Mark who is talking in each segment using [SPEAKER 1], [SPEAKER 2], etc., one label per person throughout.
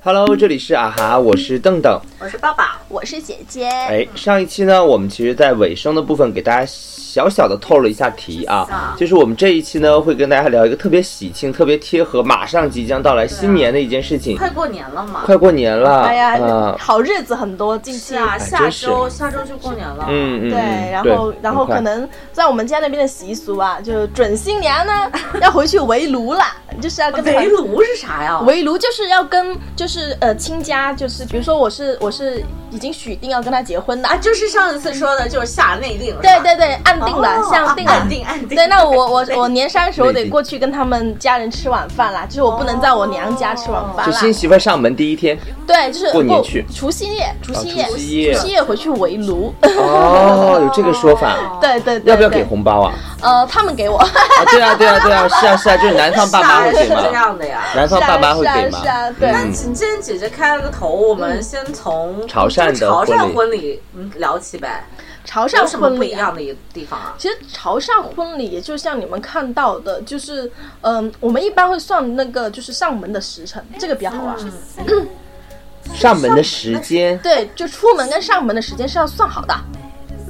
[SPEAKER 1] Hello，这里是啊哈，我是邓邓。
[SPEAKER 2] 我是抱抱，
[SPEAKER 3] 我是姐姐，
[SPEAKER 1] 哎，上一期呢，我们其实在尾声的部分给大家小小的透了一下题啊，就是我们这一期呢会跟大家聊一个特别喜庆、特别贴合马上即将到来新年的一件事情，
[SPEAKER 2] 快过年了嘛。
[SPEAKER 1] 快过年了，
[SPEAKER 3] 嗯哎呀，
[SPEAKER 1] 啊，
[SPEAKER 3] 好日子很多，近期
[SPEAKER 2] 是啊，下
[SPEAKER 1] 真是
[SPEAKER 2] 周下周就过年了。
[SPEAKER 1] 嗯嗯，
[SPEAKER 3] 对，
[SPEAKER 1] 嗯
[SPEAKER 3] 然后
[SPEAKER 1] 对
[SPEAKER 3] 然后
[SPEAKER 1] 很快
[SPEAKER 3] 可能在我们家那边的习俗啊，就准新娘呢要回去围炉啦，就是要跟团
[SPEAKER 2] 围。炉是啥呀？
[SPEAKER 3] 围炉就是要跟就是呃亲家，就是比如说我是我是已经许定要跟他结婚的，
[SPEAKER 2] 啊，就是上一次说的，就是下内令。是吧
[SPEAKER 3] 对对，对，按定了，
[SPEAKER 2] 哦
[SPEAKER 3] 像定了，
[SPEAKER 2] 按定按定
[SPEAKER 3] 对，那我我我年三十我
[SPEAKER 1] 内
[SPEAKER 3] 得
[SPEAKER 1] 定
[SPEAKER 3] 过去跟他们家人吃晚
[SPEAKER 2] 哦
[SPEAKER 3] 饭啦，就是我不能在我娘家吃晚饭
[SPEAKER 1] 就
[SPEAKER 3] 啦。
[SPEAKER 1] 新媳妇儿上门第一 天，
[SPEAKER 3] 对，就是
[SPEAKER 1] 过年
[SPEAKER 3] 不
[SPEAKER 1] 去
[SPEAKER 3] 除夕
[SPEAKER 2] 哦
[SPEAKER 3] 夜，除夕夜，
[SPEAKER 1] 除夕夜
[SPEAKER 3] 除夕夜回去围炉。
[SPEAKER 1] 哦，有这个说法，
[SPEAKER 3] 对对对，
[SPEAKER 1] 要不要
[SPEAKER 3] 对
[SPEAKER 1] 给？红包啊？
[SPEAKER 3] 呃，他们给我，
[SPEAKER 1] 啊，对啊，对啊，对啊，是啊，是啊，就是南方爸妈会
[SPEAKER 2] 是
[SPEAKER 1] 给
[SPEAKER 2] 这
[SPEAKER 1] 吗？
[SPEAKER 2] 样的呀。
[SPEAKER 1] 南方
[SPEAKER 3] 啊是啊
[SPEAKER 1] 爸妈会
[SPEAKER 3] 是啊
[SPEAKER 1] 给吗？
[SPEAKER 3] 是啊对
[SPEAKER 2] 那
[SPEAKER 1] 嗯
[SPEAKER 2] 今天姐姐开了个头，我
[SPEAKER 3] 嗯
[SPEAKER 2] 们先从
[SPEAKER 1] 潮汕的
[SPEAKER 2] 潮
[SPEAKER 1] 婚
[SPEAKER 2] 汕
[SPEAKER 1] 礼
[SPEAKER 2] 婚礼嗯聊起呗，
[SPEAKER 3] 潮
[SPEAKER 2] 有
[SPEAKER 3] 汕
[SPEAKER 2] 什么
[SPEAKER 3] 婚
[SPEAKER 2] 不一
[SPEAKER 3] 礼啊。
[SPEAKER 2] 样的地方啊？
[SPEAKER 3] 其实潮汕婚礼，也就像你们看到的，就是，嗯、我们一般会算那个就是上门的时辰，这个比较好玩。啊
[SPEAKER 2] 嗯
[SPEAKER 1] 上门的时间，
[SPEAKER 3] 对，就出门跟上门的时间是要算好的。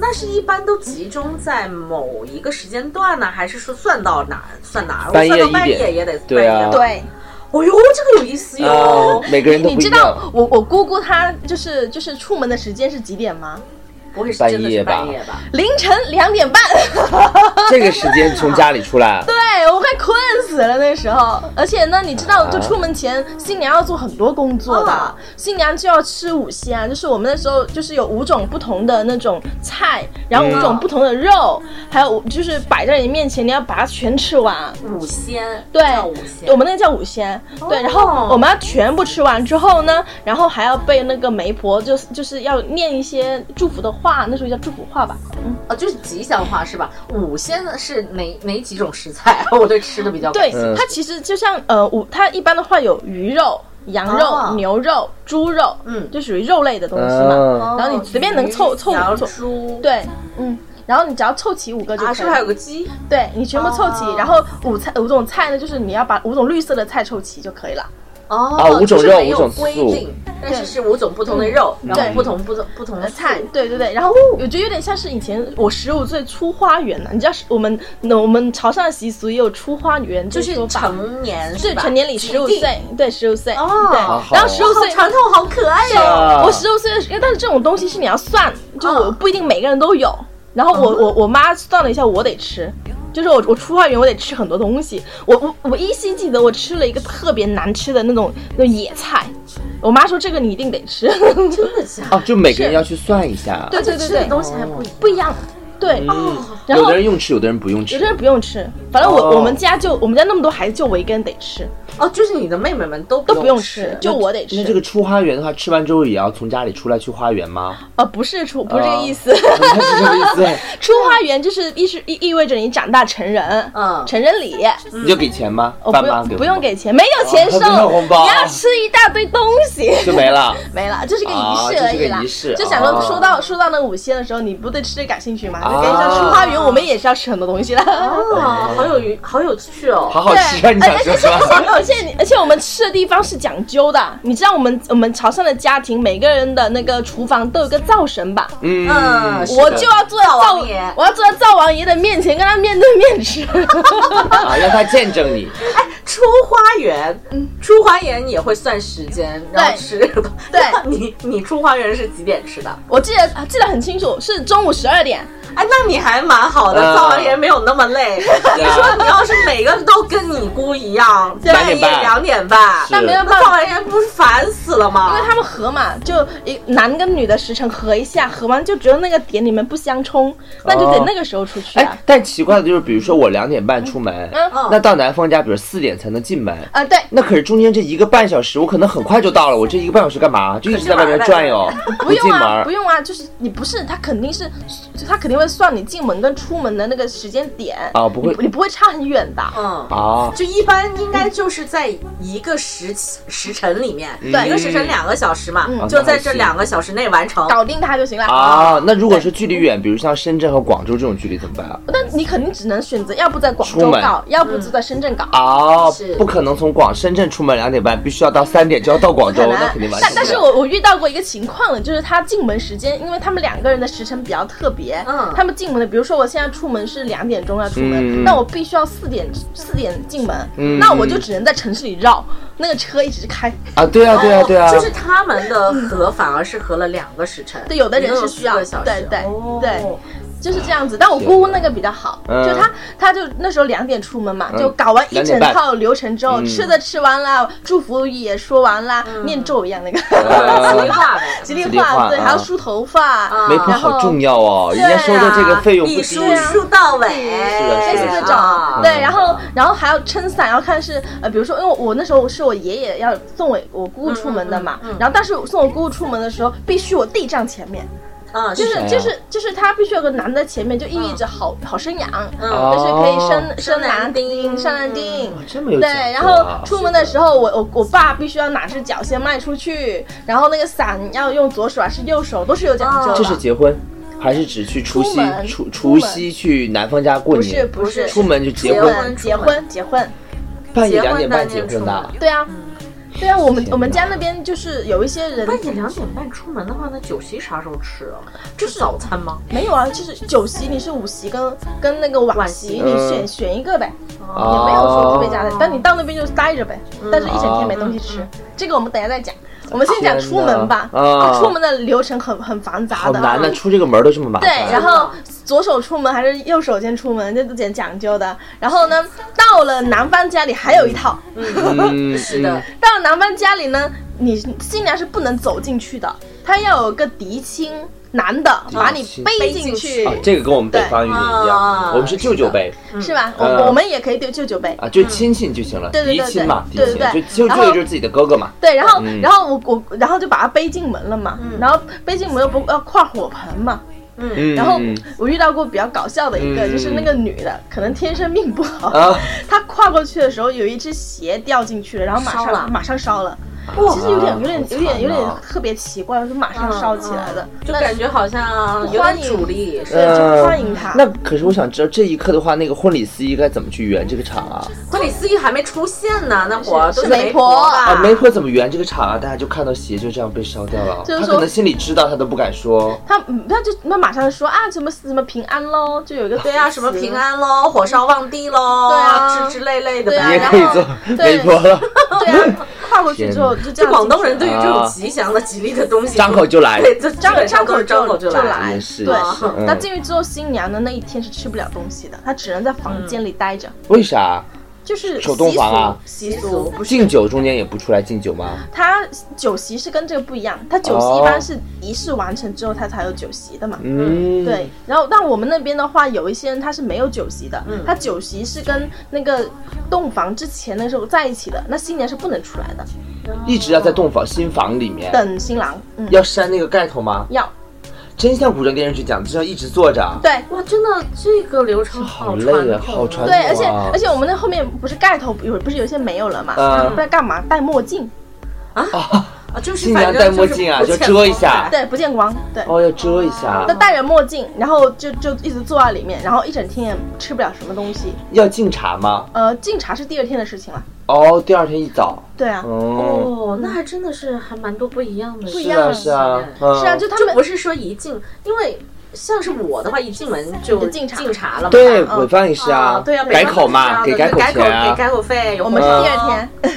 [SPEAKER 2] 那是一般都集中在某一个时间段呢，还是说算到哪儿算哪儿？我
[SPEAKER 1] 半夜
[SPEAKER 2] 算到
[SPEAKER 1] 一
[SPEAKER 2] 半
[SPEAKER 1] 点
[SPEAKER 2] 夜也得
[SPEAKER 1] 对啊
[SPEAKER 2] 半夜
[SPEAKER 3] 对，
[SPEAKER 2] 哦呦，这个有意思哟。
[SPEAKER 1] 啊，每个人都
[SPEAKER 3] 哎你
[SPEAKER 1] 不一
[SPEAKER 3] 知
[SPEAKER 1] 样。
[SPEAKER 3] 道我我姑姑她就是就是出门的时间是几点吗？
[SPEAKER 2] 不会是真的是半
[SPEAKER 1] 半夜
[SPEAKER 2] 夜吧？
[SPEAKER 3] 凌晨两点半。
[SPEAKER 1] 这个时间从家里出来，
[SPEAKER 3] 呃对，我快困死了那时候。而且呢，你知道，就出门前，新娘要做很多工作的，
[SPEAKER 2] 哦
[SPEAKER 3] 新娘就要吃五香，就是我们那时候就是有五种不同的那种菜，然后五种不同的肉，还有就是摆在你面前，你要把它全吃完。
[SPEAKER 2] 五仙
[SPEAKER 3] 对
[SPEAKER 2] 叫五，哦仙，
[SPEAKER 3] 我们那个叫五仙。对，然后我们要全部吃完之后呢，然后还要被那个媒婆就是就是要念一些祝福的话，那时候叫祝福话吧。
[SPEAKER 2] 哦，就是吉祥话是吧？五仙是哪哪几种食材？ 我对吃的比较
[SPEAKER 3] 对，
[SPEAKER 1] 嗯
[SPEAKER 3] 它其实就像呃，五，它一般的话有鱼肉、羊肉、
[SPEAKER 2] 哦
[SPEAKER 3] 牛肉、猪肉，
[SPEAKER 2] 嗯
[SPEAKER 3] 就属于肉类的东西嘛。
[SPEAKER 1] 嗯，
[SPEAKER 3] 然后你随便能凑凑
[SPEAKER 2] 哦羊
[SPEAKER 3] 凑
[SPEAKER 2] 猪
[SPEAKER 3] 对，嗯，然后你只要凑齐五个就
[SPEAKER 2] 啊，
[SPEAKER 3] 可
[SPEAKER 2] 是
[SPEAKER 3] 以
[SPEAKER 2] 不是
[SPEAKER 3] 了。
[SPEAKER 2] 还有个鸡？
[SPEAKER 3] 对你全部凑齐，
[SPEAKER 2] 哦
[SPEAKER 3] 然后五菜五种菜呢，就是你要把五种绿色的菜凑齐就可以了。
[SPEAKER 2] 哦
[SPEAKER 1] 啊五种
[SPEAKER 2] 就是
[SPEAKER 1] 肉
[SPEAKER 2] 没有
[SPEAKER 1] 五种
[SPEAKER 2] 规
[SPEAKER 1] 素嗯
[SPEAKER 2] 定，但是是五种不同的肉，然后不同不同不同的
[SPEAKER 3] 菜
[SPEAKER 2] 菜，哦
[SPEAKER 3] 对对对，然后我觉得有点像是以前我十五岁出花园呢、你知道是我们那我们潮汕的习俗也有出花园这
[SPEAKER 2] 就
[SPEAKER 3] 个
[SPEAKER 2] 是
[SPEAKER 3] 说法，
[SPEAKER 2] 成年
[SPEAKER 3] 对
[SPEAKER 2] 吧
[SPEAKER 3] 成年礼
[SPEAKER 2] 指
[SPEAKER 3] 十五
[SPEAKER 2] 定
[SPEAKER 3] 岁，对十五岁，
[SPEAKER 2] 哦好
[SPEAKER 3] 对，
[SPEAKER 1] 好
[SPEAKER 3] 然后十
[SPEAKER 2] 哇
[SPEAKER 3] 五
[SPEAKER 2] 好
[SPEAKER 3] 岁
[SPEAKER 2] 传统，好可爱哦哟、
[SPEAKER 1] 啊
[SPEAKER 3] 我十六岁的时候，但是这种东西是你要算，就我
[SPEAKER 2] 嗯
[SPEAKER 3] 不一定每个人都有。然后
[SPEAKER 1] 哦
[SPEAKER 3] 我我我妈算了一下，我得吃，就是我我出花园我得吃很多东西。我我我依稀记得我吃了一个特别难吃的那种那种野菜，我妈说这个你一定得吃。
[SPEAKER 2] 真的假的？
[SPEAKER 1] 哦，就每个人要去算一下，
[SPEAKER 3] 对对对
[SPEAKER 2] 吃的
[SPEAKER 3] 对，
[SPEAKER 2] 东西还不一样。
[SPEAKER 3] 不一样，对。哦
[SPEAKER 1] 嗯，
[SPEAKER 3] 然
[SPEAKER 1] 有
[SPEAKER 3] 后
[SPEAKER 1] 的人用吃，有的人不用吃
[SPEAKER 3] 有的，人不用吃，反正我、
[SPEAKER 1] 哦
[SPEAKER 3] 我们家就我们家那么多孩子，就我一个人得吃，
[SPEAKER 2] 哦，就是你的妹妹们都
[SPEAKER 3] 都不用
[SPEAKER 2] 吃
[SPEAKER 3] 吃，，就我得吃。
[SPEAKER 1] 哦那这个出花园的话，吃完之后也要从家里出来去花园 吗？嗯
[SPEAKER 3] 呃不是出不是这
[SPEAKER 1] 哦
[SPEAKER 3] 个意思。
[SPEAKER 1] 是什么意思？
[SPEAKER 3] 出花园就是意是意意味着你长大成人，
[SPEAKER 2] 嗯
[SPEAKER 3] 成人礼，
[SPEAKER 1] 你就给钱吗？
[SPEAKER 3] 我
[SPEAKER 1] 爸
[SPEAKER 3] 哦不
[SPEAKER 1] 妈
[SPEAKER 3] 用
[SPEAKER 1] 给
[SPEAKER 3] 不用给钱，没有钱收，
[SPEAKER 1] 哦没有红包
[SPEAKER 3] 你要吃一大堆东 西。
[SPEAKER 1] 就没了。
[SPEAKER 3] 没了，就是个
[SPEAKER 1] 啊
[SPEAKER 3] 仪式而已
[SPEAKER 1] 就是
[SPEAKER 3] 啦。
[SPEAKER 1] 个仪式
[SPEAKER 3] 就想说
[SPEAKER 1] 哦
[SPEAKER 3] 说到说到那个五仙的时候，你不对吃这感兴趣吗？
[SPEAKER 1] 啊
[SPEAKER 3] 就跟你说出花园，我们也是要吃很多东西的。
[SPEAKER 2] 哦，好有好有趣 哦。
[SPEAKER 1] 好好
[SPEAKER 3] 对，
[SPEAKER 1] 吃啊！你想
[SPEAKER 3] 而且
[SPEAKER 1] 说什么？
[SPEAKER 3] 而且你而且我们吃的地方是讲究的，你知道我们我们潮汕的家庭每个人的那个厨房都有个灶神吧？
[SPEAKER 1] 嗯
[SPEAKER 2] 嗯，是的
[SPEAKER 3] 我就要坐在灶
[SPEAKER 2] 灶王爷
[SPEAKER 3] 我要坐在灶王爷的面前，跟他面对面吃。
[SPEAKER 1] 啊，让他见证你。
[SPEAKER 2] 出花园，
[SPEAKER 3] 嗯
[SPEAKER 2] 出花园也会算时间，然后吃。
[SPEAKER 3] 对
[SPEAKER 2] 你你出花园是几点吃的？
[SPEAKER 3] 我记得啊记得很清楚，是中午十二点。
[SPEAKER 2] 哎，那你还蛮好的，
[SPEAKER 1] 嗯
[SPEAKER 2] 灶王爷没有那么 累。你说你要是每个都跟你姑一样，
[SPEAKER 3] 对
[SPEAKER 2] 半夜两点半，
[SPEAKER 1] 是
[SPEAKER 3] 那没
[SPEAKER 2] 那
[SPEAKER 3] 有办
[SPEAKER 2] 灶
[SPEAKER 3] 法，
[SPEAKER 2] 王爷不是烦死了
[SPEAKER 3] 因为
[SPEAKER 2] 吗？
[SPEAKER 3] 他们合嘛，就一男跟女的时辰合一下，合完就只有那个点你们不相
[SPEAKER 1] 哦
[SPEAKER 3] 冲，那就得那个时候出去啊
[SPEAKER 1] 哎。，但奇怪的就是，比如说我两点半出门，
[SPEAKER 3] 嗯
[SPEAKER 2] 嗯
[SPEAKER 1] 那到男方家，比如四点才能进门，
[SPEAKER 3] 啊，对，
[SPEAKER 1] 那可是中间这一个半小时，我可能很快就到了。我这一个半小时干嘛？就一直在外面转悠，
[SPEAKER 3] 不
[SPEAKER 1] 进
[SPEAKER 3] 用
[SPEAKER 1] 门
[SPEAKER 3] 啊，
[SPEAKER 1] 儿
[SPEAKER 3] 不。用啊，就是你不是他肯定是，他肯定会算你进门跟出门的那个时间点
[SPEAKER 1] 啊不会
[SPEAKER 3] 你，你不会差很远的。
[SPEAKER 2] 嗯，
[SPEAKER 1] 啊，
[SPEAKER 2] 就一般应该就是在一个时时辰里面，
[SPEAKER 1] 对
[SPEAKER 2] 一个时辰两个小时嘛，
[SPEAKER 1] 嗯
[SPEAKER 2] 就在这两个小时内完成。
[SPEAKER 3] 搞定它就行了
[SPEAKER 1] 啊，那如果是距离远，比如像深圳和广州这种距离怎么办啊？
[SPEAKER 3] 那你肯定只能选择，要不在广
[SPEAKER 1] 出
[SPEAKER 3] 州
[SPEAKER 1] 门
[SPEAKER 3] 搞，要不就在深圳搞。
[SPEAKER 1] 哦
[SPEAKER 2] 是，
[SPEAKER 1] 不可能从广深圳出门两点半，必须要到三点就要到广州，
[SPEAKER 3] 可能啊
[SPEAKER 1] 那肯定完全
[SPEAKER 3] 但
[SPEAKER 1] 不
[SPEAKER 3] 但是
[SPEAKER 1] 了
[SPEAKER 3] 我我遇到过一个情况了，就是他进门时间，因为他们两个人的时辰比较特别，
[SPEAKER 2] 嗯
[SPEAKER 3] 他们进门的，比如说我现在出门是两点钟要出门，
[SPEAKER 1] 嗯
[SPEAKER 3] 那我必须要四点四点进门，
[SPEAKER 1] 嗯
[SPEAKER 3] 那我就只能在城市里绕，那个车一直开。
[SPEAKER 1] 啊，对啊，对啊，对
[SPEAKER 3] 哦
[SPEAKER 1] 啊，
[SPEAKER 2] 就是他们的合反而是合了两个时辰，
[SPEAKER 3] 对，有的人
[SPEAKER 2] 一
[SPEAKER 3] 是
[SPEAKER 2] 个
[SPEAKER 3] 需要
[SPEAKER 2] 四个小，时
[SPEAKER 3] 对对
[SPEAKER 2] 哦
[SPEAKER 3] 对。就是这样子，但我姑姑那个比较好，
[SPEAKER 1] 嗯
[SPEAKER 3] 就她，她就那时候两点出门嘛，
[SPEAKER 1] 嗯
[SPEAKER 3] 就搞完一
[SPEAKER 1] 两
[SPEAKER 3] 整
[SPEAKER 1] 点半
[SPEAKER 3] 套流程之后，
[SPEAKER 1] 嗯
[SPEAKER 3] 吃的吃完了，祝福语也说完啦，念咒一样那个，
[SPEAKER 2] 吉利
[SPEAKER 1] 呃
[SPEAKER 2] 话呗，
[SPEAKER 3] 吉利
[SPEAKER 1] 吉利
[SPEAKER 3] 话，
[SPEAKER 1] 话嗯
[SPEAKER 3] 对，
[SPEAKER 1] 啊
[SPEAKER 3] 还要梳头发，
[SPEAKER 2] 啊
[SPEAKER 1] 媒婆
[SPEAKER 3] 然后
[SPEAKER 1] 好重要哦，
[SPEAKER 3] 对啊
[SPEAKER 1] 人家收的这个费用不
[SPEAKER 2] 一
[SPEAKER 1] 低，
[SPEAKER 2] 书书到尾，
[SPEAKER 1] 是
[SPEAKER 3] 类似
[SPEAKER 1] 的
[SPEAKER 3] 哎
[SPEAKER 1] 嗯
[SPEAKER 3] 这
[SPEAKER 1] 是的
[SPEAKER 3] 种，
[SPEAKER 2] 啊
[SPEAKER 3] 对，然后然后还要撑伞，要看是呃，比如说，因为我我那时候是我爷爷要送我我姑姑出门的嘛，
[SPEAKER 1] 嗯
[SPEAKER 3] 然后但是送我姑姑出门的时候，必须我弟站前面，
[SPEAKER 2] 嗯，
[SPEAKER 3] 就是是
[SPEAKER 1] 谁啊
[SPEAKER 3] 就是就是他必须有个男的前面，就意味着好好生养，
[SPEAKER 2] 嗯
[SPEAKER 1] 啊
[SPEAKER 3] 就是可以
[SPEAKER 1] 哦
[SPEAKER 3] 生生男
[SPEAKER 2] 男
[SPEAKER 3] 丁
[SPEAKER 2] 丁
[SPEAKER 3] 生男丁。
[SPEAKER 1] 这么有
[SPEAKER 3] 对，
[SPEAKER 1] 讲究啊
[SPEAKER 3] 然后出门的时候，我我我爸必须要哪只脚先迈出去，然后那个伞要用左手还是右手，都是有讲究的。
[SPEAKER 1] 哦这是结婚还是只去除夕
[SPEAKER 3] 出门
[SPEAKER 1] 除
[SPEAKER 3] 出
[SPEAKER 1] 除
[SPEAKER 3] 门
[SPEAKER 1] 夕去男方家过
[SPEAKER 3] 不是
[SPEAKER 1] 年？
[SPEAKER 3] 不是
[SPEAKER 1] 出门就结
[SPEAKER 3] 结
[SPEAKER 1] 婚，
[SPEAKER 3] 婚
[SPEAKER 2] 结
[SPEAKER 3] 结
[SPEAKER 2] 婚
[SPEAKER 3] 婚结婚，
[SPEAKER 1] 半夜
[SPEAKER 2] 结婚
[SPEAKER 1] 两点半
[SPEAKER 2] 当
[SPEAKER 1] 结
[SPEAKER 2] 天
[SPEAKER 1] 婚
[SPEAKER 2] 出
[SPEAKER 1] 的
[SPEAKER 2] 门，
[SPEAKER 3] 对啊，
[SPEAKER 1] 嗯
[SPEAKER 3] 对啊，我们
[SPEAKER 1] 天
[SPEAKER 3] 我们家
[SPEAKER 1] 哪
[SPEAKER 3] 那边就是有一些人
[SPEAKER 2] 半夜两点半出门的话，那酒席啥时候吃啊？
[SPEAKER 3] 就是
[SPEAKER 2] 是早餐吗？
[SPEAKER 3] 没有啊，就是酒席你是午席跟跟那个晚
[SPEAKER 2] 晚
[SPEAKER 3] 席，
[SPEAKER 2] 席
[SPEAKER 3] 你
[SPEAKER 1] 嗯
[SPEAKER 3] 选选一个呗，也
[SPEAKER 1] 哦嗯
[SPEAKER 3] 没有说特别加的，但你到那边就待着呗，但是一整天没东西吃，这个我们等一下再讲。我们先讲出门吧，
[SPEAKER 1] 哦天哪啊
[SPEAKER 3] 出门的流程很很繁杂
[SPEAKER 1] 好
[SPEAKER 3] 的，啊
[SPEAKER 1] 难呐，啊出这个门都这么麻
[SPEAKER 3] 对
[SPEAKER 1] 烦。，
[SPEAKER 3] 然后左手出门还是右手先出门，这都挺讲究的。然后呢，到了男方家里还有一套，
[SPEAKER 1] 嗯，
[SPEAKER 2] 是的
[SPEAKER 1] 嗯，
[SPEAKER 3] 到了男方家里呢，你新娘是不能走进去的，她要有个嫡亲男的
[SPEAKER 2] 嗯
[SPEAKER 1] 亲
[SPEAKER 3] 啊把你背
[SPEAKER 2] 背
[SPEAKER 3] 进
[SPEAKER 2] 进
[SPEAKER 3] 去
[SPEAKER 2] 去，
[SPEAKER 1] 啊，这个跟我们北
[SPEAKER 3] 对
[SPEAKER 1] 方有点一
[SPEAKER 2] 啊
[SPEAKER 1] 样，我们是舅舅辈
[SPEAKER 3] 是吧？
[SPEAKER 1] 嗯
[SPEAKER 3] 我我们也可以丢舅舅背。
[SPEAKER 1] 啊，就亲信就行了，
[SPEAKER 3] 对对
[SPEAKER 1] 嫡
[SPEAKER 3] 对
[SPEAKER 1] 亲嘛，嫡
[SPEAKER 3] 对
[SPEAKER 1] 亲
[SPEAKER 3] 对对
[SPEAKER 1] 就舅
[SPEAKER 3] 然
[SPEAKER 1] 舅
[SPEAKER 3] 后
[SPEAKER 1] 就是自己的哥哥嘛。
[SPEAKER 3] 对，然后，
[SPEAKER 1] 嗯
[SPEAKER 3] 然后我我，然后就把她背进门了嘛，
[SPEAKER 2] 嗯
[SPEAKER 3] 然后背进门又不要跨火盆嘛，
[SPEAKER 1] 嗯，
[SPEAKER 3] 然后
[SPEAKER 1] 嗯
[SPEAKER 3] 我遇到过比较搞笑的一个，
[SPEAKER 1] 嗯
[SPEAKER 3] 就是那个女的可能天生命不好，
[SPEAKER 1] 啊，
[SPEAKER 3] 她跨过去的时候有一只鞋掉进去了，然后马
[SPEAKER 2] 烧了
[SPEAKER 3] 上马上烧了，
[SPEAKER 2] 哇嗯
[SPEAKER 3] 其实有点有点
[SPEAKER 1] 好惨
[SPEAKER 3] 有点有点
[SPEAKER 1] 啊
[SPEAKER 3] 特别奇怪，是马上烧起来的，
[SPEAKER 2] 就
[SPEAKER 3] 那
[SPEAKER 2] 感觉好像有点阻力，
[SPEAKER 3] 对，
[SPEAKER 2] 是
[SPEAKER 3] 就欢迎她。
[SPEAKER 1] 呃那可是我想知道这一刻的话，那个婚礼司仪该怎么去圆这个场啊？
[SPEAKER 2] 婚礼司仪还没出现呢，那会儿
[SPEAKER 3] 是
[SPEAKER 2] 都
[SPEAKER 3] 是媒
[SPEAKER 2] 媒
[SPEAKER 3] 婆
[SPEAKER 2] 吧？
[SPEAKER 1] 啊，媒婆怎么圆这个场啊？大家就看到鞋就这样被烧掉了，
[SPEAKER 3] 就是
[SPEAKER 1] 他
[SPEAKER 3] 说
[SPEAKER 1] 可能心里知道，他都不敢说。
[SPEAKER 3] 他嗯他就那马上说啊什么什么平安喽，就有一个对
[SPEAKER 2] 对 啊，什么平安喽，火烧旺地喽，
[SPEAKER 3] 对啊
[SPEAKER 2] 之之类类的
[SPEAKER 3] 对啊
[SPEAKER 1] 你也
[SPEAKER 2] 呗。
[SPEAKER 1] 可以做
[SPEAKER 3] 然后对
[SPEAKER 1] 媒婆 了，
[SPEAKER 3] 对啊，跨过去之后就这
[SPEAKER 2] 这
[SPEAKER 3] 样。
[SPEAKER 2] 广东人对于
[SPEAKER 1] 啊
[SPEAKER 2] 这种吉祥的、吉利的东西，
[SPEAKER 1] 张口就来。
[SPEAKER 2] 对，这基
[SPEAKER 3] 张口
[SPEAKER 2] 本上都是张
[SPEAKER 3] 张口
[SPEAKER 2] 口
[SPEAKER 3] 就
[SPEAKER 2] 来。
[SPEAKER 3] 来
[SPEAKER 1] 也是
[SPEAKER 3] 对
[SPEAKER 1] 也是，
[SPEAKER 3] 那
[SPEAKER 1] 嗯，
[SPEAKER 3] 进去之后，新娘的那一天是吃不了东西的，她只能在房间里待着，
[SPEAKER 1] 为啥
[SPEAKER 3] 就是
[SPEAKER 1] 手动
[SPEAKER 3] 习
[SPEAKER 1] 房啊
[SPEAKER 3] 俗习俗。
[SPEAKER 1] 敬酒中间也不出来敬酒吗？
[SPEAKER 3] 她酒席是跟这个不一样，她酒席
[SPEAKER 1] 哦
[SPEAKER 3] 一般是仪式完成之后，她才有酒席的嘛。
[SPEAKER 1] 嗯，
[SPEAKER 3] 对，，然后但我们那边的话，有一些人他是没有酒席的，他酒席是跟那个洞房之前的时候在一起的，那新娘是不能出来的，
[SPEAKER 1] 一直要在洞房新房里面，
[SPEAKER 3] 等新郎。嗯，
[SPEAKER 1] 要扇那个盖头吗？
[SPEAKER 3] 要
[SPEAKER 1] 真像古装电视剧讲的，这样一直坐着。
[SPEAKER 3] 对
[SPEAKER 2] 哇，真的这个流程好
[SPEAKER 1] 累
[SPEAKER 2] 传
[SPEAKER 1] 啊，
[SPEAKER 2] 统，
[SPEAKER 1] 好传统
[SPEAKER 3] 对，而且
[SPEAKER 1] 啊
[SPEAKER 3] 而且我们那后面不是盖头有不是有一些没有了嘛，
[SPEAKER 1] 嗯
[SPEAKER 3] 不知道干嘛戴墨镜，
[SPEAKER 2] 啊，就是
[SPEAKER 1] 新娘
[SPEAKER 2] 反
[SPEAKER 1] 戴
[SPEAKER 2] 正
[SPEAKER 1] 墨
[SPEAKER 2] 就是
[SPEAKER 1] 镜啊，
[SPEAKER 2] 不
[SPEAKER 1] 就
[SPEAKER 2] 见
[SPEAKER 1] 遮一
[SPEAKER 2] 光
[SPEAKER 1] 下
[SPEAKER 2] 彩。
[SPEAKER 3] 对，不见光，对。
[SPEAKER 1] 哦，要遮一下
[SPEAKER 3] 那。戴着墨镜，然后就就一直坐在里面，然后一整天也吃不了什么东西。
[SPEAKER 1] 要敬茶吗？
[SPEAKER 3] 呃，敬茶是第二天的事情了。
[SPEAKER 1] 哦，第二天一早。
[SPEAKER 3] 对啊，
[SPEAKER 1] 哦，
[SPEAKER 2] 哦，那还真的是还蛮多不一样的，
[SPEAKER 3] 不一
[SPEAKER 1] 是
[SPEAKER 3] 样
[SPEAKER 1] 啊，是啊，
[SPEAKER 3] 是啊，
[SPEAKER 1] 嗯
[SPEAKER 3] 就他
[SPEAKER 2] 就
[SPEAKER 3] 们
[SPEAKER 2] 不是说一进，因为像是我的话，一进门就
[SPEAKER 3] 就进茶
[SPEAKER 2] 进茶了嘛。
[SPEAKER 1] 对，
[SPEAKER 3] 嗯
[SPEAKER 1] 北方也是啊，
[SPEAKER 2] 对啊，
[SPEAKER 1] 改口嘛，
[SPEAKER 2] 给
[SPEAKER 1] 给改口
[SPEAKER 2] 改口
[SPEAKER 1] 钱啊
[SPEAKER 2] 给。改口费，有
[SPEAKER 3] 我们是
[SPEAKER 2] 红包
[SPEAKER 1] 嗯
[SPEAKER 3] 第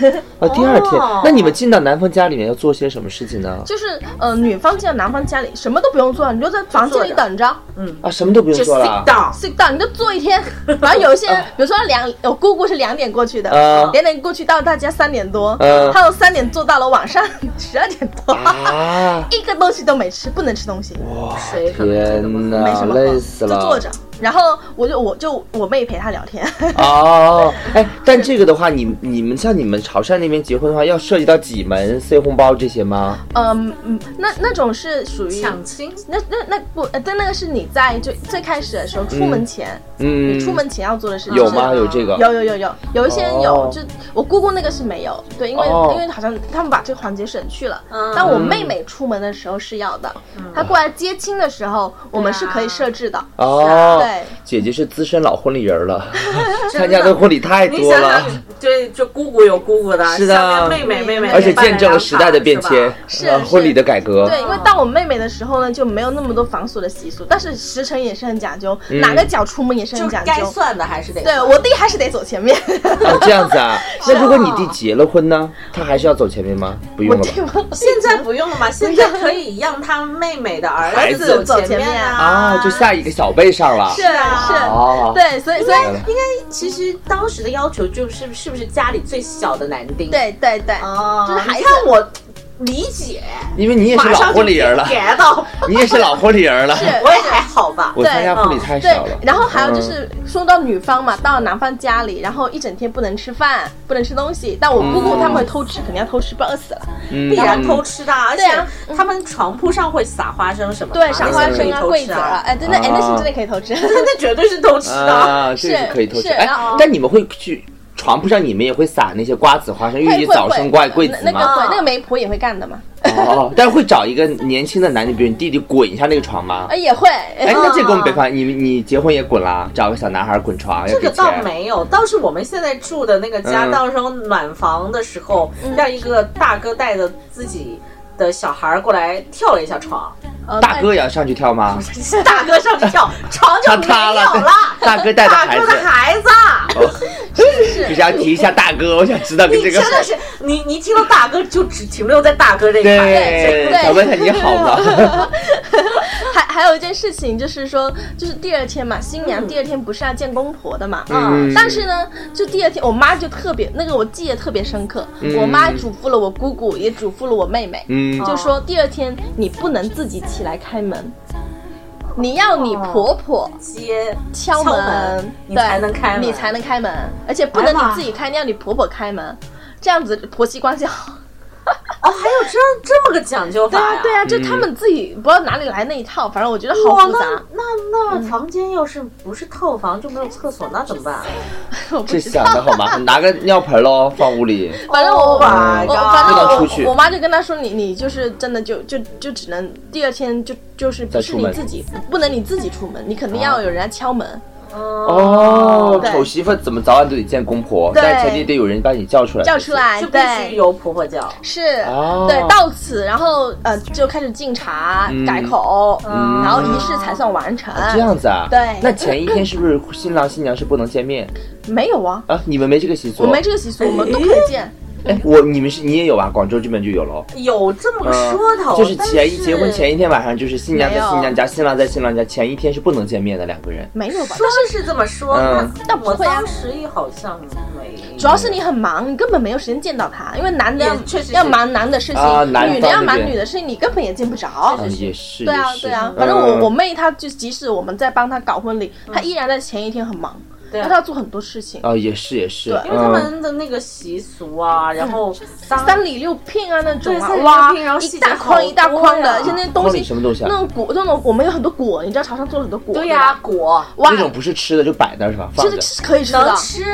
[SPEAKER 3] 二天。
[SPEAKER 1] 啊，第二天
[SPEAKER 2] 哦，
[SPEAKER 1] 那你们进到男方家里面要做些什么事情呢？
[SPEAKER 3] 就是呃，女方进到男方家里，什么都不用做，你就在房间里等着
[SPEAKER 1] 啊，什么都不用
[SPEAKER 2] 嗯就
[SPEAKER 1] 做
[SPEAKER 2] sit
[SPEAKER 1] 了。
[SPEAKER 2] down，
[SPEAKER 3] ，sit down，你就坐一天。然后有 一些人，比如说两，我姑姑是两点过去的
[SPEAKER 1] 嗯，
[SPEAKER 3] 两点过去到大家三点多，
[SPEAKER 1] 嗯
[SPEAKER 3] 她从三点做到了晚上十二点多，
[SPEAKER 1] 啊，
[SPEAKER 3] 一个东西都没吃，不能吃东西，
[SPEAKER 1] 哇，
[SPEAKER 2] 谁可能觉得
[SPEAKER 1] 天
[SPEAKER 2] 不
[SPEAKER 1] 哪
[SPEAKER 3] 没什，么喝，
[SPEAKER 1] 累死
[SPEAKER 3] 就
[SPEAKER 1] 了。
[SPEAKER 3] 坐着。然后我就我就我妹陪她聊天，
[SPEAKER 1] 哦，哎，但这个的话，你你们像你们潮汕那边结婚的话，要涉及到几门 C 红包这些吗？
[SPEAKER 3] 嗯嗯，那那种是属于
[SPEAKER 2] 抢亲，
[SPEAKER 3] 那那那不，呃但那个是你在就最开始的时候，出门前，
[SPEAKER 1] 嗯
[SPEAKER 3] 你，出门前要做的事情
[SPEAKER 1] 有
[SPEAKER 3] 是
[SPEAKER 1] 吗？有这个？
[SPEAKER 3] 有有有有，有一些人有，
[SPEAKER 1] 哦
[SPEAKER 3] 就我姑姑那个是没有，对，因为、
[SPEAKER 1] 哦
[SPEAKER 3] 因为好像他们把这个环节省去了。
[SPEAKER 2] 嗯
[SPEAKER 3] 但我妹妹出门的时候是要的，她过来接亲的时候，我们是可以设置的。
[SPEAKER 1] 哦，
[SPEAKER 3] 对，
[SPEAKER 1] 姐姐是资深老婚礼人 了，
[SPEAKER 2] 真
[SPEAKER 1] 参加的婚礼太
[SPEAKER 2] 你
[SPEAKER 1] 多
[SPEAKER 2] 想
[SPEAKER 1] 了，
[SPEAKER 2] 想，对，就姑姑有姑姑的，
[SPEAKER 1] 是的
[SPEAKER 2] 下面妹妹妹妹，
[SPEAKER 1] 而且见证了时代的变
[SPEAKER 2] 是
[SPEAKER 1] 迁
[SPEAKER 2] 吧，
[SPEAKER 3] 是
[SPEAKER 1] 呃，
[SPEAKER 3] 是
[SPEAKER 1] 婚礼的改革。
[SPEAKER 3] 对，因为当我妹妹的时候呢，就没有那么多繁琐的习俗，但是时辰也是很讲究，
[SPEAKER 1] 嗯
[SPEAKER 3] 哪个脚出门也是
[SPEAKER 2] 就
[SPEAKER 3] 很
[SPEAKER 2] 是
[SPEAKER 3] 讲
[SPEAKER 2] 该
[SPEAKER 3] 究。
[SPEAKER 2] 算的还是得
[SPEAKER 3] 对我弟还是得走前面，
[SPEAKER 1] 哦，这样子 啊。那如果你弟结了婚呢？他还是要走前面吗？不
[SPEAKER 3] 我
[SPEAKER 1] 用了
[SPEAKER 3] 弟
[SPEAKER 1] 吧？
[SPEAKER 2] 现在不用了嘛，现在可以让他妹妹的儿
[SPEAKER 1] 孩子
[SPEAKER 2] 走
[SPEAKER 3] 走前面
[SPEAKER 2] 啊，
[SPEAKER 1] 啊，就下一个小辈上了。
[SPEAKER 3] 是是，
[SPEAKER 1] 哦，
[SPEAKER 3] 对，所以所以
[SPEAKER 2] 应该其实当时的要求就是是不是家里最小的男丁？
[SPEAKER 3] 对对对，
[SPEAKER 2] 哦，
[SPEAKER 3] 就是还
[SPEAKER 2] 你
[SPEAKER 3] 是
[SPEAKER 2] 看我理解，
[SPEAKER 1] 因为你也是
[SPEAKER 2] 马
[SPEAKER 1] 老
[SPEAKER 2] 上就
[SPEAKER 1] 婚礼人了，
[SPEAKER 2] get 到，
[SPEAKER 1] 你也是老婚礼人了。
[SPEAKER 3] 是
[SPEAKER 2] 我也还好吧。
[SPEAKER 1] 我参加婚礼太
[SPEAKER 3] 对
[SPEAKER 1] 少了，。嗯
[SPEAKER 3] 然后还有就是说到女方嘛，到了男方家里，然后一整天不能吃饭，不能吃东西。但我姑姑他们会偷吃，肯定要偷吃，不然饿死了。
[SPEAKER 1] 嗯
[SPEAKER 2] 必然偷吃的啊，而
[SPEAKER 3] 对啊
[SPEAKER 2] 且他们床铺上会撒花生什么的嘛，
[SPEAKER 3] 对，赏花生啊，
[SPEAKER 2] 贵
[SPEAKER 3] 柜子啊，，哎，真的，哎，那是真的可以偷吃。
[SPEAKER 2] 那绝对是偷吃的。
[SPEAKER 1] 啊，这个是
[SPEAKER 3] 是
[SPEAKER 1] 可以偷吃。
[SPEAKER 3] 是
[SPEAKER 1] 哎
[SPEAKER 3] 然后，
[SPEAKER 1] 但你们会去床铺上，你们也会撒那些瓜子、花生，寓
[SPEAKER 3] 会
[SPEAKER 1] 意
[SPEAKER 3] 会
[SPEAKER 1] 早生贵
[SPEAKER 3] 会，
[SPEAKER 1] 贵子
[SPEAKER 3] 那那个
[SPEAKER 1] 吗？
[SPEAKER 3] 会，那个媒婆也会干的嘛，
[SPEAKER 1] 哦，但是会找一个年轻的男的，比如你弟弟滚一下那个床吗？
[SPEAKER 3] 哎，也会。
[SPEAKER 1] 哎，那这个我们北方，你你结婚也滚啦，找个小男孩滚床要
[SPEAKER 2] 这
[SPEAKER 1] 给
[SPEAKER 2] 个倒
[SPEAKER 1] 钱。
[SPEAKER 2] 没有，倒是我们现在住的那个家，
[SPEAKER 1] 嗯
[SPEAKER 2] 到时候暖房的时候，
[SPEAKER 3] 嗯
[SPEAKER 2] 让一个大哥带着自己的小孩儿过来跳了一下 床，
[SPEAKER 3] 呃
[SPEAKER 1] 大哥也要上去跳吗？
[SPEAKER 2] 大哥上去跳，床就
[SPEAKER 1] 他
[SPEAKER 2] 没
[SPEAKER 1] 塌
[SPEAKER 2] 有
[SPEAKER 1] 了
[SPEAKER 2] 了。
[SPEAKER 1] 大哥带着
[SPEAKER 2] 大
[SPEAKER 1] 孩
[SPEAKER 2] 哥
[SPEAKER 1] 子
[SPEAKER 2] 的孩子，啊
[SPEAKER 1] 就是要提一下大哥，我想知道跟
[SPEAKER 2] 你
[SPEAKER 1] 这个
[SPEAKER 2] 真。的是你，你听到大哥就只停留在大哥这一块，
[SPEAKER 1] 对，
[SPEAKER 3] 对
[SPEAKER 1] 想问一下你好吗？
[SPEAKER 3] 还还有一件事情就是说，就是第二天嘛，新娘
[SPEAKER 2] 嗯
[SPEAKER 3] 第二天不是要见公婆的嘛，啊
[SPEAKER 2] 嗯
[SPEAKER 1] 嗯
[SPEAKER 3] 但是呢，就第二天，我妈就特别那个，我记得特别深刻。
[SPEAKER 1] 嗯
[SPEAKER 3] 我妈嘱咐了我姑姑，也嘱咐了我妹妹，
[SPEAKER 1] 嗯
[SPEAKER 3] 就说第二天你不能自己起来开门，你要你婆婆
[SPEAKER 2] 接
[SPEAKER 3] 敲
[SPEAKER 2] 哦门，
[SPEAKER 3] 对
[SPEAKER 2] 你才能开门，
[SPEAKER 3] 你才能开门，而且不能
[SPEAKER 2] 哎呀妈
[SPEAKER 3] 你自己开，你要你婆婆开门，这样子婆媳关系好。
[SPEAKER 2] 哦，还有这这么个讲究法
[SPEAKER 3] 对啊
[SPEAKER 2] 呀，
[SPEAKER 3] 对啊，就他们自己不知道哪里来那一套，反正我觉得好
[SPEAKER 2] 哇，
[SPEAKER 3] 复杂
[SPEAKER 2] 那，那那房间要是不是套房就没有厕所，那怎么办啊？
[SPEAKER 3] 我不
[SPEAKER 1] 这
[SPEAKER 3] 知
[SPEAKER 1] 想
[SPEAKER 3] 道。
[SPEAKER 1] 的好麻烦，拿个尿盆喽放屋里。
[SPEAKER 3] 反正我
[SPEAKER 2] Oh
[SPEAKER 3] 我
[SPEAKER 2] my
[SPEAKER 3] 我
[SPEAKER 2] god
[SPEAKER 3] 反正
[SPEAKER 1] 不能
[SPEAKER 3] 我
[SPEAKER 1] 出去
[SPEAKER 3] 我我妈就跟他说你你就是真的就就就只能第二天就就是不
[SPEAKER 1] 再
[SPEAKER 3] 是
[SPEAKER 1] 出
[SPEAKER 3] 你
[SPEAKER 1] 门
[SPEAKER 3] 自己不能你自己出门，你肯定要有人来敲门。
[SPEAKER 1] 嗯
[SPEAKER 2] 呃
[SPEAKER 1] 哦，
[SPEAKER 3] 对
[SPEAKER 1] 丑媳妇怎么早晚都得见公婆，
[SPEAKER 3] 对
[SPEAKER 1] 但前提得有人把你叫出来。
[SPEAKER 3] 叫出。来，
[SPEAKER 2] 就必须
[SPEAKER 3] 对，
[SPEAKER 2] 有婆婆叫。
[SPEAKER 3] 是，
[SPEAKER 1] 哦
[SPEAKER 3] 对，到此，然后呃就开始敬茶、
[SPEAKER 1] 嗯
[SPEAKER 3] 改口，
[SPEAKER 1] 嗯
[SPEAKER 3] 然后仪式才算完成。
[SPEAKER 1] 这样子啊？
[SPEAKER 3] 嗯对
[SPEAKER 1] 那前一天是不是新郎新娘是不能见面
[SPEAKER 3] 没有啊，
[SPEAKER 1] 啊？你们没这个习俗？
[SPEAKER 3] 我没这个习俗，我们都可以见。
[SPEAKER 1] 哎，我你们是你也有吧？广州这边就有喽。
[SPEAKER 2] 有这么个
[SPEAKER 1] 嗯
[SPEAKER 2] 说头，
[SPEAKER 1] 就是前一
[SPEAKER 2] 但
[SPEAKER 1] 结婚前一天晚上，就是新娘在
[SPEAKER 3] 没有
[SPEAKER 1] 新娘家，新郎在新郎家，前一天是不能见面的两个人。
[SPEAKER 3] 没有吧？
[SPEAKER 2] 说是这么说，
[SPEAKER 1] 嗯
[SPEAKER 2] 但
[SPEAKER 3] 但不
[SPEAKER 2] 我
[SPEAKER 3] 会啊
[SPEAKER 2] 当时也好像没。
[SPEAKER 3] 主要是你很忙，你根本没有时间见到他，因为男的要
[SPEAKER 2] 也确实是
[SPEAKER 3] 要忙男的事情，
[SPEAKER 1] 啊男
[SPEAKER 3] 女的
[SPEAKER 1] 方
[SPEAKER 3] 要
[SPEAKER 1] 那
[SPEAKER 3] 忙
[SPEAKER 1] 边
[SPEAKER 3] 女的事情，你根本也见不着。
[SPEAKER 1] 嗯，也是。
[SPEAKER 3] 对啊
[SPEAKER 1] 也，是
[SPEAKER 3] 对啊，
[SPEAKER 1] 嗯
[SPEAKER 3] 反正我我妹她就即使我们在帮她搞婚礼，她依然在前一天很忙，
[SPEAKER 2] 对啊
[SPEAKER 3] 她都要做很多事情，
[SPEAKER 1] 啊也是也是，
[SPEAKER 3] 对
[SPEAKER 2] 因为他
[SPEAKER 1] 嗯，
[SPEAKER 2] 们的那个习俗啊，然后当
[SPEAKER 3] 三礼六聘啊那种啊
[SPEAKER 2] 对三，礼
[SPEAKER 3] 哇
[SPEAKER 2] 六聘然后，细
[SPEAKER 3] 一
[SPEAKER 2] 节
[SPEAKER 3] 大筐一大筐
[SPEAKER 2] 好多呀
[SPEAKER 3] 的，而且那东
[SPEAKER 1] 筐
[SPEAKER 3] 西
[SPEAKER 1] 里什么东西啊
[SPEAKER 3] 那种果，那种我们有很多果，你知道潮汕做了很多果，
[SPEAKER 2] 对
[SPEAKER 3] 呀
[SPEAKER 2] 呀，，果
[SPEAKER 3] 哇
[SPEAKER 1] 那，种不是吃的就摆那儿是吧？放
[SPEAKER 3] 其
[SPEAKER 1] 着
[SPEAKER 3] 实。是可以吃的
[SPEAKER 2] 能，吃，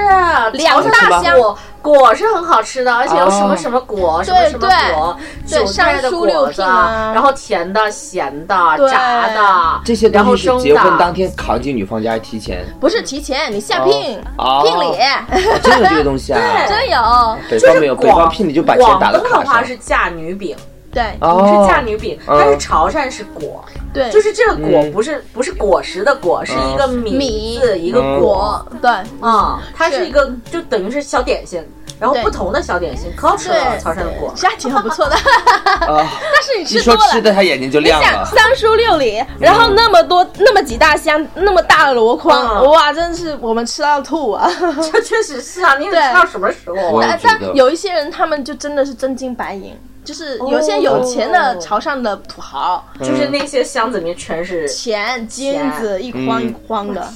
[SPEAKER 2] 两
[SPEAKER 1] 大箱
[SPEAKER 2] 果果是很好吃的，而且有什么什么果，什么什么果，
[SPEAKER 3] 哦对
[SPEAKER 2] 韭菜的
[SPEAKER 3] 山苏
[SPEAKER 2] 果
[SPEAKER 3] 六
[SPEAKER 2] 子，
[SPEAKER 3] 品啊
[SPEAKER 2] 然后甜的、咸的、
[SPEAKER 3] 对
[SPEAKER 2] 炸的，
[SPEAKER 1] 这些
[SPEAKER 2] 然后
[SPEAKER 1] 东西是
[SPEAKER 2] 蒸
[SPEAKER 1] 结婚当
[SPEAKER 2] 的。
[SPEAKER 1] 天扛进女方家提前，
[SPEAKER 3] 不是提前，你下聘
[SPEAKER 1] 哦
[SPEAKER 3] 聘礼，
[SPEAKER 1] 真有这个东 西啊？
[SPEAKER 2] 对
[SPEAKER 3] 真有，
[SPEAKER 1] 北
[SPEAKER 2] 就
[SPEAKER 1] 方没
[SPEAKER 2] 是
[SPEAKER 1] 有，北方
[SPEAKER 2] 广
[SPEAKER 1] 聘礼就把钱打到
[SPEAKER 2] 广东
[SPEAKER 1] 卡
[SPEAKER 2] 的话
[SPEAKER 1] 上。
[SPEAKER 2] 是嫁女饼，
[SPEAKER 3] 对
[SPEAKER 1] 哦，
[SPEAKER 2] 是嫁女饼，
[SPEAKER 1] 嗯
[SPEAKER 2] 但是潮汕是果，
[SPEAKER 3] 对，
[SPEAKER 2] 就是这个果
[SPEAKER 1] 嗯
[SPEAKER 2] 不是不是果实的果，是一个米
[SPEAKER 3] 米
[SPEAKER 2] 字一个
[SPEAKER 1] 嗯
[SPEAKER 2] 果
[SPEAKER 3] 果，对。
[SPEAKER 2] 啊，它
[SPEAKER 3] 是
[SPEAKER 2] 是一个就等于是小点心，然后
[SPEAKER 3] 对
[SPEAKER 2] 不同的小点心可好吃了，
[SPEAKER 3] 对，
[SPEAKER 2] 潮汕的果
[SPEAKER 3] 其。实还挺不错的，
[SPEAKER 1] 啊，
[SPEAKER 3] 但是你
[SPEAKER 1] 一
[SPEAKER 3] 吃多
[SPEAKER 1] 说
[SPEAKER 3] 了
[SPEAKER 1] 吃，的，他眼睛就
[SPEAKER 3] 你
[SPEAKER 1] 亮
[SPEAKER 3] 想
[SPEAKER 1] 了。
[SPEAKER 3] 三书六礼，然后那么多、那么几大箱，那么大的箩筐，
[SPEAKER 2] 嗯
[SPEAKER 3] 哇，真是我们吃到吐 啊！
[SPEAKER 2] 这确实是啊，你得
[SPEAKER 3] 对
[SPEAKER 2] 吃到什么时候
[SPEAKER 1] 我
[SPEAKER 2] 啊？
[SPEAKER 1] 也
[SPEAKER 3] 哎但
[SPEAKER 1] 觉得
[SPEAKER 3] 但有一些人，他们就真的是真金白银，就是有些有钱的潮汕的土豪，
[SPEAKER 2] 就是那些箱子里面全是
[SPEAKER 3] 钱金子一筐
[SPEAKER 1] 嗯
[SPEAKER 3] 一筐的，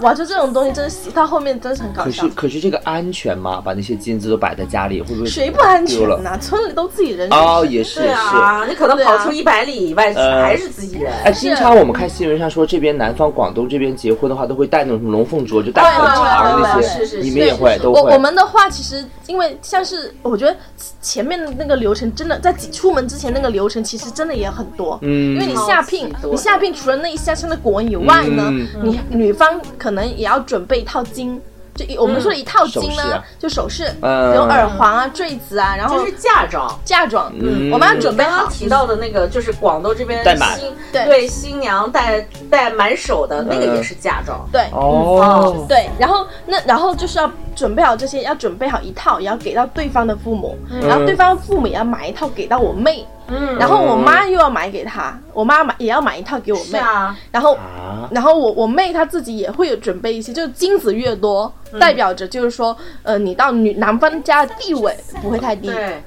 [SPEAKER 3] 哇！就这种东西真是到后面真是很搞
[SPEAKER 1] 可
[SPEAKER 3] 笑
[SPEAKER 1] 是。可是这个安全吗？把那些金子都摆在家里，会不会
[SPEAKER 3] 谁不安全
[SPEAKER 1] 丢了？
[SPEAKER 3] 呐？村里都自己人。
[SPEAKER 1] 哦，也是
[SPEAKER 2] 对
[SPEAKER 1] 也是。
[SPEAKER 2] 啊，你可能跑出
[SPEAKER 3] 对啊
[SPEAKER 2] 一百里以外
[SPEAKER 1] 呃
[SPEAKER 2] 还是自己人。
[SPEAKER 1] 哎，经常我们看新闻上说，这边南方广东这边结婚的话，都会带那种什么龙凤镯，就带
[SPEAKER 2] 哦
[SPEAKER 1] 很长的那
[SPEAKER 3] 对对对
[SPEAKER 1] 些，
[SPEAKER 3] 对
[SPEAKER 2] 是是
[SPEAKER 1] 你们也会
[SPEAKER 2] 是
[SPEAKER 1] 都
[SPEAKER 3] 我
[SPEAKER 1] 会
[SPEAKER 3] 我。们的话，其实因为像是我觉得前面的那个流程，真的在挤出门之前那个流程，其实真的也很多。
[SPEAKER 1] 嗯
[SPEAKER 3] 因为你下聘
[SPEAKER 2] 超级，多
[SPEAKER 3] 你下聘除了那一箱箱的果以外呢，
[SPEAKER 1] 嗯
[SPEAKER 3] 你女方可能也要准备一套金。就一我们说的一套金呢，
[SPEAKER 1] 首饰啊
[SPEAKER 3] 就首饰，
[SPEAKER 1] 嗯
[SPEAKER 3] 有耳环啊、坠子啊，然后
[SPEAKER 2] 这是嫁妆。
[SPEAKER 3] 嫁妆，
[SPEAKER 1] 嗯
[SPEAKER 3] 我们要准备
[SPEAKER 2] 刚
[SPEAKER 3] 好
[SPEAKER 2] 刚。提到的那个，就是广东这边
[SPEAKER 1] 戴满
[SPEAKER 2] 新
[SPEAKER 3] 对
[SPEAKER 2] 对新娘戴戴满手的那
[SPEAKER 3] 嗯
[SPEAKER 2] 个也是嫁妆。
[SPEAKER 3] 对，
[SPEAKER 2] 嗯
[SPEAKER 1] 哦，
[SPEAKER 3] 对，然后那然后就是要准备好这些，要准备好一套，也要给到对方的父母，然后对方父母也要买一套给到我妹，
[SPEAKER 2] 嗯
[SPEAKER 3] 然后我妈又要买给她，我妈买也要买一套给我
[SPEAKER 2] 是
[SPEAKER 3] 妹，
[SPEAKER 2] 啊，
[SPEAKER 3] 然后
[SPEAKER 1] 啊，
[SPEAKER 3] 然后我我妹她自己也会有准备一些，就是金子越多，
[SPEAKER 2] 嗯
[SPEAKER 3] 代表着就是说，呃，你到女男方家的地位不会太低，
[SPEAKER 2] 对，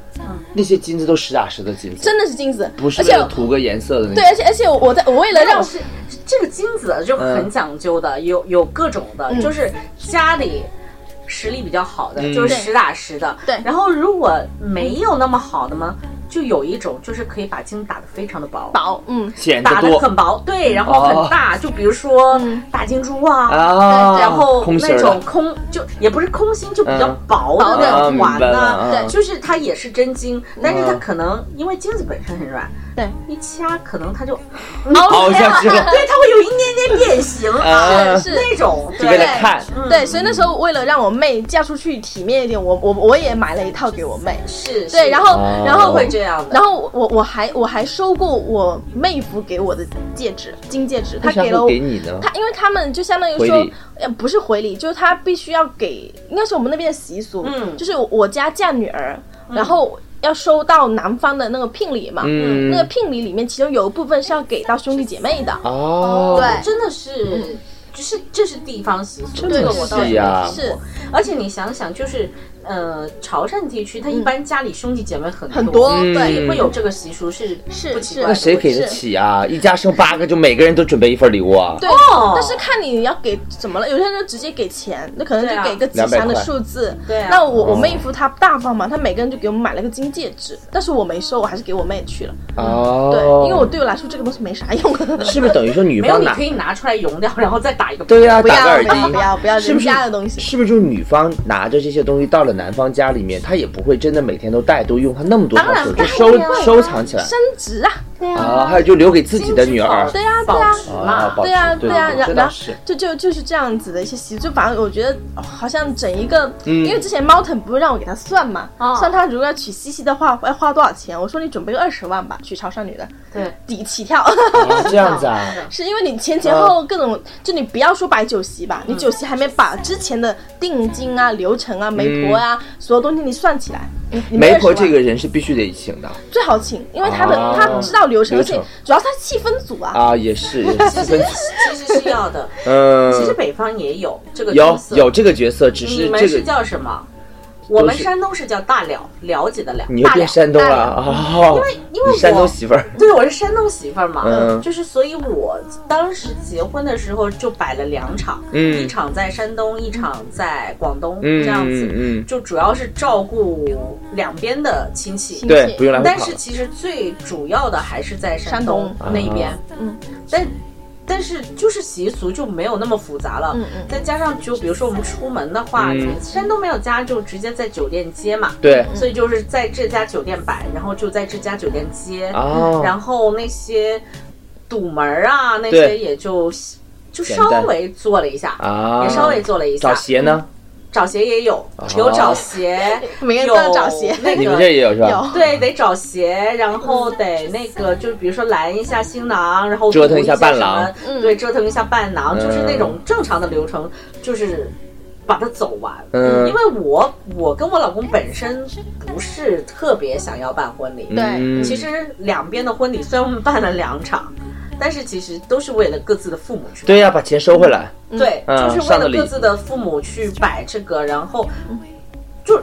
[SPEAKER 1] 那些金子都实打实的金子，
[SPEAKER 3] 真的是金子，
[SPEAKER 1] 不是
[SPEAKER 3] 而
[SPEAKER 1] 为
[SPEAKER 3] 且
[SPEAKER 1] 了涂个颜色的那
[SPEAKER 3] 对，
[SPEAKER 1] 种。
[SPEAKER 3] 而且而且我在我嗯为了
[SPEAKER 2] 那
[SPEAKER 3] 让
[SPEAKER 2] 是这个金子就很讲究的，有有各种
[SPEAKER 3] 嗯
[SPEAKER 2] 的，就是家里。实力比较好的、
[SPEAKER 1] 嗯
[SPEAKER 2] 就是实打实的，
[SPEAKER 3] 对
[SPEAKER 2] 然后如果没有那么好的嘛，就有一种就是可以把金子打得非常的薄，
[SPEAKER 3] 薄，嗯，
[SPEAKER 1] 显得
[SPEAKER 2] 打得
[SPEAKER 1] 多嗯哦
[SPEAKER 2] 很薄，对，然后很大，就比如说
[SPEAKER 3] 嗯
[SPEAKER 2] 大金珠啊，
[SPEAKER 1] 啊，
[SPEAKER 2] 然后
[SPEAKER 1] 空心
[SPEAKER 2] 那
[SPEAKER 1] 儿
[SPEAKER 2] 种
[SPEAKER 1] 的，
[SPEAKER 2] 空就也不是空心，就比较
[SPEAKER 1] 嗯
[SPEAKER 2] 薄的
[SPEAKER 3] 薄的
[SPEAKER 2] 那种
[SPEAKER 1] 啊
[SPEAKER 2] 环
[SPEAKER 1] 明白
[SPEAKER 2] 呢、
[SPEAKER 1] 了嗯
[SPEAKER 2] 就是它也是真金，但是它
[SPEAKER 1] 嗯
[SPEAKER 2] 可能因为金子本身很软，
[SPEAKER 3] 对，
[SPEAKER 2] 一掐可能它就，
[SPEAKER 1] 凹下去了，
[SPEAKER 2] 对，它会有一点点变形，
[SPEAKER 1] 啊
[SPEAKER 3] 是
[SPEAKER 2] 那种，
[SPEAKER 1] 就为了
[SPEAKER 2] 对，
[SPEAKER 1] 看，
[SPEAKER 2] 嗯
[SPEAKER 3] 对，所以那时候为了让我妹嫁出去体面一点，我我我也买了一套给我妹，
[SPEAKER 2] 是，
[SPEAKER 3] 对，然后
[SPEAKER 1] 哦
[SPEAKER 3] 然
[SPEAKER 2] 然
[SPEAKER 3] 后
[SPEAKER 2] 后
[SPEAKER 3] 我
[SPEAKER 2] 会这样的，
[SPEAKER 3] 然后我我还我还收过我妹夫给我的戒指，金戒指，他
[SPEAKER 1] 为啥
[SPEAKER 3] 给了
[SPEAKER 1] 会
[SPEAKER 3] 我
[SPEAKER 1] 给你呢？
[SPEAKER 3] 他，因为他们就相当于
[SPEAKER 1] 回
[SPEAKER 3] 说
[SPEAKER 1] 礼，
[SPEAKER 3] 呃，不是回礼，就是他必须要给，应该是我们那边的习俗，
[SPEAKER 2] 嗯
[SPEAKER 3] 就是我家嫁女儿，然后要收到男方的那个聘礼嘛，
[SPEAKER 1] 嗯
[SPEAKER 3] 那个聘礼里面其中有一部分是要给到兄弟姐妹的，
[SPEAKER 1] 哦，
[SPEAKER 3] 对
[SPEAKER 2] 真的是。就是这是地方习
[SPEAKER 1] 这
[SPEAKER 2] 俗，这个
[SPEAKER 1] 么
[SPEAKER 2] 我倒是
[SPEAKER 1] 细
[SPEAKER 2] 没
[SPEAKER 1] 呀
[SPEAKER 2] 听过。而且你想想，就是呃，潮汕地区，他一般家里兄弟姐妹很
[SPEAKER 3] 很多，
[SPEAKER 1] 嗯
[SPEAKER 3] 对，
[SPEAKER 2] 也会有这个习俗，是
[SPEAKER 3] 是
[SPEAKER 2] 不奇
[SPEAKER 3] 是
[SPEAKER 1] 那
[SPEAKER 2] 怪的。
[SPEAKER 1] 谁给得
[SPEAKER 3] 是
[SPEAKER 1] 起啊？一家生八个，就每个人都准备一份礼物啊？
[SPEAKER 3] 对，
[SPEAKER 2] 哦
[SPEAKER 3] 但是看你要给什么了，有些人就直接给钱，那可能
[SPEAKER 2] 对
[SPEAKER 3] 就
[SPEAKER 2] 啊
[SPEAKER 3] 给个吉
[SPEAKER 1] 200
[SPEAKER 3] 祥的
[SPEAKER 1] 块
[SPEAKER 3] 数字。
[SPEAKER 2] 对啊
[SPEAKER 3] 那
[SPEAKER 1] 嗯
[SPEAKER 3] 我我妹夫他大方嘛，他每个人就给我们买了个金戒指，但是我没收，我还是给我妹去了。
[SPEAKER 1] 哦，
[SPEAKER 3] 对，因为我对我来说这个东西没啥用。
[SPEAKER 1] 是不是等于说女
[SPEAKER 2] 没有，
[SPEAKER 1] 方
[SPEAKER 2] 你
[SPEAKER 1] 拿
[SPEAKER 2] 可？以拿出来融掉，然后再打一个。
[SPEAKER 1] 对呀，啊
[SPEAKER 3] 不
[SPEAKER 1] 打个
[SPEAKER 3] 要
[SPEAKER 1] 耳
[SPEAKER 3] 不要不
[SPEAKER 1] 钉。
[SPEAKER 3] 要不要
[SPEAKER 1] 是不
[SPEAKER 3] 人
[SPEAKER 1] 是
[SPEAKER 3] 家的东西。
[SPEAKER 1] 是不是就是女方拿着这些东西到了男方家里面，她也不会真的每天都带都用，她那么多
[SPEAKER 3] 当
[SPEAKER 1] 套
[SPEAKER 3] 然
[SPEAKER 1] 手
[SPEAKER 3] 不
[SPEAKER 1] 就
[SPEAKER 3] 会
[SPEAKER 1] 收
[SPEAKER 3] 啊
[SPEAKER 1] 收藏起来
[SPEAKER 3] 升值啊，
[SPEAKER 1] 啊，还有就留给自己的女儿
[SPEAKER 3] 对呀对
[SPEAKER 2] 保
[SPEAKER 3] 呀
[SPEAKER 2] 值
[SPEAKER 1] 啊，
[SPEAKER 2] 嘛，
[SPEAKER 1] 保
[SPEAKER 3] 对呀
[SPEAKER 1] 值
[SPEAKER 3] 对呀，
[SPEAKER 1] 这
[SPEAKER 3] 然
[SPEAKER 1] 倒
[SPEAKER 3] 然后
[SPEAKER 1] 是
[SPEAKER 3] 就就就是这样子的一些习俗，就反正我觉得哦好像整一个，
[SPEAKER 1] 嗯
[SPEAKER 3] 因为之前猫腾不是让我给他算嘛，
[SPEAKER 2] 哦
[SPEAKER 3] 算他如果要娶西西的话要花多少钱，我说你准备个二十万吧，娶潮汕女的
[SPEAKER 2] 对，
[SPEAKER 3] 底起跳，
[SPEAKER 1] 啊这样子啊，
[SPEAKER 3] 是因为你前前后后各种，就你不要说摆酒席吧，
[SPEAKER 1] 嗯
[SPEAKER 3] 你酒席还没把之前的定金啊、流程啊、媒婆啊，所有东西你算起来，你你
[SPEAKER 1] 嗯
[SPEAKER 3] 没
[SPEAKER 1] 媒婆
[SPEAKER 3] 20万
[SPEAKER 1] 这个人是必须得请的
[SPEAKER 3] 最好请，因为他的、
[SPEAKER 1] 哦
[SPEAKER 3] 他知道流程，
[SPEAKER 1] 流
[SPEAKER 3] 而
[SPEAKER 1] 程
[SPEAKER 3] 且主要是他气氛组啊，
[SPEAKER 1] 啊，也是也是四分之，
[SPEAKER 2] 其实是 要的。其实
[SPEAKER 1] 嗯，
[SPEAKER 2] 北方也有这个
[SPEAKER 1] 有
[SPEAKER 2] 角色
[SPEAKER 1] 有这个角色，只
[SPEAKER 2] 你
[SPEAKER 1] 是
[SPEAKER 2] 们
[SPEAKER 1] 这
[SPEAKER 2] 是
[SPEAKER 1] 个
[SPEAKER 2] 叫什么？我们山东是叫大了，了解的了，
[SPEAKER 1] 你又
[SPEAKER 2] 大了
[SPEAKER 1] 变。山东了
[SPEAKER 3] 大了
[SPEAKER 1] 啊，哦
[SPEAKER 2] 因为
[SPEAKER 1] 你山东
[SPEAKER 2] 我
[SPEAKER 1] 媳妇儿，
[SPEAKER 2] 对我是山东媳妇儿嘛，
[SPEAKER 1] 嗯
[SPEAKER 2] 就是所以我当时结婚的时候就摆了两场，
[SPEAKER 1] 嗯
[SPEAKER 2] 一场在山东，一场在广东，
[SPEAKER 1] 嗯
[SPEAKER 2] 这样子，
[SPEAKER 1] 嗯嗯
[SPEAKER 2] 就主要是照顾两边的亲戚，
[SPEAKER 3] 亲
[SPEAKER 1] 对
[SPEAKER 3] 戚，
[SPEAKER 1] 不用来回
[SPEAKER 2] 但
[SPEAKER 1] 跑
[SPEAKER 2] 是
[SPEAKER 1] 了，
[SPEAKER 2] 其实最主要的还是在山
[SPEAKER 3] 山东
[SPEAKER 2] 那一边
[SPEAKER 1] 啊，
[SPEAKER 3] 嗯，
[SPEAKER 2] 但但是就是习俗就没有那么复杂了，
[SPEAKER 3] 嗯嗯
[SPEAKER 2] 再加上就比如说我们出门的话，
[SPEAKER 1] 嗯
[SPEAKER 2] 山东没有家就直接在酒店接嘛，
[SPEAKER 1] 对
[SPEAKER 2] 所以就是在这家酒店摆，然后就在这家酒店接，
[SPEAKER 1] 啊，
[SPEAKER 2] 嗯然后那些堵门儿啊那
[SPEAKER 1] 对
[SPEAKER 2] 些也就就
[SPEAKER 1] 简
[SPEAKER 2] 稍
[SPEAKER 1] 单
[SPEAKER 2] 微做了一下，
[SPEAKER 1] 啊，
[SPEAKER 2] 也稍微做了一下，嗯
[SPEAKER 1] 找鞋呢，
[SPEAKER 2] 找鞋也有，有找鞋，
[SPEAKER 3] 每个人
[SPEAKER 2] 有
[SPEAKER 3] 都要找鞋
[SPEAKER 2] 那个
[SPEAKER 1] 你们这也有是吧？
[SPEAKER 3] 有
[SPEAKER 2] 对，得找鞋，然后得那个，就是比如说拦一下新郎，然后
[SPEAKER 1] 折腾一下
[SPEAKER 2] 堵
[SPEAKER 1] 伴郎嗯
[SPEAKER 2] 什
[SPEAKER 3] 嗯
[SPEAKER 2] 么对，折腾一下伴郎，就是那种正常的流程，就是把它走完。
[SPEAKER 1] 嗯
[SPEAKER 2] 因为我我跟我老公本身不是特别想要办婚礼，
[SPEAKER 3] 对
[SPEAKER 1] 嗯
[SPEAKER 2] 其实两边的婚礼虽然我们办了两场，但是其实都是为了各自的父母去。
[SPEAKER 1] 对呀，把钱收回 来，
[SPEAKER 2] 对，
[SPEAKER 1] 嗯
[SPEAKER 2] 就是为
[SPEAKER 1] 上的
[SPEAKER 2] 了
[SPEAKER 1] 礼
[SPEAKER 2] 各自的父母去摆这个，然后就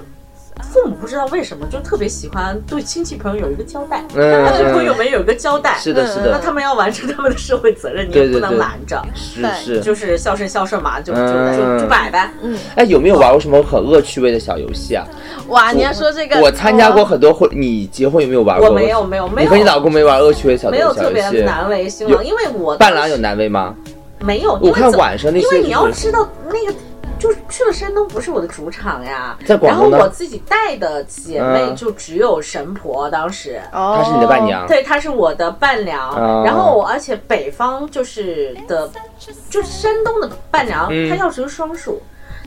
[SPEAKER 2] 父母不知道为什么就特别喜欢对亲戚朋友有一个交代，
[SPEAKER 1] 嗯
[SPEAKER 2] 他对朋友们有一个交代，
[SPEAKER 1] 是的，是
[SPEAKER 2] 那
[SPEAKER 1] 的，
[SPEAKER 2] 他们要完成他们的社会责任，你也
[SPEAKER 1] 对对
[SPEAKER 2] 不能
[SPEAKER 1] 对
[SPEAKER 2] 拦着，
[SPEAKER 1] 是
[SPEAKER 3] 对
[SPEAKER 1] 是。
[SPEAKER 2] 就是孝顺孝顺嘛，就就
[SPEAKER 1] 嗯
[SPEAKER 2] 就就摆呗。
[SPEAKER 1] 哎，有没有玩过什么很恶趣味的小游戏啊？
[SPEAKER 3] 哇，你要说这个，
[SPEAKER 1] 我参加过很多婚，你结婚有没有玩过？
[SPEAKER 2] 我没有没有没
[SPEAKER 1] 你和你
[SPEAKER 2] 有
[SPEAKER 1] 老公没玩恶趣味小
[SPEAKER 2] 没有
[SPEAKER 1] 小
[SPEAKER 2] 特
[SPEAKER 1] 游
[SPEAKER 2] 别
[SPEAKER 1] 戏？
[SPEAKER 2] 难为新郎，
[SPEAKER 1] 有
[SPEAKER 2] 因为我
[SPEAKER 1] 伴郎有难为吗？
[SPEAKER 2] 没有，
[SPEAKER 1] 我看
[SPEAKER 2] 因为
[SPEAKER 1] 晚上那些
[SPEAKER 2] 因为你要
[SPEAKER 1] 就是
[SPEAKER 2] 知道那个。就是去了山东不是我的主场呀，
[SPEAKER 1] 在广
[SPEAKER 2] 然后
[SPEAKER 1] 东呢
[SPEAKER 2] 我自己带的姐妹
[SPEAKER 1] 嗯
[SPEAKER 2] 就只有神婆，当时，
[SPEAKER 3] 哦，
[SPEAKER 1] 她是你的伴。娘，
[SPEAKER 2] 对，她是我的伴娘，
[SPEAKER 1] 哦
[SPEAKER 2] 然后我而且北方就是的，就是山东的伴娘，
[SPEAKER 1] 嗯
[SPEAKER 2] 她要求双数，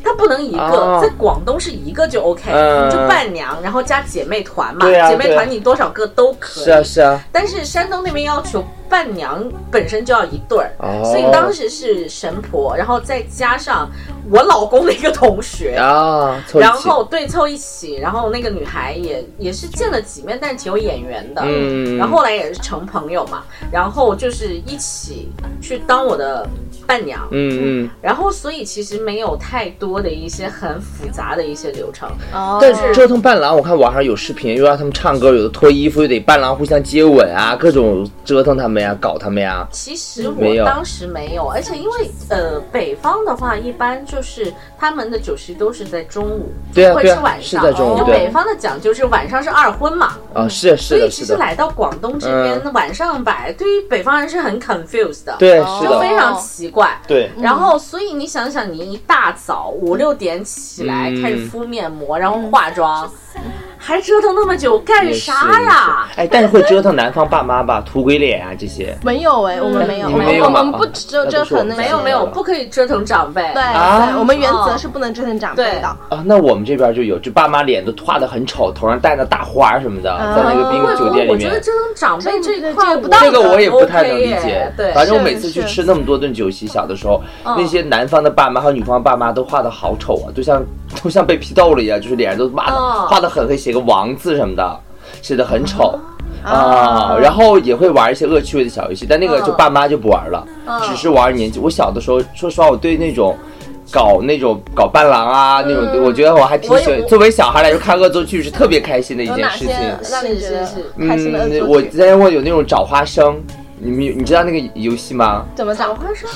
[SPEAKER 2] 她不能一个，
[SPEAKER 1] 哦
[SPEAKER 2] 在广东是一个就 OK，、
[SPEAKER 1] 嗯
[SPEAKER 2] 就伴娘，然后加姐妹团嘛，
[SPEAKER 1] 对啊
[SPEAKER 2] 姐妹
[SPEAKER 1] 对啊
[SPEAKER 2] 团你多少个都可以。
[SPEAKER 1] 是啊是啊，
[SPEAKER 2] 但是山东那边要求伴娘本身就要一对儿，
[SPEAKER 1] 哦
[SPEAKER 2] 所以当时是神婆，然后再加上我老公的一个同学，
[SPEAKER 1] 啊，凑一起
[SPEAKER 2] 然后对凑一起，然后那个女孩也也是见了几面，但是挺有眼缘的，
[SPEAKER 1] 嗯
[SPEAKER 2] 然后后来也是成朋友嘛，然后就是一起去当我的伴娘，
[SPEAKER 1] 嗯嗯，
[SPEAKER 2] 然后所以其实没有太多的一些很复杂的一些流程，
[SPEAKER 3] 哦，
[SPEAKER 1] 但是折腾伴郎，我看网上有视频，又让他们唱歌，有的脱衣服，又得伴郎互相接吻啊，各种折腾他们呀，搞他们呀。
[SPEAKER 2] 其实
[SPEAKER 1] 没有
[SPEAKER 2] 我当时没有，而且因为呃，北方的话一般就是他们的酒席都是在中午，
[SPEAKER 1] 对啊
[SPEAKER 2] 会
[SPEAKER 1] 对
[SPEAKER 2] 吃
[SPEAKER 1] 啊
[SPEAKER 2] 晚
[SPEAKER 1] 是
[SPEAKER 2] 上。
[SPEAKER 1] 在中午
[SPEAKER 2] 就
[SPEAKER 1] 对
[SPEAKER 2] 北方的讲究是晚上是二婚嘛，
[SPEAKER 1] 啊，是啊是
[SPEAKER 2] 所以
[SPEAKER 1] 的，
[SPEAKER 2] 其
[SPEAKER 1] 是
[SPEAKER 2] 实
[SPEAKER 1] 的，嗯
[SPEAKER 2] 来到广东这边、晚上摆，对于北方人是很 confused 的，，
[SPEAKER 1] 对，
[SPEAKER 3] 哦
[SPEAKER 1] 是
[SPEAKER 2] 就非
[SPEAKER 1] 的，嗯
[SPEAKER 2] 常奇怪。
[SPEAKER 1] 对，
[SPEAKER 2] 然后，所以你想想，你一大早五六点起来
[SPEAKER 1] 嗯
[SPEAKER 2] 开始敷面膜，然后化妆，还折腾那么久干
[SPEAKER 1] 也是
[SPEAKER 2] 啥呀？？
[SPEAKER 1] 也是哎，但是会折腾南方爸妈吧，土鬼脸啊这些
[SPEAKER 3] 没有哎，我们没有，
[SPEAKER 1] 你没有
[SPEAKER 3] 我
[SPEAKER 1] 吗
[SPEAKER 3] 们不折折腾
[SPEAKER 1] 那
[SPEAKER 2] 没
[SPEAKER 3] 那些
[SPEAKER 1] 不是
[SPEAKER 2] 有
[SPEAKER 1] 我
[SPEAKER 2] 没有，不可以折腾长辈。
[SPEAKER 3] 对，
[SPEAKER 1] 啊
[SPEAKER 3] 对我们原则是不能折腾长辈的
[SPEAKER 2] 哦。
[SPEAKER 1] 啊。那我们这边就有，就爸妈脸都画的很丑，头上戴那大花什么的，在那个宾
[SPEAKER 2] 会
[SPEAKER 1] 酒
[SPEAKER 2] 不会
[SPEAKER 1] 店里
[SPEAKER 2] 嗯哦我觉得
[SPEAKER 1] 面。
[SPEAKER 2] 这种长辈这一块
[SPEAKER 3] 这
[SPEAKER 2] 我
[SPEAKER 3] 不道德
[SPEAKER 1] 这个我也不太能
[SPEAKER 2] OK
[SPEAKER 1] 理
[SPEAKER 2] 耶
[SPEAKER 1] 解。
[SPEAKER 2] 对，嗯
[SPEAKER 1] 反正我
[SPEAKER 3] 是
[SPEAKER 1] 每次去
[SPEAKER 3] 是
[SPEAKER 1] 吃那么多顿酒席，小的时候，
[SPEAKER 3] 嗯
[SPEAKER 1] 那些南方的爸妈和女方爸妈都画的好丑啊，都像 都像被批斗了一样，就是脸上都骂的、
[SPEAKER 3] 嗯
[SPEAKER 2] 哦
[SPEAKER 1] 画的很黑，写个王字什么的，写的很丑。
[SPEAKER 3] 嗯
[SPEAKER 1] 啊，然后也会玩一些恶趣味的小游戏，但那个就
[SPEAKER 2] 嗯
[SPEAKER 1] 爸妈就不玩了，
[SPEAKER 3] 嗯
[SPEAKER 1] 只是玩年纪。我小的时候，说实话，我对那种搞那种搞伴郎啊、
[SPEAKER 3] 嗯
[SPEAKER 1] 那种，我觉得我还挺喜
[SPEAKER 2] 我也
[SPEAKER 1] 欢。
[SPEAKER 2] 我
[SPEAKER 1] 作为小孩来说，看恶作剧是特别开心的一
[SPEAKER 3] 嗯有
[SPEAKER 1] 件
[SPEAKER 3] 哪
[SPEAKER 1] 事
[SPEAKER 3] 些
[SPEAKER 1] 情。
[SPEAKER 3] 让你觉得
[SPEAKER 2] 是是是
[SPEAKER 3] 开心的恶
[SPEAKER 1] 嗯，
[SPEAKER 3] 作
[SPEAKER 1] 我
[SPEAKER 3] 剧？
[SPEAKER 1] 之前我有那种找花生，你们你知道那个游戏吗？
[SPEAKER 3] 怎么找？
[SPEAKER 2] 花生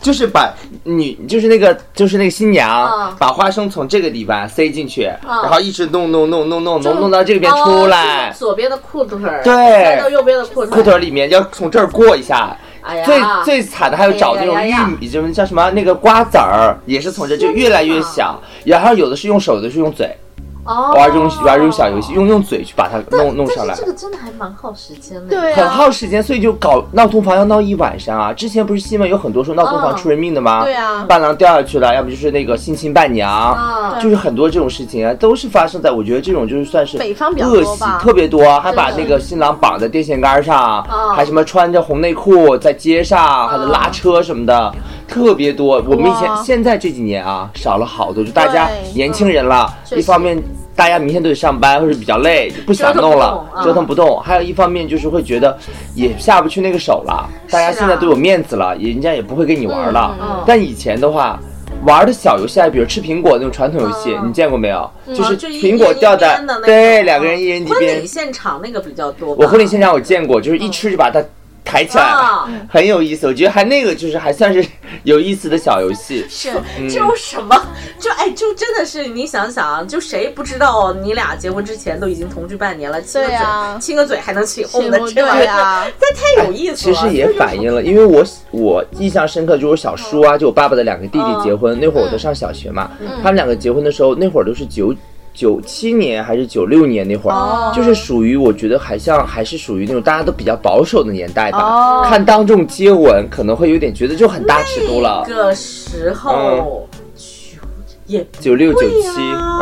[SPEAKER 1] 就是把女，就是那个，就是那个新娘，
[SPEAKER 2] 啊
[SPEAKER 1] 把花生从这个地方塞进去，然后一直弄弄弄弄弄弄弄到这边
[SPEAKER 2] 嗯哦
[SPEAKER 1] 出
[SPEAKER 2] 就
[SPEAKER 1] 来
[SPEAKER 2] 是，左边的裤腿儿，
[SPEAKER 1] 对
[SPEAKER 2] 塞到右边的裤腿
[SPEAKER 1] 裤
[SPEAKER 2] 儿，
[SPEAKER 1] 腿里面要从这儿过一下。
[SPEAKER 2] 哎呀，
[SPEAKER 1] 最最惨的还有找那种
[SPEAKER 2] 哎
[SPEAKER 1] 玉
[SPEAKER 2] 呀呀呀
[SPEAKER 1] 米，什么叫什么那个瓜子儿，也是从这就越来越小，然后有的是用手，有的是用嘴，
[SPEAKER 2] 啊哦
[SPEAKER 1] 玩这种玩这种小游戏，用用嘴去把它弄弄上来
[SPEAKER 2] 但是。这个真的还蛮耗时间的，
[SPEAKER 3] 对
[SPEAKER 1] 很
[SPEAKER 3] 啊，
[SPEAKER 1] 耗时间，所以就搞闹洞房要闹一晚上啊。之前不是新闻有很多说闹洞房出人命的吗？
[SPEAKER 3] 嗯对啊
[SPEAKER 1] 伴郎掉下去了，要不就是那个性侵伴娘，
[SPEAKER 2] 啊，
[SPEAKER 1] 就是很多这种事情啊，都是发生在我觉得这种就是算是
[SPEAKER 3] 北方比较多
[SPEAKER 1] 恶
[SPEAKER 3] 吧
[SPEAKER 1] 习特别多，啊还把那个新郎绑在电线杆上，还什么穿着红内裤在街上，还得拉车什么的，特别多。我们以前
[SPEAKER 3] 哇
[SPEAKER 1] 现在这几年啊少了好多，就大家
[SPEAKER 3] 对
[SPEAKER 1] 年轻人了，
[SPEAKER 2] 确实
[SPEAKER 1] 一方面。大家明天都得上班，或者比较累，不想弄了，
[SPEAKER 2] 折
[SPEAKER 1] 折
[SPEAKER 2] 腾不动
[SPEAKER 1] 腾不动。还有一方面就是会觉得也下不去那个手了，大家现在都有面子了，人家也不会跟你玩了。
[SPEAKER 2] 嗯嗯
[SPEAKER 1] 但以前的话，玩的小游戏，比如吃苹果那种传统游戏，
[SPEAKER 2] 嗯
[SPEAKER 1] 你见过没有？就是
[SPEAKER 2] 就一
[SPEAKER 1] 苹果
[SPEAKER 2] 人一
[SPEAKER 1] 掉在
[SPEAKER 2] 边的那种
[SPEAKER 1] 对两个人一人一
[SPEAKER 2] 婚礼
[SPEAKER 1] 边。
[SPEAKER 2] 现场那个比较多吧，
[SPEAKER 1] 我婚礼现场我见过，就是一吃就把它抬起来
[SPEAKER 2] 啊
[SPEAKER 1] 了，很有意思。我觉得还那个就是还算是有意思的小游戏。
[SPEAKER 2] 是，
[SPEAKER 1] 嗯
[SPEAKER 2] 就什么，就哎，就真的是你想想啊，就谁不知道你俩结婚之前都已经同居半年了，亲个
[SPEAKER 3] 对
[SPEAKER 2] 嘴，
[SPEAKER 3] 啊
[SPEAKER 2] 亲个嘴还能起哄的，
[SPEAKER 3] 起哄
[SPEAKER 2] 这玩意
[SPEAKER 3] 对
[SPEAKER 2] 儿
[SPEAKER 3] 啊，
[SPEAKER 2] 这太有意思了。
[SPEAKER 1] 其实也反映了，因为我我印象深刻，就是我小叔
[SPEAKER 2] 嗯
[SPEAKER 1] 啊，就我爸爸的两个弟弟结婚，那会儿我都上小学嘛，他们两个结婚的时候，那会儿都是九九七年还是九六年那会
[SPEAKER 2] 哦
[SPEAKER 1] 儿，就是属于我觉得还像还是属于那种大家都比较保守的年代吧
[SPEAKER 3] 哦。
[SPEAKER 1] 看当众接吻，可能会有点觉得就很大尺度了
[SPEAKER 2] 那，个时候，
[SPEAKER 1] 嗯
[SPEAKER 2] 求也
[SPEAKER 1] 九六九七，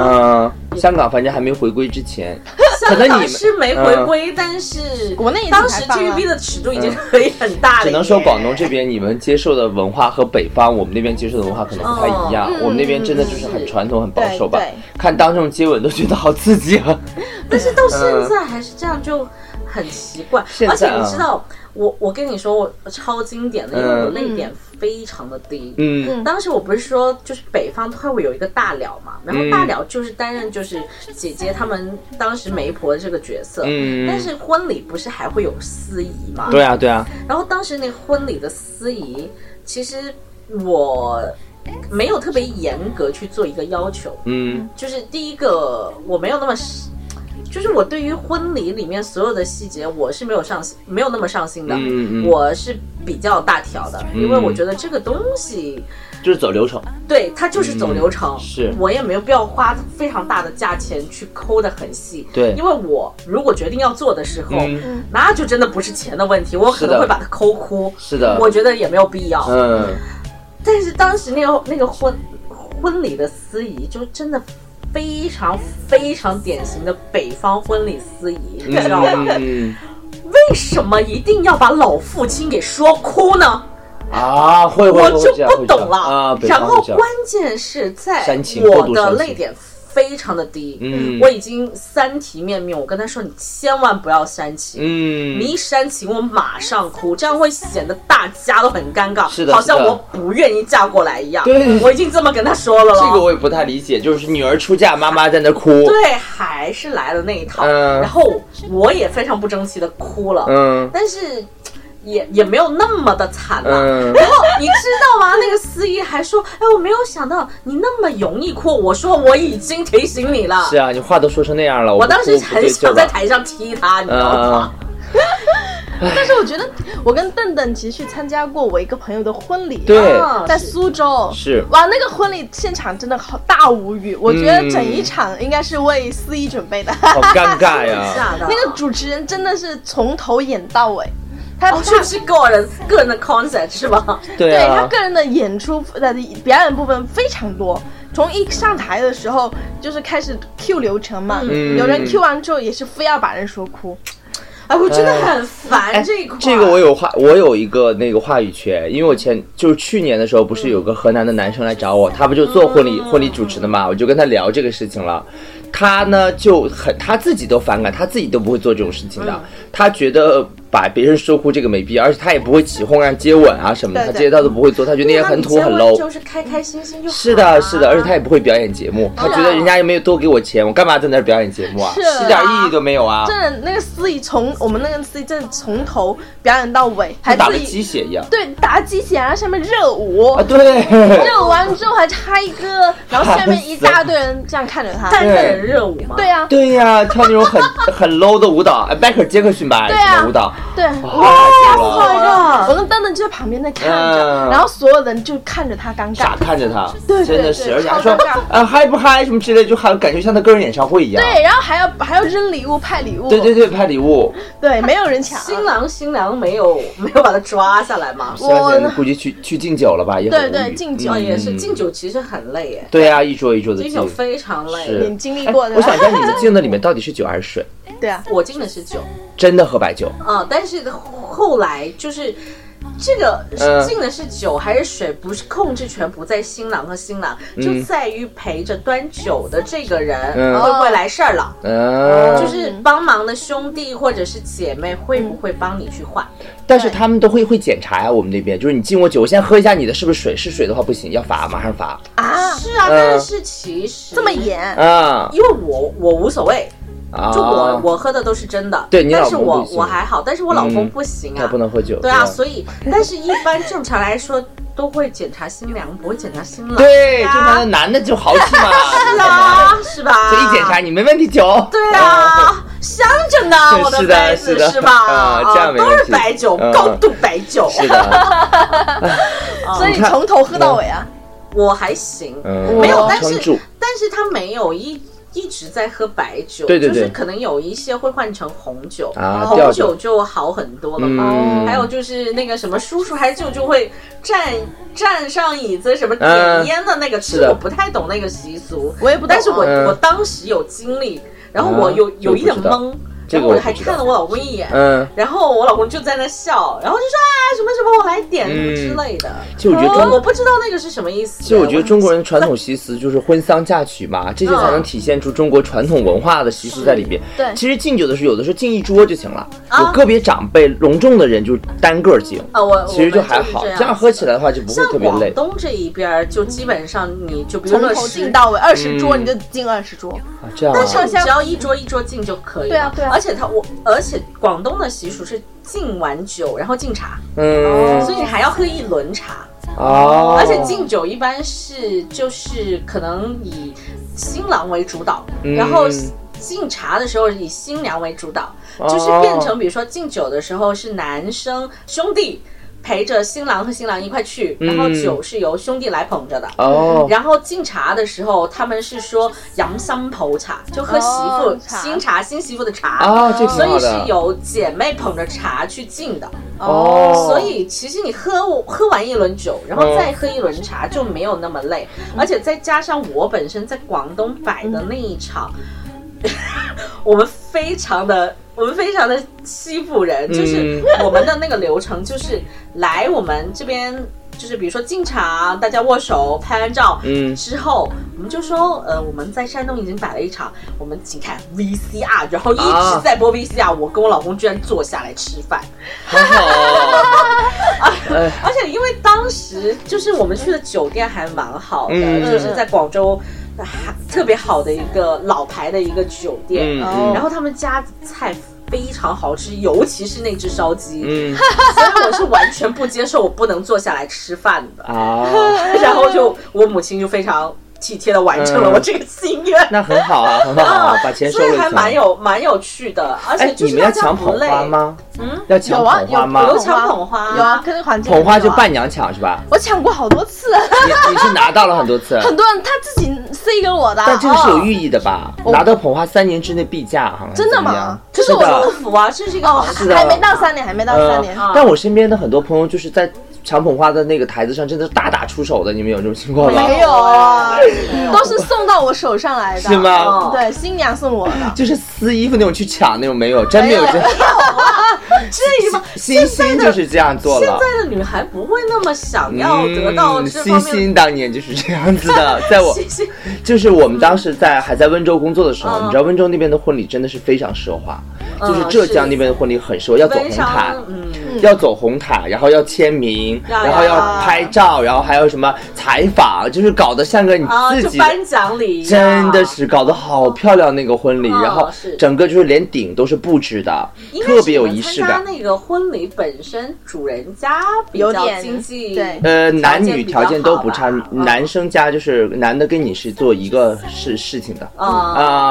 [SPEAKER 1] 嗯，香港反正还没回归之前，可能
[SPEAKER 2] 香
[SPEAKER 1] 你
[SPEAKER 2] 港
[SPEAKER 1] 们
[SPEAKER 2] 是没回
[SPEAKER 1] 嗯
[SPEAKER 2] 归，但是
[SPEAKER 3] 国内已经
[SPEAKER 1] 啊
[SPEAKER 2] 当时
[SPEAKER 3] 开放了
[SPEAKER 2] TVB 的尺度已经可以很大了，
[SPEAKER 1] 只能说广东这。边你们接受的文化和北方我们那边接受的文化可能不太一样，
[SPEAKER 3] 嗯
[SPEAKER 1] 我们那边真的就是很传统、很保守吧
[SPEAKER 3] 对对。
[SPEAKER 1] 看当众接吻都觉得好刺激啊！
[SPEAKER 2] 但是到现在还是这样，就很奇怪。
[SPEAKER 1] 现
[SPEAKER 2] 而且
[SPEAKER 1] 在啊
[SPEAKER 2] 你知道，我我跟你说，我超经典的，因为我泪点非常的低。
[SPEAKER 1] 嗯
[SPEAKER 2] 当时我不是说，就是北方它会有一个大了嘛，
[SPEAKER 1] 嗯
[SPEAKER 2] 然后大了就是担任就是姐姐他们当时媒婆这个角色，
[SPEAKER 1] 嗯
[SPEAKER 2] 但是婚礼不是还会有司仪嘛？
[SPEAKER 1] 对啊对啊，
[SPEAKER 2] 然后当时那个婚礼的司仪，其实我没有特别严格去做一个要求，
[SPEAKER 1] 嗯
[SPEAKER 2] 就是第一个我没有那么，就是我对于婚礼里面所有的细节我是没有上心，没有那么上心的，
[SPEAKER 1] 嗯嗯嗯嗯
[SPEAKER 2] 我是比较大条的，因为我觉得这个东西。
[SPEAKER 1] 就是走流程，
[SPEAKER 2] 对，它就是走流程，
[SPEAKER 1] 嗯是
[SPEAKER 2] 我也没有必要花非常大的价钱去抠得很细，
[SPEAKER 1] 对
[SPEAKER 2] 因为我如果决定要做的时候，
[SPEAKER 1] 嗯
[SPEAKER 2] 那就真的不是钱的问题，我可
[SPEAKER 1] 是
[SPEAKER 2] 能
[SPEAKER 1] 的
[SPEAKER 2] 会把它抠哭，
[SPEAKER 1] 是的
[SPEAKER 2] 我觉得也没有必要。
[SPEAKER 1] 嗯
[SPEAKER 2] 但是当时那个那个婚婚礼的司仪就真的非常非常典型的北方婚礼司仪，你知道吗？
[SPEAKER 1] 嗯
[SPEAKER 2] 为什么一定要把老父亲给说哭呢？
[SPEAKER 1] 啊，会会
[SPEAKER 2] 我
[SPEAKER 1] 会
[SPEAKER 2] 就
[SPEAKER 1] 这样
[SPEAKER 2] 不
[SPEAKER 1] 会这
[SPEAKER 2] 懂
[SPEAKER 1] 样
[SPEAKER 2] 了。
[SPEAKER 1] 啊，北
[SPEAKER 2] 然
[SPEAKER 1] 方
[SPEAKER 2] 后
[SPEAKER 1] 会这
[SPEAKER 2] 关
[SPEAKER 1] 样，
[SPEAKER 2] 键是在
[SPEAKER 1] 煽情过
[SPEAKER 2] 我
[SPEAKER 1] 度
[SPEAKER 2] 的
[SPEAKER 1] 煽
[SPEAKER 2] 泪
[SPEAKER 1] 情
[SPEAKER 2] 点非常的低，
[SPEAKER 1] 嗯
[SPEAKER 2] 我已经三提面面，我跟他说你千万不要煽情，
[SPEAKER 1] 嗯
[SPEAKER 2] 你一煽情，我马上哭，这样会显得大家都很尴尬，
[SPEAKER 1] 是的
[SPEAKER 2] 好像
[SPEAKER 1] 是的
[SPEAKER 2] 我不愿意嫁过来一样。
[SPEAKER 1] 对
[SPEAKER 2] 我已经这么跟他说了咯
[SPEAKER 1] 这个我也不太理解，就是女儿出嫁，妈妈在那哭，
[SPEAKER 2] 对，还是来了那一套。
[SPEAKER 1] 嗯
[SPEAKER 2] 然后我也非常不争气的哭了，
[SPEAKER 1] 嗯
[SPEAKER 2] 但是也也没有那么的惨了、
[SPEAKER 1] 嗯，
[SPEAKER 2] 然后你知道吗？那个司仪还说：“哎，我没有想到你那么容易哭。”我说：“我已经提醒你了。
[SPEAKER 1] 是啊，你话都说成那样了，
[SPEAKER 2] 我
[SPEAKER 1] 我
[SPEAKER 2] 当时很想在
[SPEAKER 1] 台，
[SPEAKER 2] 台上踢他，你知道
[SPEAKER 1] 嗯
[SPEAKER 2] 吗？
[SPEAKER 3] 但是我觉得我跟邓邓其实去参加过我一个朋友的婚礼，
[SPEAKER 1] 对
[SPEAKER 2] 啊
[SPEAKER 3] 在
[SPEAKER 2] 是
[SPEAKER 3] 苏州
[SPEAKER 1] 是
[SPEAKER 3] 哇，那个婚礼现场真的好大无语，我觉得整一场应该是为司仪准备的。
[SPEAKER 1] 嗯好尴尬呀，
[SPEAKER 2] 吓到
[SPEAKER 3] 那个主持人真的是从头演到尾，他、
[SPEAKER 2] 哦，是不是个人个人的 concept 是吧？
[SPEAKER 1] 对
[SPEAKER 3] 对他
[SPEAKER 1] 啊，
[SPEAKER 3] 个人的演出呃表演部分非常多。从一上台的时候就是开始 Q 流程嘛，
[SPEAKER 1] 嗯
[SPEAKER 3] 有人 Q 完之后也是非要把人说哭，
[SPEAKER 2] 哎，我真的很烦这一块。
[SPEAKER 1] 哎这个我有话，我有一个那个话语权，因为我前就是去年的时候，不是有个河南的男生来找我，他不就做婚礼、婚礼主持的嘛，我就跟他聊这个事情了。他呢就很他自己都反感，他自己都不会做这种事情的。他觉得把别人说哭这个没必要，而且他也不会起哄让接吻啊什么的，
[SPEAKER 3] 对对
[SPEAKER 1] 他这些他都不会做，他觉得那些很土很 low。
[SPEAKER 2] 就是开开心心就好
[SPEAKER 1] 是的，是的，而且他也不会表演节目，他觉得人家又没有多给我钱，我干嘛在那儿表演节目啊？
[SPEAKER 3] 是
[SPEAKER 1] 一点意义都没有啊，
[SPEAKER 3] 真的那个司仪从我们那个司仪真的从头表演到尾，还
[SPEAKER 1] 跟打了
[SPEAKER 3] 自
[SPEAKER 1] 鸡
[SPEAKER 3] 己
[SPEAKER 1] 血一样
[SPEAKER 3] 对打鸡血，然后上面热舞
[SPEAKER 1] 啊！，对，
[SPEAKER 3] 热舞完之后还嗨歌，然后下面一大堆人这样看着他。
[SPEAKER 1] 啊
[SPEAKER 2] 但是很热舞嘛。
[SPEAKER 3] 对呀、啊，
[SPEAKER 1] 对呀、跳那种很 很 low 的舞蹈，哎，迈克尔·杰克逊吧，
[SPEAKER 3] 对啊
[SPEAKER 1] 什么舞蹈，
[SPEAKER 3] 对，
[SPEAKER 1] 哇，吓死
[SPEAKER 2] 我了
[SPEAKER 3] 我跟邓邓就在旁边那看着，
[SPEAKER 1] 嗯
[SPEAKER 3] 然后所有人就看着他尴
[SPEAKER 1] 傻啊
[SPEAKER 3] 尬。
[SPEAKER 1] 看着他，
[SPEAKER 3] 对对
[SPEAKER 1] 真的
[SPEAKER 3] 对
[SPEAKER 1] 是，而且
[SPEAKER 3] 超
[SPEAKER 1] 还说
[SPEAKER 3] 尴尬
[SPEAKER 1] 啊嗨不嗨什么之类，就还感觉像他个人演唱会一样。
[SPEAKER 3] 对，然后还要还要扔礼物派礼物，
[SPEAKER 1] 对对对，拍礼物，
[SPEAKER 3] 对没有人抢。啊
[SPEAKER 2] 新郎新娘没有没有把他抓下来吗？
[SPEAKER 1] 现在估计去去敬酒了吧，也很
[SPEAKER 3] 对对
[SPEAKER 1] 无语
[SPEAKER 3] 敬酒
[SPEAKER 2] 哦，
[SPEAKER 1] 嗯
[SPEAKER 2] 也是敬酒其实很累耶，
[SPEAKER 1] 对呀、一桌一桌的
[SPEAKER 2] 敬
[SPEAKER 1] 敬
[SPEAKER 2] 酒。非常累
[SPEAKER 1] 是。
[SPEAKER 3] 你经历过的
[SPEAKER 1] 哎我想一下，你们敬的里面到底是酒还是水？
[SPEAKER 3] 对啊，
[SPEAKER 2] 我敬的是酒
[SPEAKER 1] 真的喝白酒？
[SPEAKER 2] 啊，但是后来就是。这个
[SPEAKER 1] 嗯
[SPEAKER 2] 敬的是酒还是水，不是控制权不在新郎和新郎，就在于陪着端酒的这个人
[SPEAKER 1] 嗯
[SPEAKER 2] 会不会来事儿了。
[SPEAKER 3] 哦
[SPEAKER 1] 嗯，
[SPEAKER 2] 就是帮忙的兄弟或者是姐妹会不会帮你去换？
[SPEAKER 1] 但是他们都会会检查呀、我们那边就是你敬我酒，我先喝一下你的是不是水？是水的话不行，要罚，马上罚。
[SPEAKER 3] 啊
[SPEAKER 2] 是啊，
[SPEAKER 1] 嗯
[SPEAKER 2] 但是其实
[SPEAKER 3] 这么，严，
[SPEAKER 1] 啊
[SPEAKER 2] 因为我我无所谓，
[SPEAKER 1] 啊！
[SPEAKER 2] 就我我喝的都是真的，
[SPEAKER 1] 对你
[SPEAKER 2] 但
[SPEAKER 1] 老
[SPEAKER 2] 是
[SPEAKER 1] 公
[SPEAKER 2] 我
[SPEAKER 1] 不行
[SPEAKER 2] 我还好，但是我老公
[SPEAKER 1] 嗯
[SPEAKER 2] 不行
[SPEAKER 1] 他
[SPEAKER 2] 啊，
[SPEAKER 1] 不能喝酒。
[SPEAKER 2] 对啊，所以 但是一般正常来说都会检查新娘，不会检查新 郎，
[SPEAKER 1] 对，正常的男的就豪气嘛，
[SPEAKER 2] 是
[SPEAKER 1] 啊，
[SPEAKER 2] 啊， 是吧？
[SPEAKER 1] 所以一检查你没问题酒。
[SPEAKER 2] 对啊，香着呢，
[SPEAKER 1] 是
[SPEAKER 2] 我
[SPEAKER 1] 是的
[SPEAKER 2] 杯子
[SPEAKER 1] 是的
[SPEAKER 2] 吧？
[SPEAKER 1] 啊这样没
[SPEAKER 2] 都
[SPEAKER 1] 问
[SPEAKER 2] 是
[SPEAKER 1] 题
[SPEAKER 2] 白酒，
[SPEAKER 1] 嗯
[SPEAKER 2] 高度白酒，
[SPEAKER 1] 是的，
[SPEAKER 3] 所以
[SPEAKER 1] 啊你看
[SPEAKER 3] 从头喝到尾啊。
[SPEAKER 2] 我还行，
[SPEAKER 1] 嗯，
[SPEAKER 2] 没有，但
[SPEAKER 1] 撑
[SPEAKER 2] 是
[SPEAKER 1] 住。
[SPEAKER 2] 但是他没有一一直在喝白酒，
[SPEAKER 1] 对对
[SPEAKER 2] 就是
[SPEAKER 1] 对
[SPEAKER 2] 可能有一些会换成红酒，
[SPEAKER 1] 啊
[SPEAKER 2] 红
[SPEAKER 1] 调
[SPEAKER 2] 酒
[SPEAKER 1] 酒
[SPEAKER 2] 就好很多了嘛。
[SPEAKER 1] 嗯
[SPEAKER 2] 还有就是那个什么叔叔还舅舅会站站上椅子什么点
[SPEAKER 1] 嗯
[SPEAKER 2] 烟的那个，其
[SPEAKER 1] 是
[SPEAKER 2] 实
[SPEAKER 1] 的
[SPEAKER 2] 我不太懂那个习俗，
[SPEAKER 3] 我也不懂
[SPEAKER 2] 但是我、
[SPEAKER 1] 嗯
[SPEAKER 2] 我当时有经历，然后
[SPEAKER 1] 啊
[SPEAKER 2] 我有、
[SPEAKER 1] 这个
[SPEAKER 2] 有一点
[SPEAKER 1] 不知道
[SPEAKER 2] 懵，
[SPEAKER 1] 这
[SPEAKER 2] 然
[SPEAKER 1] 个
[SPEAKER 2] 后我
[SPEAKER 1] 不
[SPEAKER 2] 还
[SPEAKER 1] 知
[SPEAKER 2] 看了
[SPEAKER 1] 道。
[SPEAKER 2] 我老公一眼，
[SPEAKER 1] 嗯，
[SPEAKER 2] 然后我老公就在那笑，然后就说啊什么什么我来点什么
[SPEAKER 1] 嗯
[SPEAKER 2] 之类的。
[SPEAKER 1] 其实我觉得
[SPEAKER 2] 我我
[SPEAKER 1] 中，
[SPEAKER 2] 不知道那个是什么意思。
[SPEAKER 1] 其实我觉得中国人的传统习俗就是婚丧嫁娶嘛，这些才能体现出中国传统文化的习俗在里边。
[SPEAKER 3] 对
[SPEAKER 1] 其实敬酒的时候，有的时候敬一桌就行了。
[SPEAKER 2] 嗯啊
[SPEAKER 1] 有个别长辈隆重的人就单个敬，
[SPEAKER 2] 啊，我
[SPEAKER 1] 其实
[SPEAKER 2] 就
[SPEAKER 1] 还好，
[SPEAKER 2] 这
[SPEAKER 1] 这样喝起来的话就不会
[SPEAKER 2] 像
[SPEAKER 1] 特别
[SPEAKER 2] 广
[SPEAKER 1] 累。
[SPEAKER 2] 东这一边儿，就基本上你就比如
[SPEAKER 3] 从
[SPEAKER 2] 说
[SPEAKER 3] 头
[SPEAKER 2] 十
[SPEAKER 3] 敬到尾，二十桌
[SPEAKER 1] 嗯
[SPEAKER 3] 你就敬二十桌。
[SPEAKER 1] 啊这样啊
[SPEAKER 2] 但是你只要一桌一桌敬就可以了。
[SPEAKER 3] 对啊对啊
[SPEAKER 2] 而且他我，而且广东的习俗是敬完酒然后敬茶，
[SPEAKER 3] 哦
[SPEAKER 1] 嗯
[SPEAKER 2] 哦所以你还要喝一轮茶。
[SPEAKER 1] 哦，
[SPEAKER 2] 而且敬酒一般是就是可能以新郎为主导，
[SPEAKER 1] 嗯
[SPEAKER 2] 然后敬茶的时候以新娘为主导，
[SPEAKER 1] 哦
[SPEAKER 2] 就是变成比如说敬酒的时候是男生兄弟陪着新郎和新郎一块去，然后
[SPEAKER 1] 嗯
[SPEAKER 2] 酒是由兄弟来捧着的。
[SPEAKER 1] 哦，
[SPEAKER 2] 然后敬茶的时候，他们是说洋心泡茶，就喝媳妇、
[SPEAKER 3] 哦茶
[SPEAKER 2] 新茶新媳妇的茶，
[SPEAKER 1] 啊，这挺
[SPEAKER 2] 所以
[SPEAKER 1] 好
[SPEAKER 2] 是
[SPEAKER 1] 的。
[SPEAKER 2] 有姐妹捧着茶去敬的。
[SPEAKER 1] 哦
[SPEAKER 2] 所以其实你喝喝完一轮酒，然后再喝一轮茶就没有那么累，
[SPEAKER 1] 嗯
[SPEAKER 2] 而且再加上我本身在广东摆的那一场， 我们非常的。我们非常的欺负人，
[SPEAKER 1] 嗯
[SPEAKER 2] 就是我们的那个流程，就是来我们这边，就是比如说敬茶，大家握手拍完照，
[SPEAKER 1] 嗯
[SPEAKER 2] 之后我们就说，呃，我们在山东已经摆了一场，我们请看 VCR，然后一直
[SPEAKER 1] 啊
[SPEAKER 2] 在播 VCR，我跟我老公居然坐下来吃饭，
[SPEAKER 1] 好好 哦，哎，
[SPEAKER 2] 而且因为当时就是我们去的酒店还蛮好的，
[SPEAKER 1] 嗯
[SPEAKER 2] 就是在广州、啊特别好的一个老牌的一个酒店，
[SPEAKER 1] 嗯
[SPEAKER 3] 哦
[SPEAKER 1] 嗯
[SPEAKER 2] 然后他们家菜非常好吃，尤其是那只烧鸡，
[SPEAKER 1] 嗯
[SPEAKER 2] 所以我是完全不接受我不能坐下来吃饭 的。
[SPEAKER 1] 啊，
[SPEAKER 2] 然后就我母亲就非常体贴的完成了
[SPEAKER 1] 嗯
[SPEAKER 2] 我这个心愿。
[SPEAKER 1] 那很好啊，很好啊，把钱收
[SPEAKER 2] 所
[SPEAKER 1] 了
[SPEAKER 2] 以
[SPEAKER 1] 就
[SPEAKER 2] 还
[SPEAKER 1] 行。
[SPEAKER 2] 蛮有蛮有趣的，而且
[SPEAKER 1] 哎，
[SPEAKER 2] 就
[SPEAKER 1] 你
[SPEAKER 2] 是
[SPEAKER 1] 们
[SPEAKER 2] 大
[SPEAKER 1] 要
[SPEAKER 2] 家
[SPEAKER 1] 抢
[SPEAKER 2] 不
[SPEAKER 1] 捧
[SPEAKER 2] 累。
[SPEAKER 1] 花吗？
[SPEAKER 2] 嗯，
[SPEAKER 1] 要抢
[SPEAKER 3] 有啊
[SPEAKER 1] 捧花吗？
[SPEAKER 2] 有抢捧花
[SPEAKER 3] 有啊，跟那个环境
[SPEAKER 1] 捧花
[SPEAKER 3] 有
[SPEAKER 1] 就
[SPEAKER 3] 啊。
[SPEAKER 1] 伴娘抢是 吧？
[SPEAKER 3] 我抢过好 多次，
[SPEAKER 1] 你你是拿到了很多 次，
[SPEAKER 3] 很多人他自己塞给我的。
[SPEAKER 1] 但这个是有
[SPEAKER 3] 哦
[SPEAKER 1] 寓意的吧？
[SPEAKER 3] 哦
[SPEAKER 1] 拿到捧花三年之内必嫁，好像
[SPEAKER 3] 真的
[SPEAKER 1] 怎么
[SPEAKER 3] 吗
[SPEAKER 1] 样
[SPEAKER 3] 就是是我
[SPEAKER 1] 的
[SPEAKER 2] 祝 福啊，这是一个
[SPEAKER 3] 哦，
[SPEAKER 2] 好事。
[SPEAKER 1] 的
[SPEAKER 3] 还没到三年，还没到三年。
[SPEAKER 1] 呃但我身边的很多朋友就是在抢捧花的那个台子上，真的是大打出手的。你们有这种情况吗？
[SPEAKER 3] 没有啊
[SPEAKER 2] 没有
[SPEAKER 3] 都是送到我手上来的，
[SPEAKER 1] 嗯是吗
[SPEAKER 2] 哦
[SPEAKER 3] 对，新娘 送我的。
[SPEAKER 1] 就是撕衣服那种去抢那种没有，真没有哦
[SPEAKER 3] 没有
[SPEAKER 1] 这。
[SPEAKER 2] 至于吗？
[SPEAKER 1] 欣欣就是这样做
[SPEAKER 2] 现
[SPEAKER 1] 了。
[SPEAKER 2] 在的女孩不会那么想要得到
[SPEAKER 1] 嗯
[SPEAKER 2] 这
[SPEAKER 1] 欣
[SPEAKER 2] 方面
[SPEAKER 1] 欣当年就是这样子的，在 我
[SPEAKER 2] 信息。
[SPEAKER 1] 就是我们当时在还在温州工作的时候，
[SPEAKER 2] 嗯
[SPEAKER 1] 你知道温州那边的婚礼真的是非常奢华，
[SPEAKER 2] 嗯
[SPEAKER 1] 就是浙江那边的婚礼很奢，要走
[SPEAKER 2] 悲
[SPEAKER 1] 红毯
[SPEAKER 2] 伤，。嗯，
[SPEAKER 1] 要走红毯，然后要签名，
[SPEAKER 2] 要
[SPEAKER 1] 然后要
[SPEAKER 3] 要
[SPEAKER 1] 拍照，然后还有什么采访，就是搞得像个你
[SPEAKER 2] 啊，
[SPEAKER 1] 自
[SPEAKER 2] 就
[SPEAKER 1] 己的
[SPEAKER 2] 颁奖礼一样
[SPEAKER 1] 真的，是搞得好漂亮那个婚礼，
[SPEAKER 2] 嗯
[SPEAKER 1] 然后
[SPEAKER 2] 是
[SPEAKER 1] 整个就是连顶都是布置的，
[SPEAKER 2] 应该是
[SPEAKER 1] 特别有仪式
[SPEAKER 2] 你们
[SPEAKER 1] 感
[SPEAKER 2] 参。加那个婚礼本身主人家比
[SPEAKER 3] 有
[SPEAKER 2] 较
[SPEAKER 3] 点
[SPEAKER 2] 经济，
[SPEAKER 3] 对
[SPEAKER 1] 呃，男女条件都不差
[SPEAKER 2] 条件，比较好吧嗯
[SPEAKER 1] 男生家就是男的跟你是做一个事事情的。
[SPEAKER 2] 啊，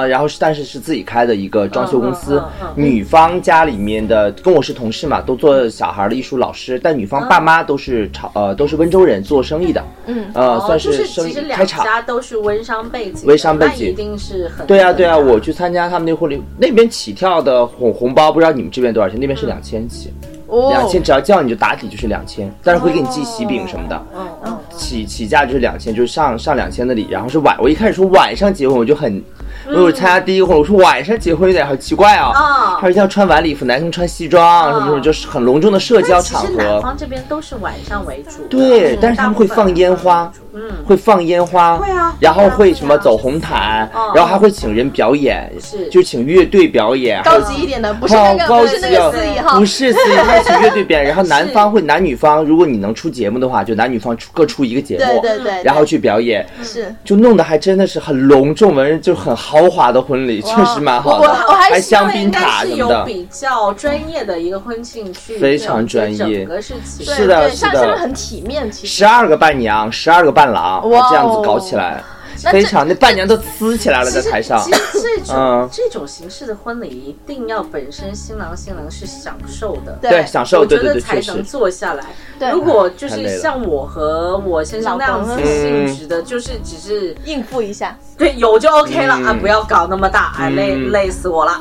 [SPEAKER 1] 啊、然后是，但是是自己开的一个装修公司。
[SPEAKER 2] 嗯嗯嗯
[SPEAKER 1] 女方家里面的跟我是同事嘛，都做小孩的艺术老师，但女
[SPEAKER 2] 嗯
[SPEAKER 1] 方爸妈都是潮、呃都是温州人，做生意的，
[SPEAKER 3] 嗯，
[SPEAKER 1] 呃，
[SPEAKER 2] 哦
[SPEAKER 1] 算
[SPEAKER 2] 就是
[SPEAKER 1] 生
[SPEAKER 2] 其
[SPEAKER 1] 意
[SPEAKER 2] 实
[SPEAKER 1] 开
[SPEAKER 2] 两
[SPEAKER 1] 厂。
[SPEAKER 2] 家都是微商背景的，
[SPEAKER 1] 微商背景
[SPEAKER 2] 那一定是很
[SPEAKER 1] 对啊，对啊，我去参加他们那婚礼，那边起跳的红红包，不知道你们这边多少钱？那边
[SPEAKER 2] 嗯
[SPEAKER 1] 是两千起，
[SPEAKER 3] 哦
[SPEAKER 1] 两千只要叫你就打底就是两千，但是会给你寄喜饼什么的，
[SPEAKER 2] 嗯嗯
[SPEAKER 1] 起起价就是两千，就是上上两千的礼。然后是晚，我一开始说晚上结婚，我就很，因
[SPEAKER 2] 嗯
[SPEAKER 1] 为我参加第一个婚礼，我说晚上结婚有点好奇怪啊，
[SPEAKER 2] 啊
[SPEAKER 1] 他说一定要穿晚礼服，男生穿西装什么什么，就是很隆重的社交
[SPEAKER 2] 但哦其
[SPEAKER 1] 场
[SPEAKER 2] 实南
[SPEAKER 1] 合。
[SPEAKER 2] 方这边都是晚上为主的，嗯
[SPEAKER 1] 对，但是他
[SPEAKER 2] 大
[SPEAKER 1] 们
[SPEAKER 2] 部
[SPEAKER 1] 会
[SPEAKER 2] 分
[SPEAKER 1] 放烟花，
[SPEAKER 2] 嗯，
[SPEAKER 1] 会放烟花，
[SPEAKER 2] 会啊
[SPEAKER 1] 然后
[SPEAKER 2] 会
[SPEAKER 1] 会
[SPEAKER 2] 啊
[SPEAKER 1] 什么走红毯，
[SPEAKER 2] 嗯
[SPEAKER 1] 然后还会请人表演，
[SPEAKER 2] 是
[SPEAKER 1] 就请乐队表演，
[SPEAKER 3] 高级一点的，不
[SPEAKER 1] 不
[SPEAKER 3] 是那个，
[SPEAKER 1] 高
[SPEAKER 3] 不
[SPEAKER 1] 级
[SPEAKER 3] 是
[SPEAKER 1] 啊
[SPEAKER 3] 那个司仪哈
[SPEAKER 1] 不。是司仪，他请乐队表演， 然后男方会男女方，如果你能出节目的话，就男女方出各出一个节目，
[SPEAKER 3] 对对对，
[SPEAKER 1] 然后去表演，
[SPEAKER 3] 是。
[SPEAKER 1] 就弄得还真的是很隆重，完了就很豪华的婚礼，确实蛮好
[SPEAKER 3] 我
[SPEAKER 1] 的，
[SPEAKER 3] 我还
[SPEAKER 1] 还
[SPEAKER 3] 希望
[SPEAKER 1] 香
[SPEAKER 2] 那
[SPEAKER 1] 槟
[SPEAKER 2] 应该
[SPEAKER 1] 塔
[SPEAKER 2] 是
[SPEAKER 1] 什么
[SPEAKER 2] 有
[SPEAKER 1] 的，
[SPEAKER 2] 比较专业的一个婚庆去
[SPEAKER 1] 非常专业
[SPEAKER 2] 整个事情
[SPEAKER 1] 是的
[SPEAKER 3] 对
[SPEAKER 1] 是
[SPEAKER 3] 上
[SPEAKER 1] 的
[SPEAKER 3] 上面很体面，其实。
[SPEAKER 1] 十二个伴娘，十二个伴郎，
[SPEAKER 3] 哇哦
[SPEAKER 1] 这样子搞起来，
[SPEAKER 3] 那
[SPEAKER 1] 非
[SPEAKER 3] 这
[SPEAKER 1] 常那伴娘都呲起来了
[SPEAKER 2] 其
[SPEAKER 1] 在
[SPEAKER 2] 实
[SPEAKER 1] 台上
[SPEAKER 2] 其，实这种、
[SPEAKER 1] 嗯
[SPEAKER 2] 这种形式的婚礼，一定要本身新郎新娘是享受的，
[SPEAKER 3] 对
[SPEAKER 1] 对，享受，
[SPEAKER 2] 我觉
[SPEAKER 1] 对对
[SPEAKER 2] 得
[SPEAKER 1] 对，
[SPEAKER 2] 才
[SPEAKER 1] 确实嗯
[SPEAKER 2] 能。坐下来。
[SPEAKER 3] 对
[SPEAKER 2] 如果就
[SPEAKER 1] 太累
[SPEAKER 2] 是
[SPEAKER 1] 了
[SPEAKER 2] 像我和我先生那样子
[SPEAKER 3] 老公啊
[SPEAKER 1] 嗯
[SPEAKER 2] 性质的，就是只是
[SPEAKER 3] 应付一下，
[SPEAKER 2] 对有就 OK 了、
[SPEAKER 1] 嗯
[SPEAKER 2] 啊，不要搞那么大，啊，累
[SPEAKER 1] 嗯
[SPEAKER 2] 累死我了。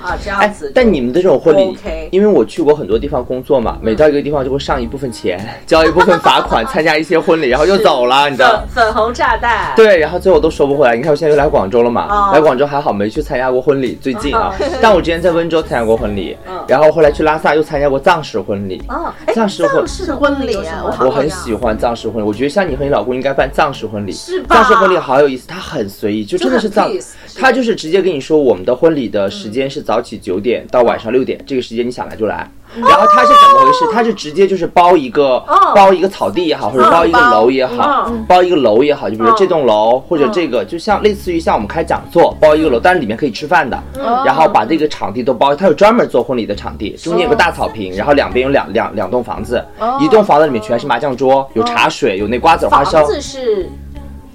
[SPEAKER 2] 啊，这样
[SPEAKER 1] 哎
[SPEAKER 2] 子就。，
[SPEAKER 1] 但你们的这种婚礼
[SPEAKER 2] OK
[SPEAKER 1] 因为我去过很多地方工作嘛，每到一个地方就会上一部分钱，交一部分罚
[SPEAKER 2] 嗯
[SPEAKER 1] 款，参加一些婚礼，然后就是走了，你知道
[SPEAKER 2] 粉。粉红炸弹，
[SPEAKER 1] 对，然后最后都收不回来。你看我现在又来广州了嘛，
[SPEAKER 2] 哦
[SPEAKER 1] 来广州还好没去参加过婚礼，最近啊
[SPEAKER 2] 哦。
[SPEAKER 1] 但我之前在温州参加过婚礼
[SPEAKER 2] 嗯，
[SPEAKER 1] 然后后来去拉萨又参加过藏式婚礼。
[SPEAKER 2] 啊，哎，
[SPEAKER 1] 藏式婚
[SPEAKER 2] 式的婚礼
[SPEAKER 3] 是婚礼啊
[SPEAKER 2] 啊，
[SPEAKER 3] 我
[SPEAKER 2] 好
[SPEAKER 1] 我
[SPEAKER 2] 像
[SPEAKER 1] 很喜欢藏式婚礼，我觉得像你和你老公应该办藏式婚礼。
[SPEAKER 2] 是吧
[SPEAKER 1] 藏式婚礼好有意思，它很随意，就真的是藏
[SPEAKER 2] 就很 peace，是
[SPEAKER 1] 他就是直接跟你说我们的婚礼的时间是早起九点到晚上六
[SPEAKER 2] 嗯
[SPEAKER 1] 点，这个时间你想来就来。然后他是怎么回事？他是直接就是包一个
[SPEAKER 2] 哦
[SPEAKER 1] 包一个草地也好，或者
[SPEAKER 3] 嗯
[SPEAKER 1] 包一个
[SPEAKER 3] 包
[SPEAKER 1] 楼也好
[SPEAKER 2] 嗯，
[SPEAKER 1] 包一个楼也好，就比如说
[SPEAKER 2] 嗯
[SPEAKER 1] 这栋楼或者这个，就像类似于像我们开讲座包一个楼，但是里面可以吃饭的。
[SPEAKER 3] 哦
[SPEAKER 1] 然后把这个场地都包，它有专门做婚礼的场地，中间有个大草
[SPEAKER 2] 嗯
[SPEAKER 1] 坪，然后两边有两两两栋房子，
[SPEAKER 3] 哦
[SPEAKER 1] 一栋房子里面全是麻将桌，有茶水，有那瓜子花
[SPEAKER 2] 房
[SPEAKER 1] 生。
[SPEAKER 2] 子是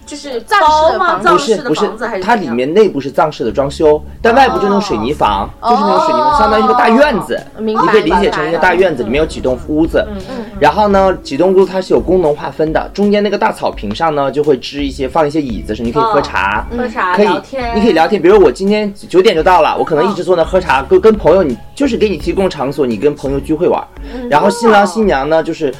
[SPEAKER 2] 就是
[SPEAKER 3] 藏式
[SPEAKER 2] 包
[SPEAKER 3] 的
[SPEAKER 2] 吗？
[SPEAKER 3] 房子
[SPEAKER 2] 藏
[SPEAKER 1] 不是
[SPEAKER 2] 式的
[SPEAKER 1] 不是
[SPEAKER 2] 房子还，是
[SPEAKER 1] 它
[SPEAKER 2] 怎
[SPEAKER 1] 里
[SPEAKER 2] 样哦
[SPEAKER 1] 面内部是藏式的装修，但外部就那种水泥房，就是那种水泥房，相当于一个大院子，
[SPEAKER 3] 明
[SPEAKER 1] 你
[SPEAKER 3] 白哎
[SPEAKER 1] 可以理解成一个大院子，里面有几栋屋子。
[SPEAKER 2] 嗯
[SPEAKER 1] 然后呢，几栋屋子它是有功能划分的，中间那个大草坪上呢就会支一些放一些椅子，是你可以喝茶，
[SPEAKER 2] 喝茶
[SPEAKER 1] 可以
[SPEAKER 2] 哦嗯聊天，哦
[SPEAKER 1] 你可以聊天。比如我今天九点就到了，我可能一直坐那喝茶，跟跟朋友，你就是给你提供场所，你跟朋友聚会玩。
[SPEAKER 2] 嗯
[SPEAKER 1] 然后新
[SPEAKER 2] 哦
[SPEAKER 1] 郎新娘呢，就是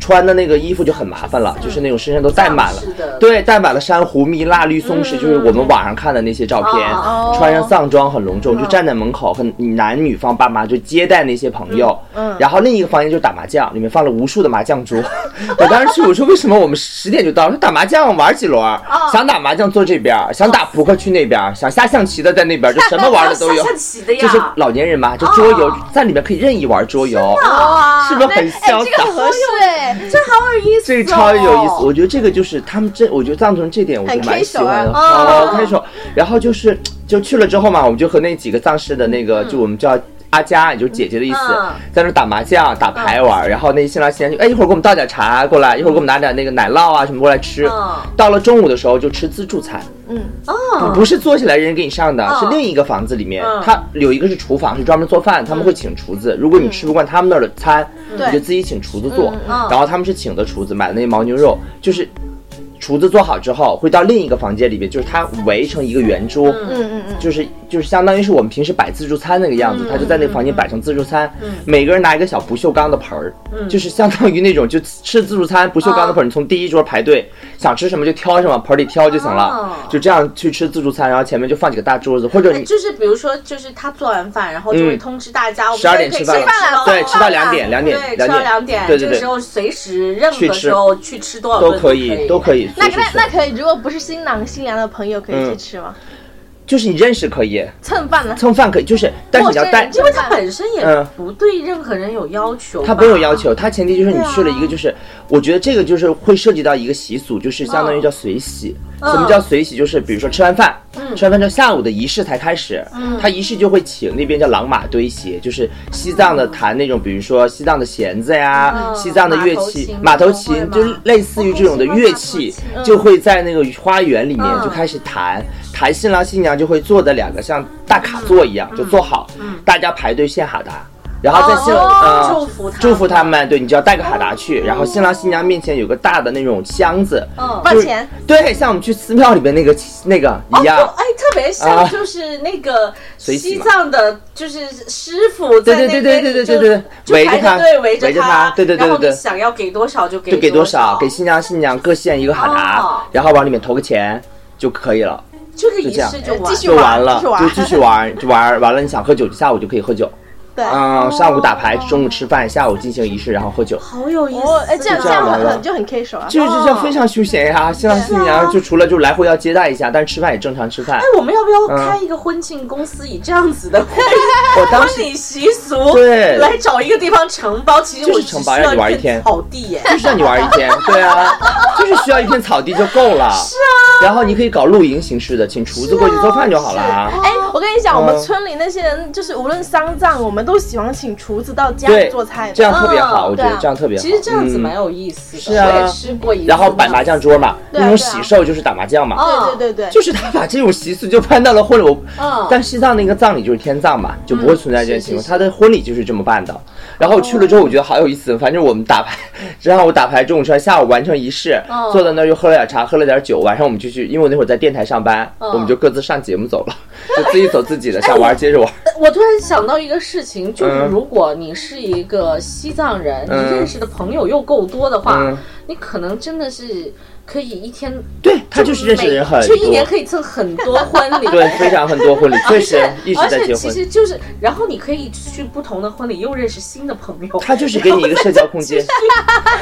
[SPEAKER 1] 穿的那个衣服就很麻烦了，就是那种身上都带满了
[SPEAKER 2] 藏式的。
[SPEAKER 1] 对，带满了珊瑚、蜜蜡、绿松石，就是我们网上看的那些照片
[SPEAKER 2] 哦
[SPEAKER 3] 哦，
[SPEAKER 1] 穿上丧装很隆重，就站在门口，很男女方爸妈就接待那些朋友。
[SPEAKER 3] 嗯嗯
[SPEAKER 1] 然后另一个房间就是打麻将，里面放了无数的麻将桌。 我当时去，我说为什么我们十点就到？说打麻将玩几轮儿，想打麻将坐这边儿，想打扑克去那边儿，想下象棋的在那边儿，就什么玩儿的都有
[SPEAKER 2] 下。象棋的呀，
[SPEAKER 1] 就是老年人嘛，就桌游
[SPEAKER 2] 哦
[SPEAKER 1] 在里面可以任意玩桌游，
[SPEAKER 3] 哇
[SPEAKER 1] 是不是很潇
[SPEAKER 3] 哎这个
[SPEAKER 1] 洒？
[SPEAKER 3] 合适哎，
[SPEAKER 2] 这好有意思、哦，
[SPEAKER 1] 这个超有意思，我觉得这个就是他们这，我觉得藏族人这点我就蛮喜欢的，
[SPEAKER 2] 手
[SPEAKER 3] 很
[SPEAKER 2] 啊
[SPEAKER 1] 好
[SPEAKER 2] 哦
[SPEAKER 1] 开手。然后就是就去了之后嘛，我们就和那几个藏式的那个，就我们叫。阿佳，也就是姐姐的意思
[SPEAKER 2] 嗯，
[SPEAKER 1] 在那打麻将、打牌玩儿，然后那新郎新娘就哎一会儿给我们倒点茶过来，一会儿给我们拿点那个奶酪啊什么过来吃
[SPEAKER 2] 嗯。
[SPEAKER 1] 到了中午的时候就吃自助餐，
[SPEAKER 3] 嗯，
[SPEAKER 2] 哦，
[SPEAKER 1] 不是坐下来人给你上的，是另一个房子里面
[SPEAKER 2] 嗯，
[SPEAKER 1] 他有一个是厨房，是专门做饭，他们会请厨子。如果你吃不惯他们那儿的餐，你
[SPEAKER 3] 对
[SPEAKER 1] 就自己请厨子做
[SPEAKER 3] 嗯。
[SPEAKER 2] 嗯
[SPEAKER 1] 然后他们是请的厨子，买的那牦牛肉，就是厨子做好之后，会到另一个房间里面，就是他围成一个圆桌。
[SPEAKER 3] 嗯嗯嗯，
[SPEAKER 1] 就是就是相当于是我们平时摆自助餐那个样子，
[SPEAKER 2] 嗯
[SPEAKER 1] 他就在那个房间摆成自助餐，每个人拿一个小不锈钢的盆儿，
[SPEAKER 2] 嗯
[SPEAKER 1] 就是相当于那种就吃自助餐不锈钢的盆儿，你从第一桌排队，想吃什么就挑什么，盆儿里挑就行了，
[SPEAKER 2] 哦
[SPEAKER 1] 就这样去吃自助餐，然后前面就放几个大桌子，或者
[SPEAKER 2] 哎
[SPEAKER 1] 你
[SPEAKER 2] 就是比如说，就是他做完饭，然后就会
[SPEAKER 1] 嗯
[SPEAKER 2] 通知大家，我们
[SPEAKER 1] 12点
[SPEAKER 2] 可
[SPEAKER 1] 吃
[SPEAKER 2] 以
[SPEAKER 1] 饭了
[SPEAKER 2] 了，
[SPEAKER 1] 对吃到
[SPEAKER 2] 了
[SPEAKER 1] 两点两点
[SPEAKER 2] 对，
[SPEAKER 1] 两
[SPEAKER 2] 吃到
[SPEAKER 1] 点
[SPEAKER 2] 两点，
[SPEAKER 1] 对对
[SPEAKER 2] 这个
[SPEAKER 1] 对
[SPEAKER 2] 时候随时任
[SPEAKER 1] 去
[SPEAKER 2] 何
[SPEAKER 1] 吃
[SPEAKER 2] 时候去吃多少
[SPEAKER 1] 都
[SPEAKER 2] 顿
[SPEAKER 1] 可以都可以，
[SPEAKER 3] 那
[SPEAKER 1] 随时
[SPEAKER 3] 那
[SPEAKER 1] 去
[SPEAKER 3] 那可以，如果不是新郎新娘的朋友，可以去
[SPEAKER 1] 嗯
[SPEAKER 3] 吃吗？
[SPEAKER 1] 就是你认识可以
[SPEAKER 3] 蹭饭呢？
[SPEAKER 1] 蹭饭可以，就是但是你要
[SPEAKER 3] 陌生
[SPEAKER 1] 带
[SPEAKER 3] 人。
[SPEAKER 2] 因为他本身也
[SPEAKER 1] 嗯
[SPEAKER 2] 不对任何人有要求吧，啊
[SPEAKER 1] 他没有要求，他前提就是你去了一个，就是、我觉得这个就是会涉及到一个习俗，就是相当于叫随喜。
[SPEAKER 2] 嗯
[SPEAKER 1] 什么叫随喜？就是比如说吃完饭，吃完饭之后下午的仪式才开始，
[SPEAKER 2] 嗯
[SPEAKER 1] 他仪式就会请那边叫朗玛堆鞋，就是西藏的弹那种，比如说西藏的弦子呀、
[SPEAKER 2] 嗯
[SPEAKER 1] 西藏的乐器、马
[SPEAKER 2] 马
[SPEAKER 1] 头
[SPEAKER 2] 头
[SPEAKER 1] 琴
[SPEAKER 2] 琴，
[SPEAKER 1] 就是类似于这种的
[SPEAKER 2] 哦
[SPEAKER 1] 乐器，就会在那个花园里面
[SPEAKER 2] 嗯
[SPEAKER 1] 就开始弹，弹新郎新娘就会坐在两个像大卡座一样，就坐好，大家排队献哈达。然后在新郎、
[SPEAKER 2] 嗯哦
[SPEAKER 1] 呃
[SPEAKER 2] 祝福他们
[SPEAKER 1] 祝福他们，对你就要带个哈达去，然后新郎新娘面前有个大的那种箱子，
[SPEAKER 2] 嗯
[SPEAKER 1] 就是
[SPEAKER 3] 放钱，
[SPEAKER 1] 对，像我们去寺庙里边那个那个一样，
[SPEAKER 2] 哦，哎，特别像
[SPEAKER 1] 啊
[SPEAKER 2] 就是那个
[SPEAKER 1] 随喜
[SPEAKER 2] 西
[SPEAKER 1] 嘛
[SPEAKER 2] 藏的，就是师傅在
[SPEAKER 1] 对
[SPEAKER 2] 那
[SPEAKER 1] 对
[SPEAKER 2] 边
[SPEAKER 1] 对对对
[SPEAKER 2] 就
[SPEAKER 1] 对对
[SPEAKER 2] 就
[SPEAKER 1] 围着
[SPEAKER 2] 排
[SPEAKER 1] 他
[SPEAKER 2] 队围
[SPEAKER 1] 围着
[SPEAKER 2] 他
[SPEAKER 1] 他，对对对
[SPEAKER 2] 然后
[SPEAKER 1] 对对
[SPEAKER 2] 你想要给多少就给
[SPEAKER 1] 就给
[SPEAKER 2] 多
[SPEAKER 1] 多少，给新娘新娘各献一个哈
[SPEAKER 2] 哦
[SPEAKER 1] 达，然后往里面投个钱就可以了，
[SPEAKER 2] 这个
[SPEAKER 1] 就
[SPEAKER 2] 仪
[SPEAKER 1] 这样
[SPEAKER 2] 式就
[SPEAKER 3] 继续
[SPEAKER 1] 就完了
[SPEAKER 3] 继续，玩
[SPEAKER 1] 就继续玩，就玩完了，你想喝酒，下午就可以喝酒，
[SPEAKER 3] 对。
[SPEAKER 1] 嗯，上午打牌，中午吃饭，下午进行仪式，然后喝酒。
[SPEAKER 2] 哦好有意思
[SPEAKER 3] 哦，
[SPEAKER 2] 啊，
[SPEAKER 3] 哎，这样
[SPEAKER 1] 就
[SPEAKER 3] 这
[SPEAKER 1] 这样
[SPEAKER 3] 样
[SPEAKER 1] 完
[SPEAKER 3] 很
[SPEAKER 1] 了
[SPEAKER 3] 很就很 K 手啊。
[SPEAKER 1] 这这这非常休闲呀、新
[SPEAKER 2] 啊
[SPEAKER 1] 郎新娘就除了就来回要接待一下，但是吃饭也正常吃饭
[SPEAKER 2] 哎。，我们要不要开一个婚庆公司，以这样 子的婚
[SPEAKER 1] 嗯我当
[SPEAKER 2] 婚
[SPEAKER 1] 时
[SPEAKER 2] 礼习俗，
[SPEAKER 1] 对
[SPEAKER 2] 来找一个地方承包？其实
[SPEAKER 1] 就
[SPEAKER 2] 我
[SPEAKER 1] 是
[SPEAKER 2] 只
[SPEAKER 1] 承包
[SPEAKER 2] 需要
[SPEAKER 1] 让你玩一
[SPEAKER 2] 片
[SPEAKER 1] 天
[SPEAKER 2] 草地耶。
[SPEAKER 1] 就是让你玩一天，对 啊，就是需要一片草地就够了。是啊，然后你可以搞露营形式的，请厨子过去做饭就好了啊。
[SPEAKER 3] 哎，我跟你讲，我们
[SPEAKER 1] 嗯
[SPEAKER 3] 村里那些人，就是无论丧葬，我们都喜欢请厨子到家里
[SPEAKER 1] 对
[SPEAKER 3] 做菜的，
[SPEAKER 1] 这样特别好，
[SPEAKER 2] 嗯
[SPEAKER 1] 我觉得
[SPEAKER 3] 对啊
[SPEAKER 1] 这样特别好。
[SPEAKER 2] 其实这样子
[SPEAKER 1] 嗯
[SPEAKER 2] 蛮有意思的，
[SPEAKER 1] 是啊
[SPEAKER 2] 我也吃过一次。
[SPEAKER 1] 然后摆麻将桌嘛，
[SPEAKER 3] 对啊哦
[SPEAKER 1] 那种喜寿就是打麻将嘛，
[SPEAKER 2] 对啊
[SPEAKER 3] 对对对对，
[SPEAKER 1] 就是他把这种习俗就搬到了婚礼。我
[SPEAKER 2] 嗯
[SPEAKER 1] 但西藏那个葬礼就是天葬嘛，就不会存在这种情况。他的婚礼就是这么办的。然后去了之后，我觉得好有意思。反正我们打牌，然后我打牌中午吃完，下午完成仪式，
[SPEAKER 2] 哦
[SPEAKER 1] 坐在那儿又喝了点茶，喝了点酒。晚上我们就去，因为我那会儿在电台上班，
[SPEAKER 2] 嗯
[SPEAKER 1] 我们就各自上节目 走了，就自己走自己的，想玩
[SPEAKER 2] 哎
[SPEAKER 1] 接着玩。
[SPEAKER 2] 我突然想到一个事情，就是
[SPEAKER 1] 嗯
[SPEAKER 2] 如果你是一个西藏人，
[SPEAKER 1] 嗯
[SPEAKER 2] 你认识的朋友又够多的话，
[SPEAKER 1] 嗯
[SPEAKER 2] 你可能真的是可以一天，
[SPEAKER 1] 对他就是认识的人很
[SPEAKER 2] 每
[SPEAKER 1] 多
[SPEAKER 2] 就，一年可以蹭 很多婚礼，
[SPEAKER 1] 对非常很多婚礼，确实一直
[SPEAKER 2] 而
[SPEAKER 1] 在
[SPEAKER 2] 且
[SPEAKER 1] 结
[SPEAKER 2] 其
[SPEAKER 1] 婚。
[SPEAKER 2] 实就是，然后你可以去不同的婚礼，又认识新的朋友，
[SPEAKER 1] 他就是给你一个社交空间，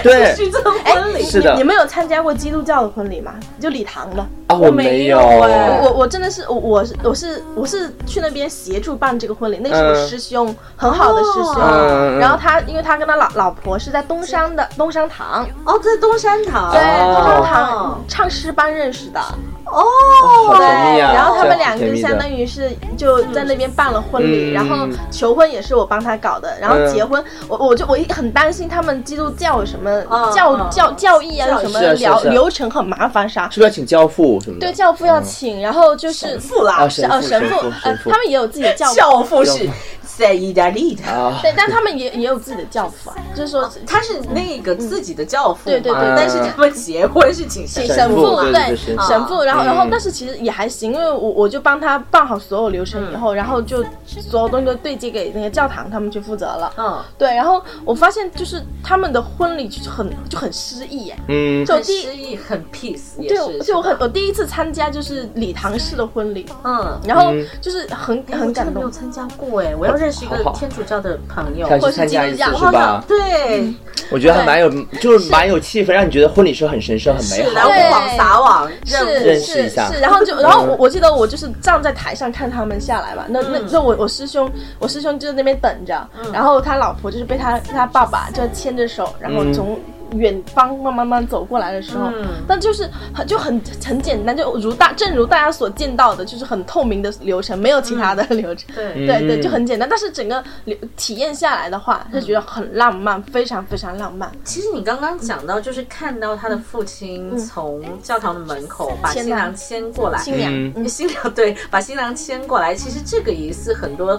[SPEAKER 1] 对
[SPEAKER 2] 去这个婚礼。
[SPEAKER 1] 是的
[SPEAKER 3] 你你们有参加过基督教的婚礼吗？就礼堂的。
[SPEAKER 1] 啊，我
[SPEAKER 2] 没
[SPEAKER 1] 没
[SPEAKER 2] 有
[SPEAKER 1] 嗯
[SPEAKER 2] 哎
[SPEAKER 3] 我我真的是我我是我是我是去那边协助办这个婚礼，那是我
[SPEAKER 1] 嗯
[SPEAKER 3] 师兄，很好的师兄。
[SPEAKER 1] 嗯嗯嗯
[SPEAKER 3] 然后他，因为他跟他老老婆是在东山的东山堂，
[SPEAKER 2] 哦，在东山堂，
[SPEAKER 3] 对，
[SPEAKER 1] 哦
[SPEAKER 3] 东山堂唱诗班认识的，
[SPEAKER 2] 哦
[SPEAKER 1] 好
[SPEAKER 3] 对。
[SPEAKER 1] 甜蜜啊！
[SPEAKER 3] 然后他们
[SPEAKER 1] 这
[SPEAKER 3] 两
[SPEAKER 1] 好
[SPEAKER 3] 个
[SPEAKER 1] 甜
[SPEAKER 3] 就
[SPEAKER 1] 蜜的
[SPEAKER 3] 相当于是就在那边办了婚礼，
[SPEAKER 1] 嗯
[SPEAKER 3] 然后求婚也是我帮他搞的，然后
[SPEAKER 1] 嗯
[SPEAKER 3] 结婚，我我就我一很担心他们基督教有什么
[SPEAKER 2] 嗯
[SPEAKER 3] 教
[SPEAKER 2] 嗯
[SPEAKER 3] 教教义啊，
[SPEAKER 2] 教
[SPEAKER 3] 有什么
[SPEAKER 1] 是啊是啊
[SPEAKER 3] 流
[SPEAKER 1] 是啊
[SPEAKER 3] 流程很麻烦啥。
[SPEAKER 1] 是不是要请教父什么的？
[SPEAKER 3] 对，教父要请，然后就是
[SPEAKER 2] 父啦
[SPEAKER 1] 啊，
[SPEAKER 3] 是哦，
[SPEAKER 1] 神
[SPEAKER 3] 神
[SPEAKER 1] 父
[SPEAKER 3] 父
[SPEAKER 1] 神父，
[SPEAKER 3] 呃
[SPEAKER 1] 神，父
[SPEAKER 3] 他们也有自己的教父，
[SPEAKER 2] 教父是在意大利的，
[SPEAKER 1] 啊，
[SPEAKER 3] 对，但他们也也有自己的教父啊，就是说
[SPEAKER 2] 他是那个自己的教父嘛，啊
[SPEAKER 3] 对对对
[SPEAKER 2] 但是他们结婚是请
[SPEAKER 3] 请
[SPEAKER 2] 神
[SPEAKER 1] 神父
[SPEAKER 3] 父，
[SPEAKER 1] 对对对神
[SPEAKER 2] 父
[SPEAKER 3] 神父，然
[SPEAKER 1] 嗯
[SPEAKER 3] 后然后但是其实也还行，因为我我就帮他办好所有流程以后，然后就所有东西都对接给那个教堂他们去负责了。
[SPEAKER 2] 嗯，
[SPEAKER 3] 对，然后我发现就是他们的婚礼就很就很诗意耶，
[SPEAKER 1] 嗯，
[SPEAKER 3] 就
[SPEAKER 2] 很
[SPEAKER 3] 第
[SPEAKER 2] 诗意，很 peace，也
[SPEAKER 3] 对，
[SPEAKER 2] 是，
[SPEAKER 3] 就我
[SPEAKER 2] 是
[SPEAKER 3] 很
[SPEAKER 2] 吧
[SPEAKER 3] 我第一次参加就是礼堂式的婚礼，
[SPEAKER 2] 嗯。
[SPEAKER 3] 然后
[SPEAKER 1] 嗯
[SPEAKER 3] 就是很
[SPEAKER 2] 哎
[SPEAKER 3] 很
[SPEAKER 2] 我真
[SPEAKER 3] 感
[SPEAKER 2] 的没有
[SPEAKER 3] 动，
[SPEAKER 2] 参加过哎，我要认识一个
[SPEAKER 1] 好好
[SPEAKER 2] 天主教的朋友，
[SPEAKER 1] 想
[SPEAKER 3] 或
[SPEAKER 1] 去
[SPEAKER 3] 者是
[SPEAKER 1] 参
[SPEAKER 3] 基
[SPEAKER 1] 加
[SPEAKER 3] 督
[SPEAKER 1] 一次
[SPEAKER 3] 教，
[SPEAKER 1] 是吧？
[SPEAKER 2] 对，
[SPEAKER 3] 嗯
[SPEAKER 1] 我觉得还蛮有，就是蛮有气氛，让你觉得婚礼是很神圣、很美
[SPEAKER 2] 是来
[SPEAKER 1] 好
[SPEAKER 2] 我
[SPEAKER 3] 对
[SPEAKER 1] 的。
[SPEAKER 2] 们广撒网任务，
[SPEAKER 3] 是
[SPEAKER 1] 认识
[SPEAKER 3] 是
[SPEAKER 1] 一下
[SPEAKER 3] 是，然后就然后我我记得我就是站在台上看他们下来嘛，那那
[SPEAKER 1] 嗯
[SPEAKER 3] 那我我师兄我师兄就在那边等着，然后他老婆就是被他他爸爸就牵着手，然后
[SPEAKER 1] 嗯
[SPEAKER 3] 从。远方慢慢慢走过来的时候，
[SPEAKER 2] 嗯
[SPEAKER 3] 但就是很就很很简单，就如大正如大家所见到的，就是很透明的流程，没有其他的流程。
[SPEAKER 2] 对，
[SPEAKER 3] 对对，
[SPEAKER 1] 嗯
[SPEAKER 3] 就很简单。但是整个流体验下来的话，就觉得很浪漫，非常非常浪
[SPEAKER 1] 嗯
[SPEAKER 3] 漫。
[SPEAKER 2] 其实你刚刚讲到，就是看到他的父亲从教堂的门口把
[SPEAKER 3] 嗯牵
[SPEAKER 2] 新
[SPEAKER 3] 他
[SPEAKER 2] 郎牵过来，
[SPEAKER 3] 新娘，
[SPEAKER 1] 嗯
[SPEAKER 3] 嗯
[SPEAKER 2] 新娘对，把新郎牵过来。其实这个也是很多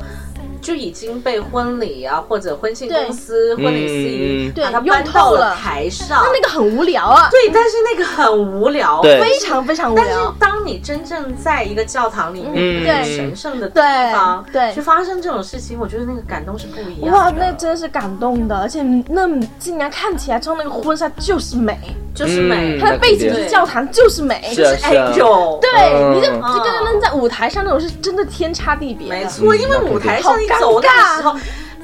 [SPEAKER 2] 就已经被婚礼啊或者婚庆公司、婚礼司仪
[SPEAKER 1] 嗯
[SPEAKER 3] 对
[SPEAKER 2] 把它
[SPEAKER 3] 用
[SPEAKER 2] 搬到
[SPEAKER 3] 透
[SPEAKER 2] 了
[SPEAKER 3] 了
[SPEAKER 2] 台上。
[SPEAKER 3] 那个很无聊啊，
[SPEAKER 2] 对，但是那个很无聊。
[SPEAKER 1] 对
[SPEAKER 3] 非常非常无
[SPEAKER 2] 但是
[SPEAKER 3] 聊。
[SPEAKER 2] 当你真正在一个教堂里面，
[SPEAKER 1] 嗯
[SPEAKER 2] 那个
[SPEAKER 1] 对
[SPEAKER 2] 神圣的地
[SPEAKER 3] 对
[SPEAKER 2] 方，
[SPEAKER 3] 对
[SPEAKER 2] 去发生这种事情，我觉得那个感动是不一样的。
[SPEAKER 3] 哇，那真的是感动的，而且那竟然看起来穿那个婚纱就是美，
[SPEAKER 2] 就是美
[SPEAKER 1] 嗯，
[SPEAKER 3] 它的背景
[SPEAKER 1] 那肯定
[SPEAKER 3] 就是教堂就是美，
[SPEAKER 1] 是啊
[SPEAKER 2] 哎呦，
[SPEAKER 3] 对，
[SPEAKER 1] 嗯
[SPEAKER 3] 你就
[SPEAKER 1] 嗯
[SPEAKER 3] 就跟扔在舞台上那种是真的天差地别的，
[SPEAKER 2] 没错，因为舞台上你走的时候，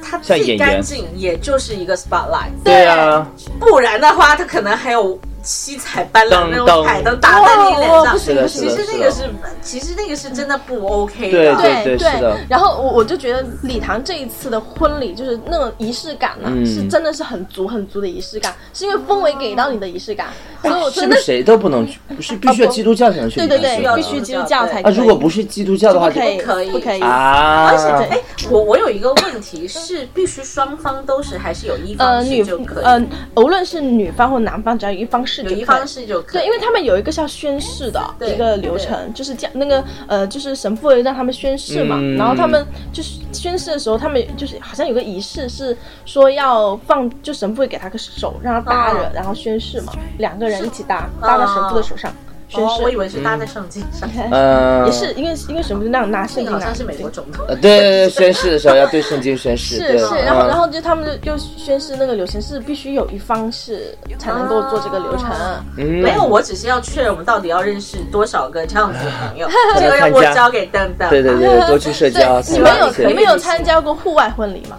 [SPEAKER 2] 它
[SPEAKER 1] 像演
[SPEAKER 2] 最
[SPEAKER 1] 员
[SPEAKER 2] 干净也就是一个 spotlight，
[SPEAKER 1] 对啊，
[SPEAKER 2] 不然的话，它可能还有七彩斑斓的那种
[SPEAKER 1] 当
[SPEAKER 2] 彩灯打在你脸
[SPEAKER 3] 哦
[SPEAKER 2] 上
[SPEAKER 3] 不。
[SPEAKER 1] 是
[SPEAKER 3] 行
[SPEAKER 1] 的，是
[SPEAKER 2] 其
[SPEAKER 3] 不行
[SPEAKER 1] 的，
[SPEAKER 2] 实那
[SPEAKER 1] 是
[SPEAKER 2] 个
[SPEAKER 1] 的。
[SPEAKER 2] 是，其实那个是真的不 OK
[SPEAKER 1] 对
[SPEAKER 2] 的。
[SPEAKER 1] 对是的
[SPEAKER 3] 然后我我就觉得礼堂这一次的婚礼就是那种仪式感呢、
[SPEAKER 1] 嗯
[SPEAKER 3] 是真的是很足很足的仪式感，是因为氛围给到你的仪式感，所以我
[SPEAKER 1] 啊是
[SPEAKER 3] 真
[SPEAKER 1] 不
[SPEAKER 3] 的哦
[SPEAKER 1] 是谁都不能去？是必须要基督教才能去
[SPEAKER 3] 对
[SPEAKER 1] 礼
[SPEAKER 3] 对
[SPEAKER 1] 堂
[SPEAKER 3] 对
[SPEAKER 1] 是吧？
[SPEAKER 3] 必须基督教才
[SPEAKER 1] 啊，
[SPEAKER 3] 可以。
[SPEAKER 1] 如果不是基督教的话，
[SPEAKER 3] 不可以
[SPEAKER 2] 不可以
[SPEAKER 3] 不可以
[SPEAKER 1] 啊，
[SPEAKER 2] 而且，哎，我我有一个问题是，必须双方都是，还是有一
[SPEAKER 3] 呃
[SPEAKER 2] 方
[SPEAKER 3] 女
[SPEAKER 2] 是就可以？
[SPEAKER 3] 呃无论是女方或男方，只要有一方是就
[SPEAKER 2] 有
[SPEAKER 3] 可以
[SPEAKER 2] 一方是就可以。
[SPEAKER 3] 对，因为他们有一个是要宣誓的
[SPEAKER 2] 对
[SPEAKER 3] 一个流程，就是讲那个呃，就是神父让他们宣誓嘛，
[SPEAKER 1] 嗯
[SPEAKER 3] 然后他们就是宣誓的时候，他们就是好像有个仪式是说要放，就神父会给他个手让他搭着，
[SPEAKER 2] 嗯
[SPEAKER 3] 然后宣誓嘛，两个人一起搭搭在神父的手上、宣
[SPEAKER 2] 哦，我以
[SPEAKER 3] 誓。
[SPEAKER 2] 为是搭在圣经上，
[SPEAKER 1] 嗯，
[SPEAKER 3] 也是因为因为神父那样拿圣
[SPEAKER 2] 那个好
[SPEAKER 3] 经拿
[SPEAKER 2] 像是美国总统。
[SPEAKER 1] 呃，对对对，宣誓的时候要对圣经宣誓，
[SPEAKER 3] 是
[SPEAKER 1] 对
[SPEAKER 3] 是，然后
[SPEAKER 1] 嗯
[SPEAKER 3] 然后就他们就又宣誓那个流程是必须有一方是才能够做这个流程，
[SPEAKER 2] 啊
[SPEAKER 1] 嗯
[SPEAKER 2] 没有，我只是要确认我们到底要认识多少个这样子的朋 友。
[SPEAKER 1] 才能
[SPEAKER 2] 这个任务
[SPEAKER 1] 参加
[SPEAKER 2] 交给邓邓。
[SPEAKER 1] 对对对，对多去社交，
[SPEAKER 3] 对，你
[SPEAKER 1] 多
[SPEAKER 3] 们有
[SPEAKER 1] 一些
[SPEAKER 3] 你们有参加过户外婚礼吗？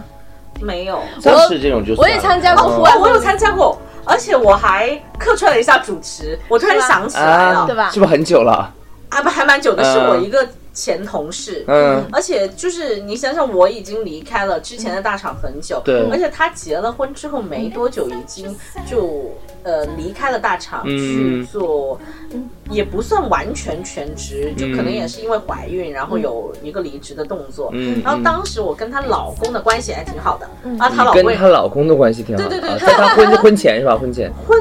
[SPEAKER 2] 没有，
[SPEAKER 1] 像是这种就
[SPEAKER 3] 我也
[SPEAKER 1] 算了
[SPEAKER 3] 参加过
[SPEAKER 1] 嗯
[SPEAKER 3] 户外
[SPEAKER 2] 哇，我有参加过，而且我还客串了一下主持。我突然想起来
[SPEAKER 1] 啊，
[SPEAKER 2] 了
[SPEAKER 3] 对，吧
[SPEAKER 1] 是不是很久了？
[SPEAKER 2] 啊不，还蛮久的，是
[SPEAKER 1] 嗯
[SPEAKER 2] 我一个前同事。
[SPEAKER 1] 嗯，
[SPEAKER 2] 而且就是你想想，我已经离开了之前的大厂很久，
[SPEAKER 1] 对
[SPEAKER 2] 而且他结了婚之后没多久，已经就呃离开了大厂
[SPEAKER 1] 嗯
[SPEAKER 2] 去做，也不算完全全职，就可能也是因为怀孕，然后有一个离职的动作。
[SPEAKER 1] 嗯
[SPEAKER 2] 然后
[SPEAKER 1] 嗯
[SPEAKER 2] 当时我跟她老公的
[SPEAKER 3] 嗯
[SPEAKER 2] 关系还挺好的，然后她老
[SPEAKER 1] 跟
[SPEAKER 2] 公也
[SPEAKER 1] 她老公的关系挺好的，
[SPEAKER 2] 对对
[SPEAKER 1] 啊
[SPEAKER 2] 对
[SPEAKER 1] 在她婚婚前是吧？婚前
[SPEAKER 2] 婚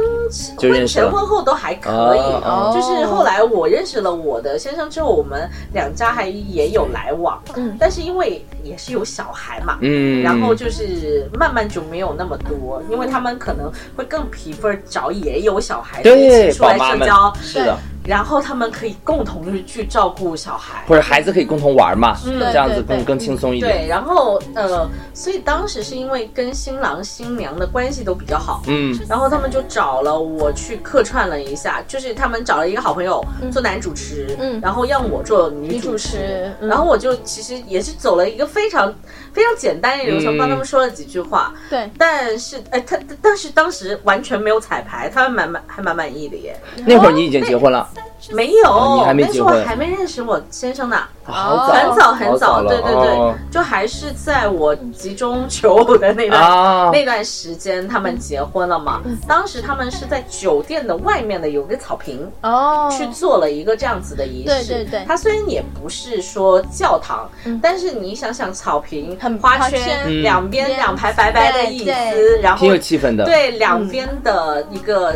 [SPEAKER 1] 就认
[SPEAKER 2] 婚
[SPEAKER 1] 识了
[SPEAKER 2] 前婚后都还可以，
[SPEAKER 1] 哦
[SPEAKER 2] 就是后来我认识了我的先生之后，我们两家还也有来往，
[SPEAKER 3] 嗯
[SPEAKER 2] 但是因为也是有小孩嘛，
[SPEAKER 1] 嗯，
[SPEAKER 2] 然后就是慢慢就没有那么多，因为他们可能会更 prefer 找也有小孩的一
[SPEAKER 1] 对
[SPEAKER 2] 起出
[SPEAKER 1] 宝
[SPEAKER 2] 来
[SPEAKER 1] 妈
[SPEAKER 2] 社
[SPEAKER 1] 们
[SPEAKER 2] 交，
[SPEAKER 1] 是的，
[SPEAKER 2] 然后他们可以共同去去照顾小孩。
[SPEAKER 1] 或者孩子可以共同玩嘛，
[SPEAKER 2] 嗯
[SPEAKER 1] 这样子
[SPEAKER 3] 对对嗯
[SPEAKER 1] 更
[SPEAKER 3] 对
[SPEAKER 1] 更轻松一点。
[SPEAKER 2] 对，然后呃，所以当时是因为跟新郎新娘的关系都比较好，
[SPEAKER 1] 嗯，
[SPEAKER 2] 然后他们就找了我去客串了一下，就是他们找了一个好朋友做男主持，
[SPEAKER 3] 嗯
[SPEAKER 2] 然后让我做女
[SPEAKER 3] 女
[SPEAKER 2] 主
[SPEAKER 3] 主
[SPEAKER 2] 持，
[SPEAKER 3] 持，嗯
[SPEAKER 2] 然后我就其实也是走了一个非常非常简单的流程，
[SPEAKER 1] 嗯
[SPEAKER 2] 帮他们说了几句话，
[SPEAKER 3] 对，
[SPEAKER 2] 但是哎，他但是当时完全没有彩排，他们蛮满还蛮满意的耶，
[SPEAKER 1] 那会儿你已经结婚了，
[SPEAKER 2] 没有，
[SPEAKER 1] 哦你还没
[SPEAKER 2] 那时
[SPEAKER 1] 结
[SPEAKER 2] 候
[SPEAKER 1] 婚
[SPEAKER 2] 我还没认识我先生呢，
[SPEAKER 1] 啊好
[SPEAKER 3] 哦
[SPEAKER 1] 早，
[SPEAKER 2] 很早很
[SPEAKER 1] 好早了，
[SPEAKER 2] 对对对，
[SPEAKER 1] 哦
[SPEAKER 2] 就还是在我集中求偶的那段、
[SPEAKER 1] 啊，
[SPEAKER 2] 那段时间，他们结婚了嘛。
[SPEAKER 3] 嗯
[SPEAKER 2] 当时他们是在酒店的外面的有个草坪。
[SPEAKER 3] 哦，
[SPEAKER 2] 去做了一个这样子的仪式，
[SPEAKER 3] 对对对
[SPEAKER 2] 它虽然也不是说教堂，
[SPEAKER 3] 嗯
[SPEAKER 2] 但是你想想，草坪、
[SPEAKER 3] 很
[SPEAKER 2] 花
[SPEAKER 3] 花圈
[SPEAKER 2] 两边
[SPEAKER 3] 嗯
[SPEAKER 2] 两排白白的椅子，
[SPEAKER 3] 对
[SPEAKER 2] 然后
[SPEAKER 1] 挺有气氛的。
[SPEAKER 2] 对两边的一个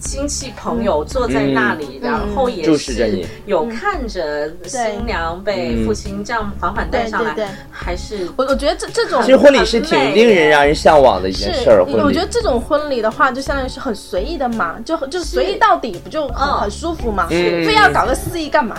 [SPEAKER 2] 亲戚朋友坐在那里，
[SPEAKER 3] 嗯
[SPEAKER 2] 然后也
[SPEAKER 1] 嗯注视着
[SPEAKER 2] 是
[SPEAKER 1] 你
[SPEAKER 2] 有看着新娘被父亲这样缓缓带上来，
[SPEAKER 3] 对对对
[SPEAKER 2] 还是
[SPEAKER 3] 我我觉得这这种
[SPEAKER 1] 其实婚礼是挺令人让人向往的一件事儿，
[SPEAKER 3] 是，我
[SPEAKER 1] 婚礼
[SPEAKER 3] 觉得。这种婚礼的话，就相当于是很随意的嘛，就就随意到底，不就很
[SPEAKER 2] 嗯
[SPEAKER 3] 很舒服嘛？
[SPEAKER 1] 嗯
[SPEAKER 3] 非要搞个肆意干嘛？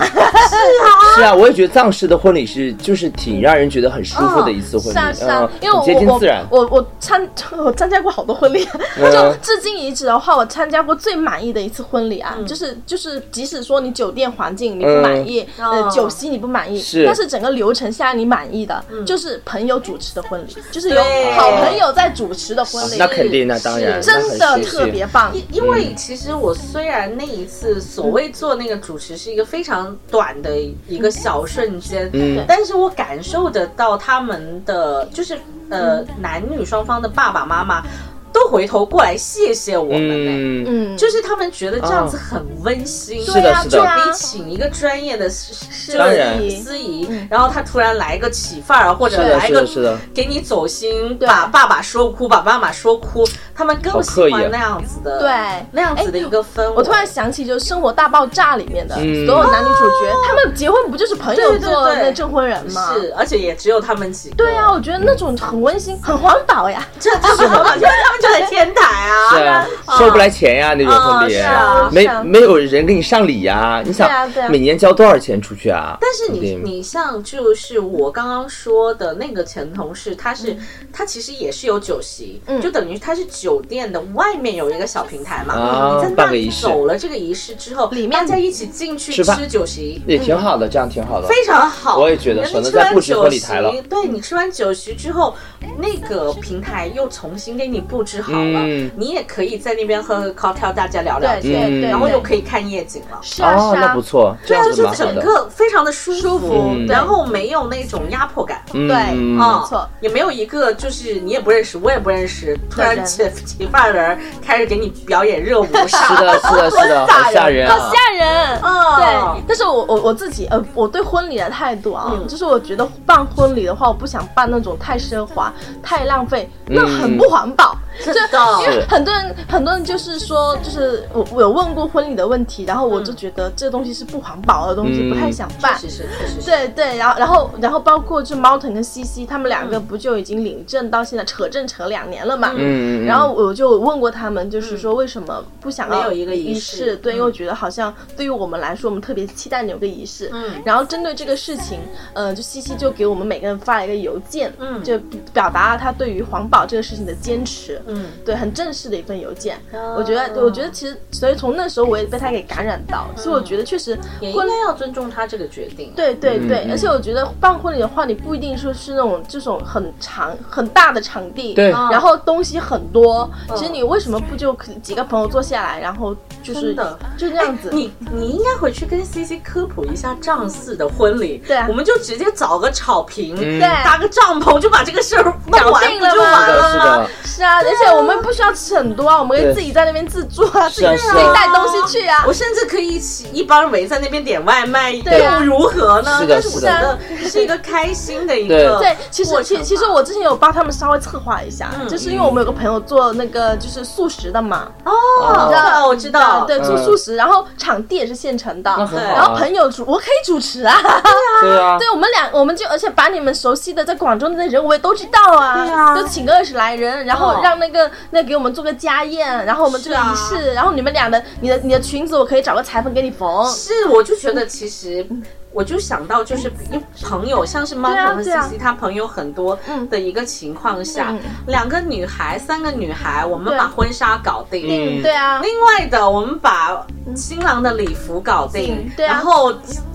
[SPEAKER 1] 是啊，我也觉得藏式的婚礼是就是挺让人觉得很舒服的一次婚
[SPEAKER 3] 是啊
[SPEAKER 1] 礼，
[SPEAKER 3] 是啊
[SPEAKER 1] 嗯，
[SPEAKER 3] 因为
[SPEAKER 1] 很接近
[SPEAKER 3] 我
[SPEAKER 1] 自然
[SPEAKER 3] 我。我我参 我参加过好多婚礼，
[SPEAKER 1] 嗯
[SPEAKER 3] 就至今为止的话，我参加过最满意的一次婚礼啊，
[SPEAKER 2] 嗯
[SPEAKER 3] 就是就是即使说你酒店环境你不满意，
[SPEAKER 2] 嗯
[SPEAKER 3] 呃
[SPEAKER 2] 哦
[SPEAKER 3] 酒席你不满意，
[SPEAKER 1] 是
[SPEAKER 3] 但是整个流程下来你满意的，就是朋友主持的婚礼，就是有
[SPEAKER 2] 嗯对
[SPEAKER 3] 好朋友在主持的婚礼，
[SPEAKER 1] 啊那肯定，那当然，
[SPEAKER 2] 是
[SPEAKER 1] 那
[SPEAKER 3] 真
[SPEAKER 1] 很舒
[SPEAKER 3] 的特
[SPEAKER 1] 适
[SPEAKER 3] 别棒。
[SPEAKER 2] 嗯因因为其实我虽然那一次所谓做那个主持是一个非常短的一个小瞬间，
[SPEAKER 1] 嗯
[SPEAKER 2] 但是我感受得到他们的就是
[SPEAKER 3] 嗯
[SPEAKER 2] 呃男女双方的爸爸妈妈都回头过来谢谢我们、欸，
[SPEAKER 1] 嗯，
[SPEAKER 3] 嗯，
[SPEAKER 2] 就是他们觉得这样子很温馨，
[SPEAKER 1] 是的是的
[SPEAKER 2] 就
[SPEAKER 3] 啊
[SPEAKER 2] 比请一个专业的司
[SPEAKER 1] 当然
[SPEAKER 2] 就是司仪，然后他突然来个起范儿，或者
[SPEAKER 1] 是的
[SPEAKER 2] 来一
[SPEAKER 1] 是
[SPEAKER 2] 个
[SPEAKER 1] 的是的
[SPEAKER 2] 给你走心，
[SPEAKER 3] 对
[SPEAKER 2] 把爸爸说哭，把妈妈说哭，他们更喜
[SPEAKER 1] 好刻意啊
[SPEAKER 2] 欢那样子的，
[SPEAKER 3] 对
[SPEAKER 2] 那样子的一个氛围。
[SPEAKER 3] 我突然想起，就是《生活大爆炸》里面的所
[SPEAKER 1] 嗯
[SPEAKER 3] 有男女主角，他们结婚不就是朋友
[SPEAKER 2] 对对
[SPEAKER 3] 做
[SPEAKER 2] 对
[SPEAKER 3] 那证婚人吗？
[SPEAKER 2] 是，而且也只有他们几个，
[SPEAKER 3] 对啊，，我觉得那种很温馨，很环保呀。
[SPEAKER 2] 这他们他们就在天台啊，
[SPEAKER 1] 对啊，收不来钱呀那种婚礼
[SPEAKER 2] 嗯是啊，
[SPEAKER 1] 没
[SPEAKER 3] 是啊
[SPEAKER 1] 没有人给你上礼呀，你想
[SPEAKER 3] 对啊对啊
[SPEAKER 1] 每年交多少钱出去啊？
[SPEAKER 2] 但是你
[SPEAKER 1] 对
[SPEAKER 2] 你像就是我刚刚说的那个前同事，他是、他其实也是有酒席，
[SPEAKER 3] 嗯
[SPEAKER 2] 就等于他是酒店的外面有一个小平台嘛，
[SPEAKER 1] 啊
[SPEAKER 2] 你在那
[SPEAKER 1] 办个
[SPEAKER 2] 里
[SPEAKER 1] 仪式
[SPEAKER 2] 走了这个仪式之后，
[SPEAKER 3] 里面
[SPEAKER 2] 大家一起进去
[SPEAKER 1] 吃饭
[SPEAKER 2] 吃酒席。
[SPEAKER 1] 也挺好的，这样挺好的。
[SPEAKER 2] 非常好，
[SPEAKER 1] 我也觉得
[SPEAKER 2] 人家
[SPEAKER 1] 省得
[SPEAKER 2] 吃完
[SPEAKER 1] 再布置
[SPEAKER 2] 酒
[SPEAKER 1] 婚礼台了
[SPEAKER 2] 席对你吃完酒席之后，那个平台又重新给你布置好了，
[SPEAKER 1] 嗯
[SPEAKER 2] 你也可以在那边喝喝 cocktail，大家聊聊
[SPEAKER 3] 对
[SPEAKER 2] 天，
[SPEAKER 3] 对
[SPEAKER 1] 嗯
[SPEAKER 3] 对，
[SPEAKER 2] 然后又可以看夜景了。
[SPEAKER 3] 是啊
[SPEAKER 1] 哦，
[SPEAKER 3] 是
[SPEAKER 1] 那
[SPEAKER 3] 啊
[SPEAKER 1] 不，错，这样
[SPEAKER 2] 就
[SPEAKER 1] 子
[SPEAKER 2] 是
[SPEAKER 1] 蛮好
[SPEAKER 2] 整
[SPEAKER 1] 的。
[SPEAKER 2] 个非常的舒服，
[SPEAKER 1] 嗯
[SPEAKER 2] 然后没有那种压迫感。
[SPEAKER 1] 嗯
[SPEAKER 3] 对哦
[SPEAKER 1] 嗯
[SPEAKER 2] 啊，
[SPEAKER 3] 没错
[SPEAKER 2] 也没有一个就是你也不认识，我也不认识，突然
[SPEAKER 3] 对
[SPEAKER 2] 起起范儿的人开始给你表演热舞
[SPEAKER 1] 是
[SPEAKER 2] 啥
[SPEAKER 1] 的，是的，是的，好吓人啊
[SPEAKER 3] 好！吓人。
[SPEAKER 2] 啊，
[SPEAKER 3] 对，但是我我我自己呃，我对婚礼的态度啊，
[SPEAKER 2] 嗯
[SPEAKER 3] 就是我觉得办婚礼的话，我不想办那种太奢华、太浪费，那
[SPEAKER 1] 嗯
[SPEAKER 3] 很不环保。就
[SPEAKER 2] 真的
[SPEAKER 3] 因为
[SPEAKER 1] 是
[SPEAKER 3] 很多人很多人就是说，就是我我有问过婚礼的问题，然后我就觉得这东西是不环保的东西，
[SPEAKER 1] 嗯
[SPEAKER 3] 不太想办
[SPEAKER 2] 确。实是，确实是，
[SPEAKER 3] 对对，然后然后然后包括就 Mountain 跟 CC 他们两个不就已经领证到现在扯证扯两年了嘛？
[SPEAKER 1] 嗯嗯嗯
[SPEAKER 3] 然后我就问过他们，就是说为什么不想要
[SPEAKER 2] 嗯没有一个仪
[SPEAKER 3] 仪
[SPEAKER 2] 式嗯
[SPEAKER 3] 对，因为我觉得好像对于我们来说，我们特别期待有个仪式。
[SPEAKER 2] 嗯
[SPEAKER 3] 然后针对这个事情，呃，就西西就给我们每个人发了一个邮件，
[SPEAKER 2] 嗯
[SPEAKER 3] 就表达了他对于环保这个事情的坚持。
[SPEAKER 2] 嗯，
[SPEAKER 3] 对，很正式的一份邮件，
[SPEAKER 2] 哦
[SPEAKER 3] 我觉得，我觉得其实，所以从那时候我也被他给感染到，所以我觉得确实
[SPEAKER 2] 嗯也
[SPEAKER 3] 婚
[SPEAKER 2] 应该要尊重他这个决定。，
[SPEAKER 3] 对对对，
[SPEAKER 1] 嗯
[SPEAKER 3] 而且我觉得办婚礼的话，你不一定说是那种这种很长很大的场地，
[SPEAKER 1] 对
[SPEAKER 2] 嗯
[SPEAKER 3] 然后东西很多，其实你为什么不就几个朋友坐下来，然后就是
[SPEAKER 2] 真的哎
[SPEAKER 3] 就这样子，
[SPEAKER 2] 你你应该回去跟 C C 科普一下丈四的婚礼，
[SPEAKER 3] 对啊
[SPEAKER 2] 我们就直接找个草坪，
[SPEAKER 1] 嗯
[SPEAKER 3] 对
[SPEAKER 2] 搭个帐篷，就把这个事儿弄
[SPEAKER 3] 搞
[SPEAKER 2] 完
[SPEAKER 3] 定
[SPEAKER 2] 不
[SPEAKER 3] 了
[SPEAKER 2] 就
[SPEAKER 3] 吗
[SPEAKER 2] 完
[SPEAKER 1] 是的，是
[SPEAKER 2] 了吗？
[SPEAKER 1] 的，
[SPEAKER 3] 是啊，而且我们不需要吃很多啊，我们可以
[SPEAKER 1] 对
[SPEAKER 3] 自己在那边自助啊，自
[SPEAKER 1] 是啊
[SPEAKER 3] 己
[SPEAKER 1] 是啊
[SPEAKER 3] 自己带东西去
[SPEAKER 2] 哦
[SPEAKER 3] 啊
[SPEAKER 2] 我。甚至可以一起一帮人围在那边点外卖，
[SPEAKER 3] 对啊
[SPEAKER 2] 又如何呢？
[SPEAKER 1] 是的
[SPEAKER 2] 但是我
[SPEAKER 1] 是
[SPEAKER 2] 觉
[SPEAKER 1] 的
[SPEAKER 2] 得是一个开心的一个
[SPEAKER 3] 对，其实
[SPEAKER 2] 过程
[SPEAKER 3] 其
[SPEAKER 2] 吧
[SPEAKER 3] 其实我之前有帮他们稍微策划一下，
[SPEAKER 2] 嗯
[SPEAKER 3] 就是因为我们有个朋友做那个就是素食的嘛，
[SPEAKER 2] 哦，
[SPEAKER 3] 道
[SPEAKER 2] 我知道，
[SPEAKER 3] 对，
[SPEAKER 1] 嗯
[SPEAKER 3] 做素食，然后场地也是现成的
[SPEAKER 1] 那，很好啊。
[SPEAKER 3] 然后朋友主我可以主持 啊，
[SPEAKER 1] 对啊，
[SPEAKER 3] 对，我们俩我们就而且把你们熟悉的在广州的人我也都知道啊，
[SPEAKER 2] 对啊
[SPEAKER 3] 就请个二十来人，然后
[SPEAKER 2] 哦
[SPEAKER 3] 让那个那给我们做个家宴，然后我们这个
[SPEAKER 2] 是啊
[SPEAKER 3] 仪式，然后你们俩的你的你的裙子我可以找个裁缝给你缝，
[SPEAKER 2] 是，我就觉得其实。我就想到，就是因为朋友，像是 m a
[SPEAKER 3] 对
[SPEAKER 2] r k
[SPEAKER 3] 啊
[SPEAKER 2] 和
[SPEAKER 3] 对啊
[SPEAKER 2] CC，他朋友很多的一个情况下
[SPEAKER 3] 嗯，
[SPEAKER 2] 两个女孩、三个女孩，我们
[SPEAKER 3] 对
[SPEAKER 2] 把婚纱搞定，
[SPEAKER 1] 嗯
[SPEAKER 3] 对啊，
[SPEAKER 2] 另外的我们把新郎的礼服搞定
[SPEAKER 3] 嗯，对啊
[SPEAKER 2] 然后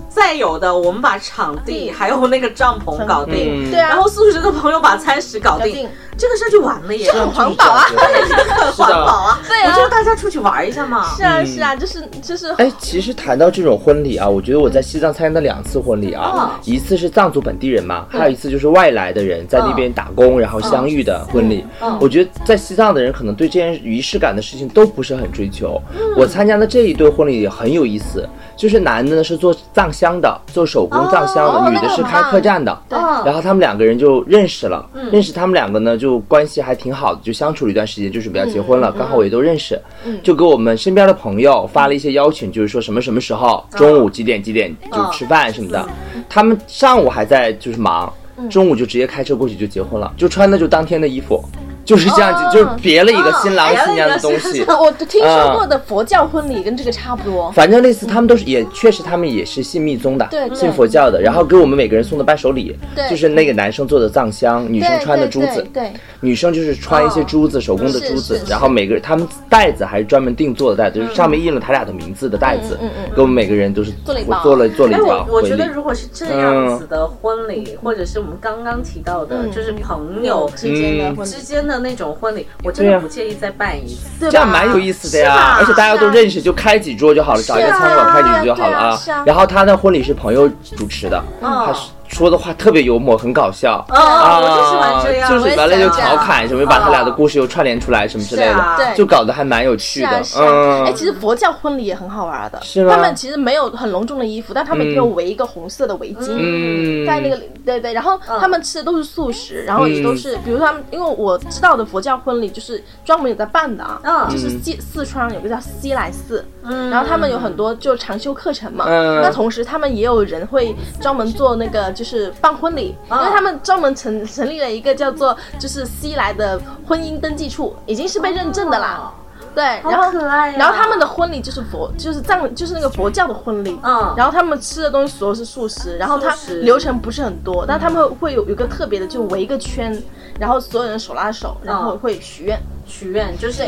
[SPEAKER 2] 再有的我们把场地
[SPEAKER 3] 嗯
[SPEAKER 2] 还有那个帐篷搞定，
[SPEAKER 1] 嗯
[SPEAKER 3] 对啊
[SPEAKER 2] 然后宿舍的朋友把餐食搞
[SPEAKER 3] 搞
[SPEAKER 2] 定
[SPEAKER 3] 定，
[SPEAKER 2] 这个事儿就完了耶，
[SPEAKER 1] 这样就是
[SPEAKER 3] 环保啊
[SPEAKER 1] 这样子
[SPEAKER 2] 很环保啊，
[SPEAKER 3] 对啊
[SPEAKER 2] 我觉得大家出去玩一下嘛，
[SPEAKER 3] 是啊
[SPEAKER 1] 嗯
[SPEAKER 3] 是啊，就是就是
[SPEAKER 1] 哎，其实谈到这种婚礼啊，我觉得我在西藏参加的两次婚礼
[SPEAKER 3] 嗯
[SPEAKER 1] 啊，一次是藏族本地人嘛，还有一次就是外来的人在那
[SPEAKER 3] 嗯
[SPEAKER 1] 边打工然后相遇的婚礼
[SPEAKER 2] 嗯。
[SPEAKER 1] 我觉得在西藏的人可能对这件仪式感的事情都不是很追求。
[SPEAKER 3] 嗯
[SPEAKER 1] 我参加的这一对婚礼也很有意思，就是男的呢是做藏香的，做手工藏香
[SPEAKER 3] 哦
[SPEAKER 1] 的，女的是开客栈的。
[SPEAKER 3] 对
[SPEAKER 2] 嗯
[SPEAKER 1] 然后他们两个人就认识了，认识他们两个呢就关系还挺好的，就相处了一段时间，就准备要结婚了，刚好我也都认识，就给我们身边的朋友发了一些邀请，就是说什么什么时候中午几点几点就吃饭什么的，他们上午还在就是忙，中午就直接开车过去就结婚了，就穿的就当天的衣服，就是这样子，就是别了一个新郎
[SPEAKER 2] 别了
[SPEAKER 1] 新
[SPEAKER 2] 一
[SPEAKER 1] 娘
[SPEAKER 2] 个
[SPEAKER 1] 的东
[SPEAKER 2] 新
[SPEAKER 1] 西，
[SPEAKER 3] 我听
[SPEAKER 1] 嗯
[SPEAKER 3] 说过的佛教婚礼跟这个差不多，
[SPEAKER 1] 反正类似，他们都是也确实，他们也是信密宗的，
[SPEAKER 3] 对对
[SPEAKER 1] 信佛教的。然后给我们每个人送的伴手礼
[SPEAKER 3] 对，
[SPEAKER 1] 就是那个男生做的藏香，女生
[SPEAKER 3] 对
[SPEAKER 1] 穿的珠
[SPEAKER 3] 对
[SPEAKER 1] 子
[SPEAKER 3] 对，对，
[SPEAKER 1] 女生就是穿一些珠子，手工的
[SPEAKER 3] 是
[SPEAKER 1] 珠子
[SPEAKER 3] 是。是
[SPEAKER 1] 然后每个人他们袋子还是专门定做的袋子，就是上面印了他俩的名字的袋子
[SPEAKER 3] 嗯嗯嗯，
[SPEAKER 1] 给我们每个人都是
[SPEAKER 3] 做了一包
[SPEAKER 1] 做了做了一
[SPEAKER 2] 哎，
[SPEAKER 1] 包
[SPEAKER 2] 我我
[SPEAKER 1] 回
[SPEAKER 2] 觉
[SPEAKER 1] 礼
[SPEAKER 2] 得。如果是这样子的婚礼，或者是我们刚刚提到的，
[SPEAKER 3] 嗯
[SPEAKER 2] 就是朋友
[SPEAKER 3] 之间的
[SPEAKER 1] 嗯
[SPEAKER 3] 婚
[SPEAKER 2] 之
[SPEAKER 3] 礼，
[SPEAKER 2] 间的那种婚礼，我真
[SPEAKER 1] 对
[SPEAKER 2] 的
[SPEAKER 1] 啊
[SPEAKER 2] 不介意再办一次。
[SPEAKER 3] 对吧
[SPEAKER 1] 这样蛮有意思的
[SPEAKER 2] 是吧
[SPEAKER 1] 呀，而且大家都
[SPEAKER 3] 是啊
[SPEAKER 1] 认识，就开几桌就好了，找一个
[SPEAKER 3] 是啊
[SPEAKER 1] 餐馆开几桌就好了
[SPEAKER 3] 对啊是啊哦
[SPEAKER 1] 然后他的婚礼是朋友主持的，
[SPEAKER 2] 嗯
[SPEAKER 1] 他说的话特别幽默，很搞笑。
[SPEAKER 2] 哦，
[SPEAKER 3] 嗯啊
[SPEAKER 2] 我就喜欢这样，
[SPEAKER 1] 啊就是完了就调侃什么，把他俩的
[SPEAKER 2] 哦
[SPEAKER 1] 故事又串联出来什么之类
[SPEAKER 2] 是啊
[SPEAKER 1] 的，
[SPEAKER 3] 对
[SPEAKER 1] 就搞得还蛮有趣
[SPEAKER 3] 是啊
[SPEAKER 1] 的。
[SPEAKER 3] 是啊，哎，
[SPEAKER 1] 嗯，
[SPEAKER 3] 其实佛教婚礼也很好玩的，
[SPEAKER 1] 是吗
[SPEAKER 3] 他们其实没有很隆重的衣服，但他们一定要围一个红色的围巾，
[SPEAKER 1] 嗯
[SPEAKER 3] 在那个里对对，然后他们吃的都是素食，然后也都
[SPEAKER 1] 嗯
[SPEAKER 3] 是，比如他们，因为我知道的佛教婚礼就是专门有在办的啊，
[SPEAKER 2] 嗯
[SPEAKER 3] 就是西四川有个叫西来寺，
[SPEAKER 2] 嗯
[SPEAKER 3] 然后他们有很多就长修课程嘛，
[SPEAKER 1] 嗯
[SPEAKER 3] 那同时他们也有人会专门做那个就是办婚礼，因
[SPEAKER 2] 嗯
[SPEAKER 3] 为他们专门成成立了一个叫做就是西来的婚姻登记处，已经是被认证的啦。对，然后
[SPEAKER 2] 哦好可爱呀啊
[SPEAKER 3] 然后他们的婚礼就是佛，就是藏，就是那个佛教的婚礼。
[SPEAKER 2] 嗯
[SPEAKER 3] 然后他们吃的东西所有是素食，然后它
[SPEAKER 2] 素食嗯
[SPEAKER 3] 流程不是很多，但他们会有有一个特别的，就围一个圈，然后所有人手拉手，然
[SPEAKER 2] 嗯
[SPEAKER 3] 后会许愿。嗯
[SPEAKER 2] 许愿，就是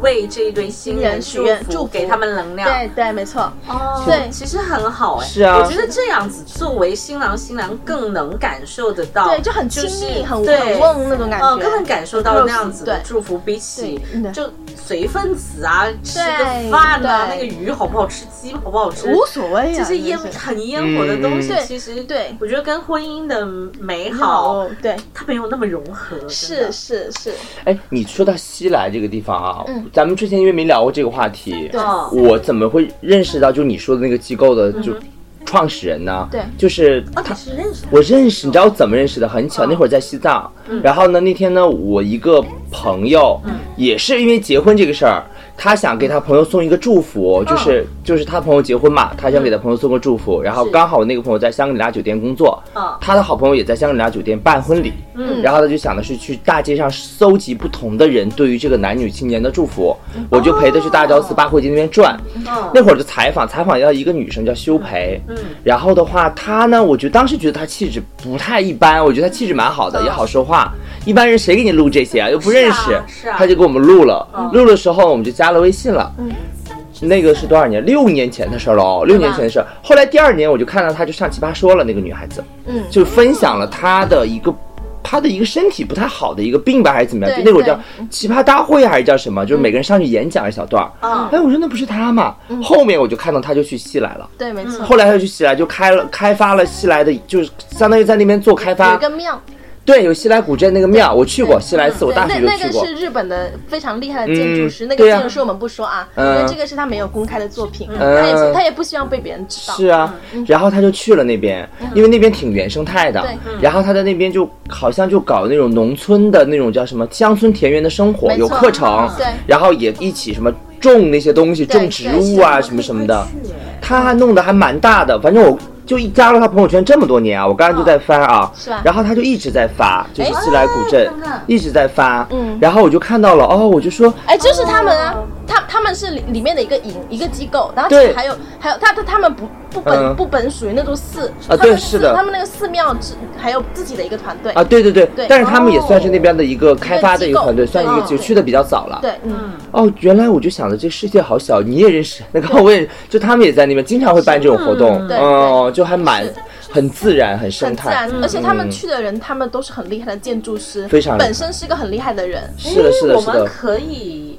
[SPEAKER 2] 为这一对新人
[SPEAKER 3] 新人许愿祝福
[SPEAKER 2] 福，给他们能量。
[SPEAKER 3] 对对，没错。
[SPEAKER 2] 哦，
[SPEAKER 3] 对
[SPEAKER 2] 其实很好哎、
[SPEAKER 1] 是啊
[SPEAKER 2] 我觉得这样子作为新郎新娘更能感受得到，
[SPEAKER 3] 对，就很亲
[SPEAKER 2] 是
[SPEAKER 3] 密，很
[SPEAKER 2] 对
[SPEAKER 3] 很旺那种感
[SPEAKER 2] 嗯，
[SPEAKER 3] 觉。
[SPEAKER 2] 更能感受到那样子的
[SPEAKER 3] 对
[SPEAKER 2] 祝福，比起
[SPEAKER 3] 对对
[SPEAKER 2] 就随份子啊、吃
[SPEAKER 3] 对
[SPEAKER 2] 个饭啊、那
[SPEAKER 3] 对
[SPEAKER 2] 个鱼好不好吃、鸡好不好吃，
[SPEAKER 3] 无所谓啊，
[SPEAKER 2] 这些烟
[SPEAKER 3] 真的是
[SPEAKER 2] 很烟火的东西
[SPEAKER 3] 嗯，
[SPEAKER 2] 其实
[SPEAKER 3] 对
[SPEAKER 2] 我觉得跟婚姻的美好
[SPEAKER 3] 好，哦对，
[SPEAKER 2] 它没有那么融合，真
[SPEAKER 3] 是
[SPEAKER 2] 的
[SPEAKER 3] 是是，
[SPEAKER 1] 哎，你说到西来这个地方啊
[SPEAKER 3] 嗯，
[SPEAKER 1] 咱们之前因为没聊过这个话题，
[SPEAKER 3] 对
[SPEAKER 2] 嗯
[SPEAKER 1] 我怎么会认识到就你说的那个机构的就创始人呢？
[SPEAKER 3] 嗯对啊
[SPEAKER 1] 就是
[SPEAKER 2] 哦，
[SPEAKER 1] 他
[SPEAKER 2] 你是认识的
[SPEAKER 1] 我认识，你知道我怎么认识的？很巧，那会儿在西藏，然后呢，那天呢，我一个朋友也是因为结婚这个事儿，他想给他朋友送一个祝福，就是就是他朋友结婚嘛，他想给他朋友送个祝福，然后刚好我那个朋友在香格里拉酒店工作
[SPEAKER 2] 嗯，
[SPEAKER 1] 他的好朋友也在香格里拉酒店办婚礼，然后他就想的是去大街上搜集不同的人对于这个男女青年的祝福，我就陪他去大昭寺八廓街那边转，
[SPEAKER 2] 嗯
[SPEAKER 1] 那会儿就采访，采访到一个女生叫修培，嗯，然后的话，她呢，我觉得当时觉得她气质不太一般，我觉得她气质蛮好的，也好说话。一般人谁给你录这些啊？又不认识，
[SPEAKER 2] 是啊是啊
[SPEAKER 1] 她就给我们录了。录的时候我们就加了微信了，嗯，那个是多少年？六年前的事儿了哦，六年前的事儿。后来第二年我就看到她就上奇葩说了，那个女孩子，
[SPEAKER 3] 嗯
[SPEAKER 1] 就分享了她的一个。她的一个身体不太好的一个病吧，还是怎么样？
[SPEAKER 3] 对
[SPEAKER 1] 就那会儿叫
[SPEAKER 3] 对
[SPEAKER 1] 奇葩大会还是叫什么？就是每个人上去演讲一小段儿。
[SPEAKER 2] 嗯
[SPEAKER 1] 哎，我说那不是他嘛。
[SPEAKER 3] 嗯
[SPEAKER 1] 后面我就看到他就去西来了，
[SPEAKER 3] 对，没错。
[SPEAKER 1] 后来他就去西来，就开了开发了西来的，就是相当于在那边做开
[SPEAKER 3] 有一
[SPEAKER 1] 发。
[SPEAKER 3] 个庙，
[SPEAKER 1] 对，有西来古镇那个庙，我去过西来寺，我大
[SPEAKER 3] 那
[SPEAKER 1] 学就
[SPEAKER 3] 那
[SPEAKER 1] 去
[SPEAKER 3] 个
[SPEAKER 1] 过。
[SPEAKER 3] 是日本的非常厉害的建筑师，
[SPEAKER 1] 嗯
[SPEAKER 3] 那个
[SPEAKER 1] 对啊
[SPEAKER 3] 建筑师我们不说啊，因
[SPEAKER 1] 嗯
[SPEAKER 3] 为这个是他没有公开的作品，
[SPEAKER 1] 嗯
[SPEAKER 3] 他也他也不希望被别人知道。
[SPEAKER 1] 是啊，然后他就去了那边，因为那边挺原生态的
[SPEAKER 3] 嗯对。
[SPEAKER 1] 然后他在那边就好像就搞那种农村的那种叫什么乡村田园的生活，
[SPEAKER 3] 没错嗯
[SPEAKER 1] 有课程
[SPEAKER 3] 对，
[SPEAKER 1] 然后也一起什么种那些东西，
[SPEAKER 3] 对
[SPEAKER 1] 种植物啊
[SPEAKER 3] 对
[SPEAKER 1] 什么什么的。
[SPEAKER 2] 哎
[SPEAKER 1] 他还弄得还蛮大的，反正我就一加入他朋友圈这么多年啊，我刚才就在翻啊，
[SPEAKER 3] 哦是吧哦
[SPEAKER 1] 然后他就一直在发，就是西来古镇
[SPEAKER 2] 哎看看
[SPEAKER 1] 一直在发，
[SPEAKER 3] 嗯
[SPEAKER 1] 然后我就看到了，哦，我就说
[SPEAKER 3] 哎，就是他们啊，他他们是里里面的一个营一个机构，然后其
[SPEAKER 1] 对
[SPEAKER 3] 实还有还有他他他们不不本、
[SPEAKER 1] 嗯
[SPEAKER 3] 不本属于那种寺
[SPEAKER 1] 啊
[SPEAKER 3] 他
[SPEAKER 1] 对
[SPEAKER 3] 们
[SPEAKER 1] 是的
[SPEAKER 3] 他们那个寺庙只还有自己的一个团队
[SPEAKER 1] 啊，对对对，
[SPEAKER 3] 对哦
[SPEAKER 1] 但是他们也
[SPEAKER 2] 哦
[SPEAKER 1] 算是那边的一个开发的一个团队，
[SPEAKER 3] 一个机构
[SPEAKER 1] 算一个
[SPEAKER 3] 对
[SPEAKER 1] 就去的比较早了，
[SPEAKER 3] 对，嗯，
[SPEAKER 1] 哦，原来我就想着这世界好小，你也认识那个，我也认识就他们也在那边经常会办这种活动，
[SPEAKER 3] 嗯对
[SPEAKER 1] 哦，就还蛮很自然，很生
[SPEAKER 3] 很自
[SPEAKER 1] 态
[SPEAKER 3] 然，，而且他们
[SPEAKER 1] 嗯
[SPEAKER 3] 去的人，他们都是很厉害的建筑师，
[SPEAKER 1] 非常厉害
[SPEAKER 3] 本身是个很厉害的人，
[SPEAKER 1] 是的，是
[SPEAKER 2] 哎
[SPEAKER 1] 的，
[SPEAKER 2] 我
[SPEAKER 1] 是
[SPEAKER 2] 们
[SPEAKER 3] 嗯
[SPEAKER 1] 的，
[SPEAKER 2] 可以，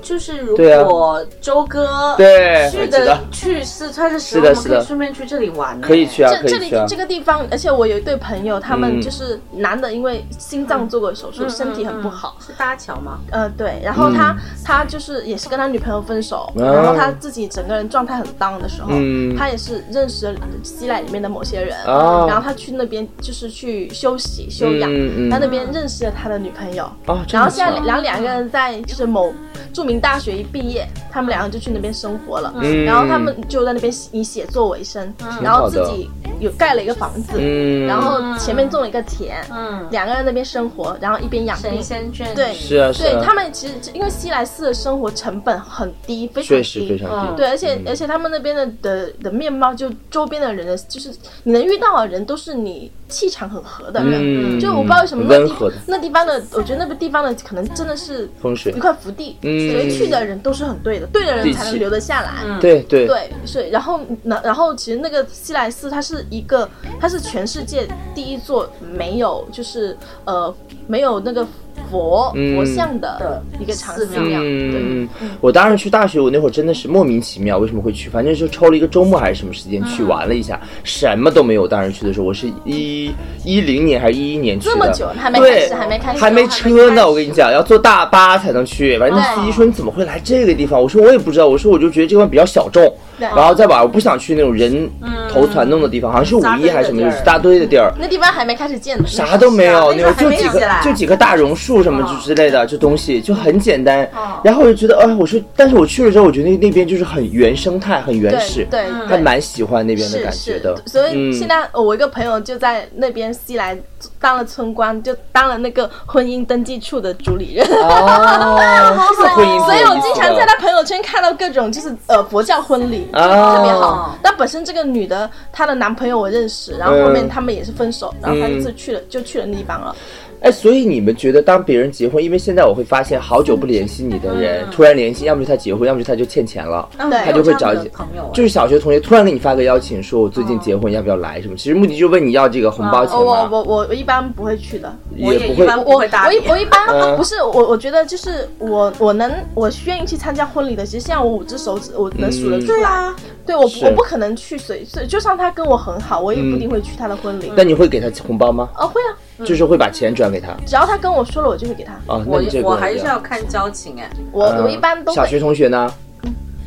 [SPEAKER 2] 就是如
[SPEAKER 1] 对啊
[SPEAKER 2] 果周哥
[SPEAKER 1] 对
[SPEAKER 2] 去
[SPEAKER 1] 我知道
[SPEAKER 2] 的去四川的时
[SPEAKER 1] 是
[SPEAKER 2] 候，
[SPEAKER 1] 的
[SPEAKER 2] 我
[SPEAKER 1] 是
[SPEAKER 2] 们
[SPEAKER 1] 的
[SPEAKER 2] 可以顺便去这里玩呢，
[SPEAKER 1] 可以去啊，
[SPEAKER 3] 这
[SPEAKER 1] 可
[SPEAKER 3] 这
[SPEAKER 1] 以
[SPEAKER 3] 里
[SPEAKER 1] 去啊
[SPEAKER 3] 这，个地方，而且我有一对朋友，他
[SPEAKER 1] 嗯
[SPEAKER 3] 们就是男的，因为心脏做过手术，
[SPEAKER 2] 嗯，
[SPEAKER 3] 身体很不好
[SPEAKER 2] 嗯，嗯是搭桥吗？
[SPEAKER 3] 呃，对，然后他、
[SPEAKER 1] 嗯
[SPEAKER 3] 他就是也是跟他女朋友分手，
[SPEAKER 1] 啊
[SPEAKER 3] 然后他自己整个人状态很 down 的时候，
[SPEAKER 1] 嗯
[SPEAKER 3] 他也是认识了西来里面的某些人，
[SPEAKER 1] 哦
[SPEAKER 3] 然后他去那边就是去休息休养，
[SPEAKER 1] 嗯嗯
[SPEAKER 3] 他那边认识了他的女朋友，
[SPEAKER 1] 哦，这
[SPEAKER 3] 然后
[SPEAKER 1] 么
[SPEAKER 3] 现在
[SPEAKER 1] 巧
[SPEAKER 3] 两两个人在就是某著名大学一毕业，他们两个就去那边生活了，
[SPEAKER 1] 嗯
[SPEAKER 3] 然后他们就在那边以写作为生，然后自己有盖了一个房子，
[SPEAKER 1] 嗯，
[SPEAKER 3] 然后前面种了一个田，
[SPEAKER 2] 嗯，
[SPEAKER 3] 两个人在那边生活，然后一边养病
[SPEAKER 2] 神。仙眷侣
[SPEAKER 3] 对
[SPEAKER 1] 是啊，是
[SPEAKER 3] 对
[SPEAKER 1] 啊，
[SPEAKER 3] 他们其实因为西来寺的生活成本很低，非常
[SPEAKER 1] 确实非
[SPEAKER 3] 低。
[SPEAKER 1] 常
[SPEAKER 2] 嗯
[SPEAKER 1] 低，
[SPEAKER 3] 对，而且而且他们那边的的的面貌，就周边的人的，就是你能遇到的人都是你气场很合的人，
[SPEAKER 1] 嗯，
[SPEAKER 3] 就我不知道为什么那
[SPEAKER 1] 温
[SPEAKER 3] 地
[SPEAKER 1] 和的
[SPEAKER 3] 那地方的，我觉得那个地方的可能真的是
[SPEAKER 1] 风水
[SPEAKER 3] 一块福地，
[SPEAKER 1] 嗯
[SPEAKER 3] 所以去的人都是很对的，对的人才能留得下来。
[SPEAKER 2] 嗯
[SPEAKER 1] 对对
[SPEAKER 3] 对，所以然后那然后其实那个西来寺它是一个，它是全世界第一座没有就是呃没有那个佛、
[SPEAKER 1] 嗯
[SPEAKER 3] 佛像的一个长寺
[SPEAKER 2] 寺
[SPEAKER 3] 庙，
[SPEAKER 2] 庙
[SPEAKER 1] 嗯，嗯嗯，我当时去大学，我那会儿真的是莫名其妙，为什么会去？反正就抽了一个周末还是什么时间去
[SPEAKER 3] 嗯
[SPEAKER 1] 玩了一下，什么都没有。我当时去的时候，我是一一零年还是一一年去的，
[SPEAKER 3] 这么久还没开
[SPEAKER 1] 对
[SPEAKER 3] 始，还没开始，哦
[SPEAKER 1] 还没车呢，我跟你
[SPEAKER 3] 讲。
[SPEAKER 1] 讲，要坐大巴才能去。反正司机说你怎么会来这个地方？我说我也不知道，我说我就觉得这块比较小众，
[SPEAKER 3] 对嗯
[SPEAKER 1] 然后再玩，我不想去那种人头攒动的地方，好像是五一还是什么，就是一大堆的地儿。
[SPEAKER 3] 那地方还没开始建呢，
[SPEAKER 1] 啥都没有，那
[SPEAKER 2] 那
[SPEAKER 1] 种
[SPEAKER 2] 个还
[SPEAKER 1] 就
[SPEAKER 2] 没
[SPEAKER 1] 几
[SPEAKER 2] 有
[SPEAKER 1] 个
[SPEAKER 2] 起来
[SPEAKER 1] 就几个大榕树什么之之类的，就东西就很简单。然后我就觉得，哎，我说，但是我去了之后，我觉得那那边就是很原生态，很原始，
[SPEAKER 3] 对对
[SPEAKER 1] 还
[SPEAKER 3] 对
[SPEAKER 1] 蛮喜欢那边的
[SPEAKER 3] 是
[SPEAKER 1] 感觉的
[SPEAKER 3] 是。，所以
[SPEAKER 1] 嗯
[SPEAKER 3] 现在我一个朋友就在那边西来当了村官，就当了那个婚姻登记处的主理人。
[SPEAKER 1] 哦，这个婚姻
[SPEAKER 3] 所
[SPEAKER 1] 挺
[SPEAKER 3] 以
[SPEAKER 1] 有
[SPEAKER 3] 我
[SPEAKER 1] 意
[SPEAKER 3] 经
[SPEAKER 1] 思
[SPEAKER 3] 常
[SPEAKER 1] 的
[SPEAKER 3] 在他朋友圈看到各种就是呃佛教婚礼，
[SPEAKER 1] 哦
[SPEAKER 3] 特别好。但本身这个女的她的男朋友我认识，然后后面他们也是分
[SPEAKER 1] 嗯
[SPEAKER 3] 手，然后她就是去了就去了那地方了。
[SPEAKER 1] 哎，所以你们觉得当别人结婚，因为现在我会发现，好久不联系你的人、突然联系，要么就他结婚，要么就他就欠钱了，
[SPEAKER 2] 嗯
[SPEAKER 3] 对
[SPEAKER 1] 他就会找
[SPEAKER 2] 我
[SPEAKER 1] 一
[SPEAKER 2] 有这样
[SPEAKER 1] 些
[SPEAKER 2] 的朋友哎
[SPEAKER 1] 就是小学同学突然给你发个邀请，说我最近结婚，要不要来什么？其实目的就是问你要这个红包钱
[SPEAKER 3] 哦我
[SPEAKER 1] 嘛，
[SPEAKER 3] 我我我一般不会去的，
[SPEAKER 2] 我
[SPEAKER 1] 也
[SPEAKER 2] 也
[SPEAKER 1] 不
[SPEAKER 2] 一
[SPEAKER 1] 会。
[SPEAKER 2] 般
[SPEAKER 3] 我
[SPEAKER 2] 不会搭
[SPEAKER 3] 我一
[SPEAKER 2] 理
[SPEAKER 3] 我一般、
[SPEAKER 1] 嗯
[SPEAKER 3] 不是我，我觉得就是我我能我愿意去参加婚礼的，其实像我五只手指我能数得出
[SPEAKER 2] 对
[SPEAKER 3] 来。
[SPEAKER 2] 啊，
[SPEAKER 3] 对我不
[SPEAKER 1] 嗯是嗯
[SPEAKER 3] 我不可能去随随，就算他跟我很好，我也不一定会去他的婚礼。
[SPEAKER 1] 那你会给他红包吗？
[SPEAKER 3] 啊会啊，
[SPEAKER 1] 就是会把钱转给他
[SPEAKER 3] 只要他跟我说了，我就会给他。
[SPEAKER 1] 啊？那
[SPEAKER 2] 嗯我
[SPEAKER 1] 你这个
[SPEAKER 2] 我还是
[SPEAKER 1] 样
[SPEAKER 2] 要看交情哎。
[SPEAKER 3] 我
[SPEAKER 1] 嗯
[SPEAKER 3] 我一般都
[SPEAKER 1] 小
[SPEAKER 3] 会
[SPEAKER 1] 学同学呢？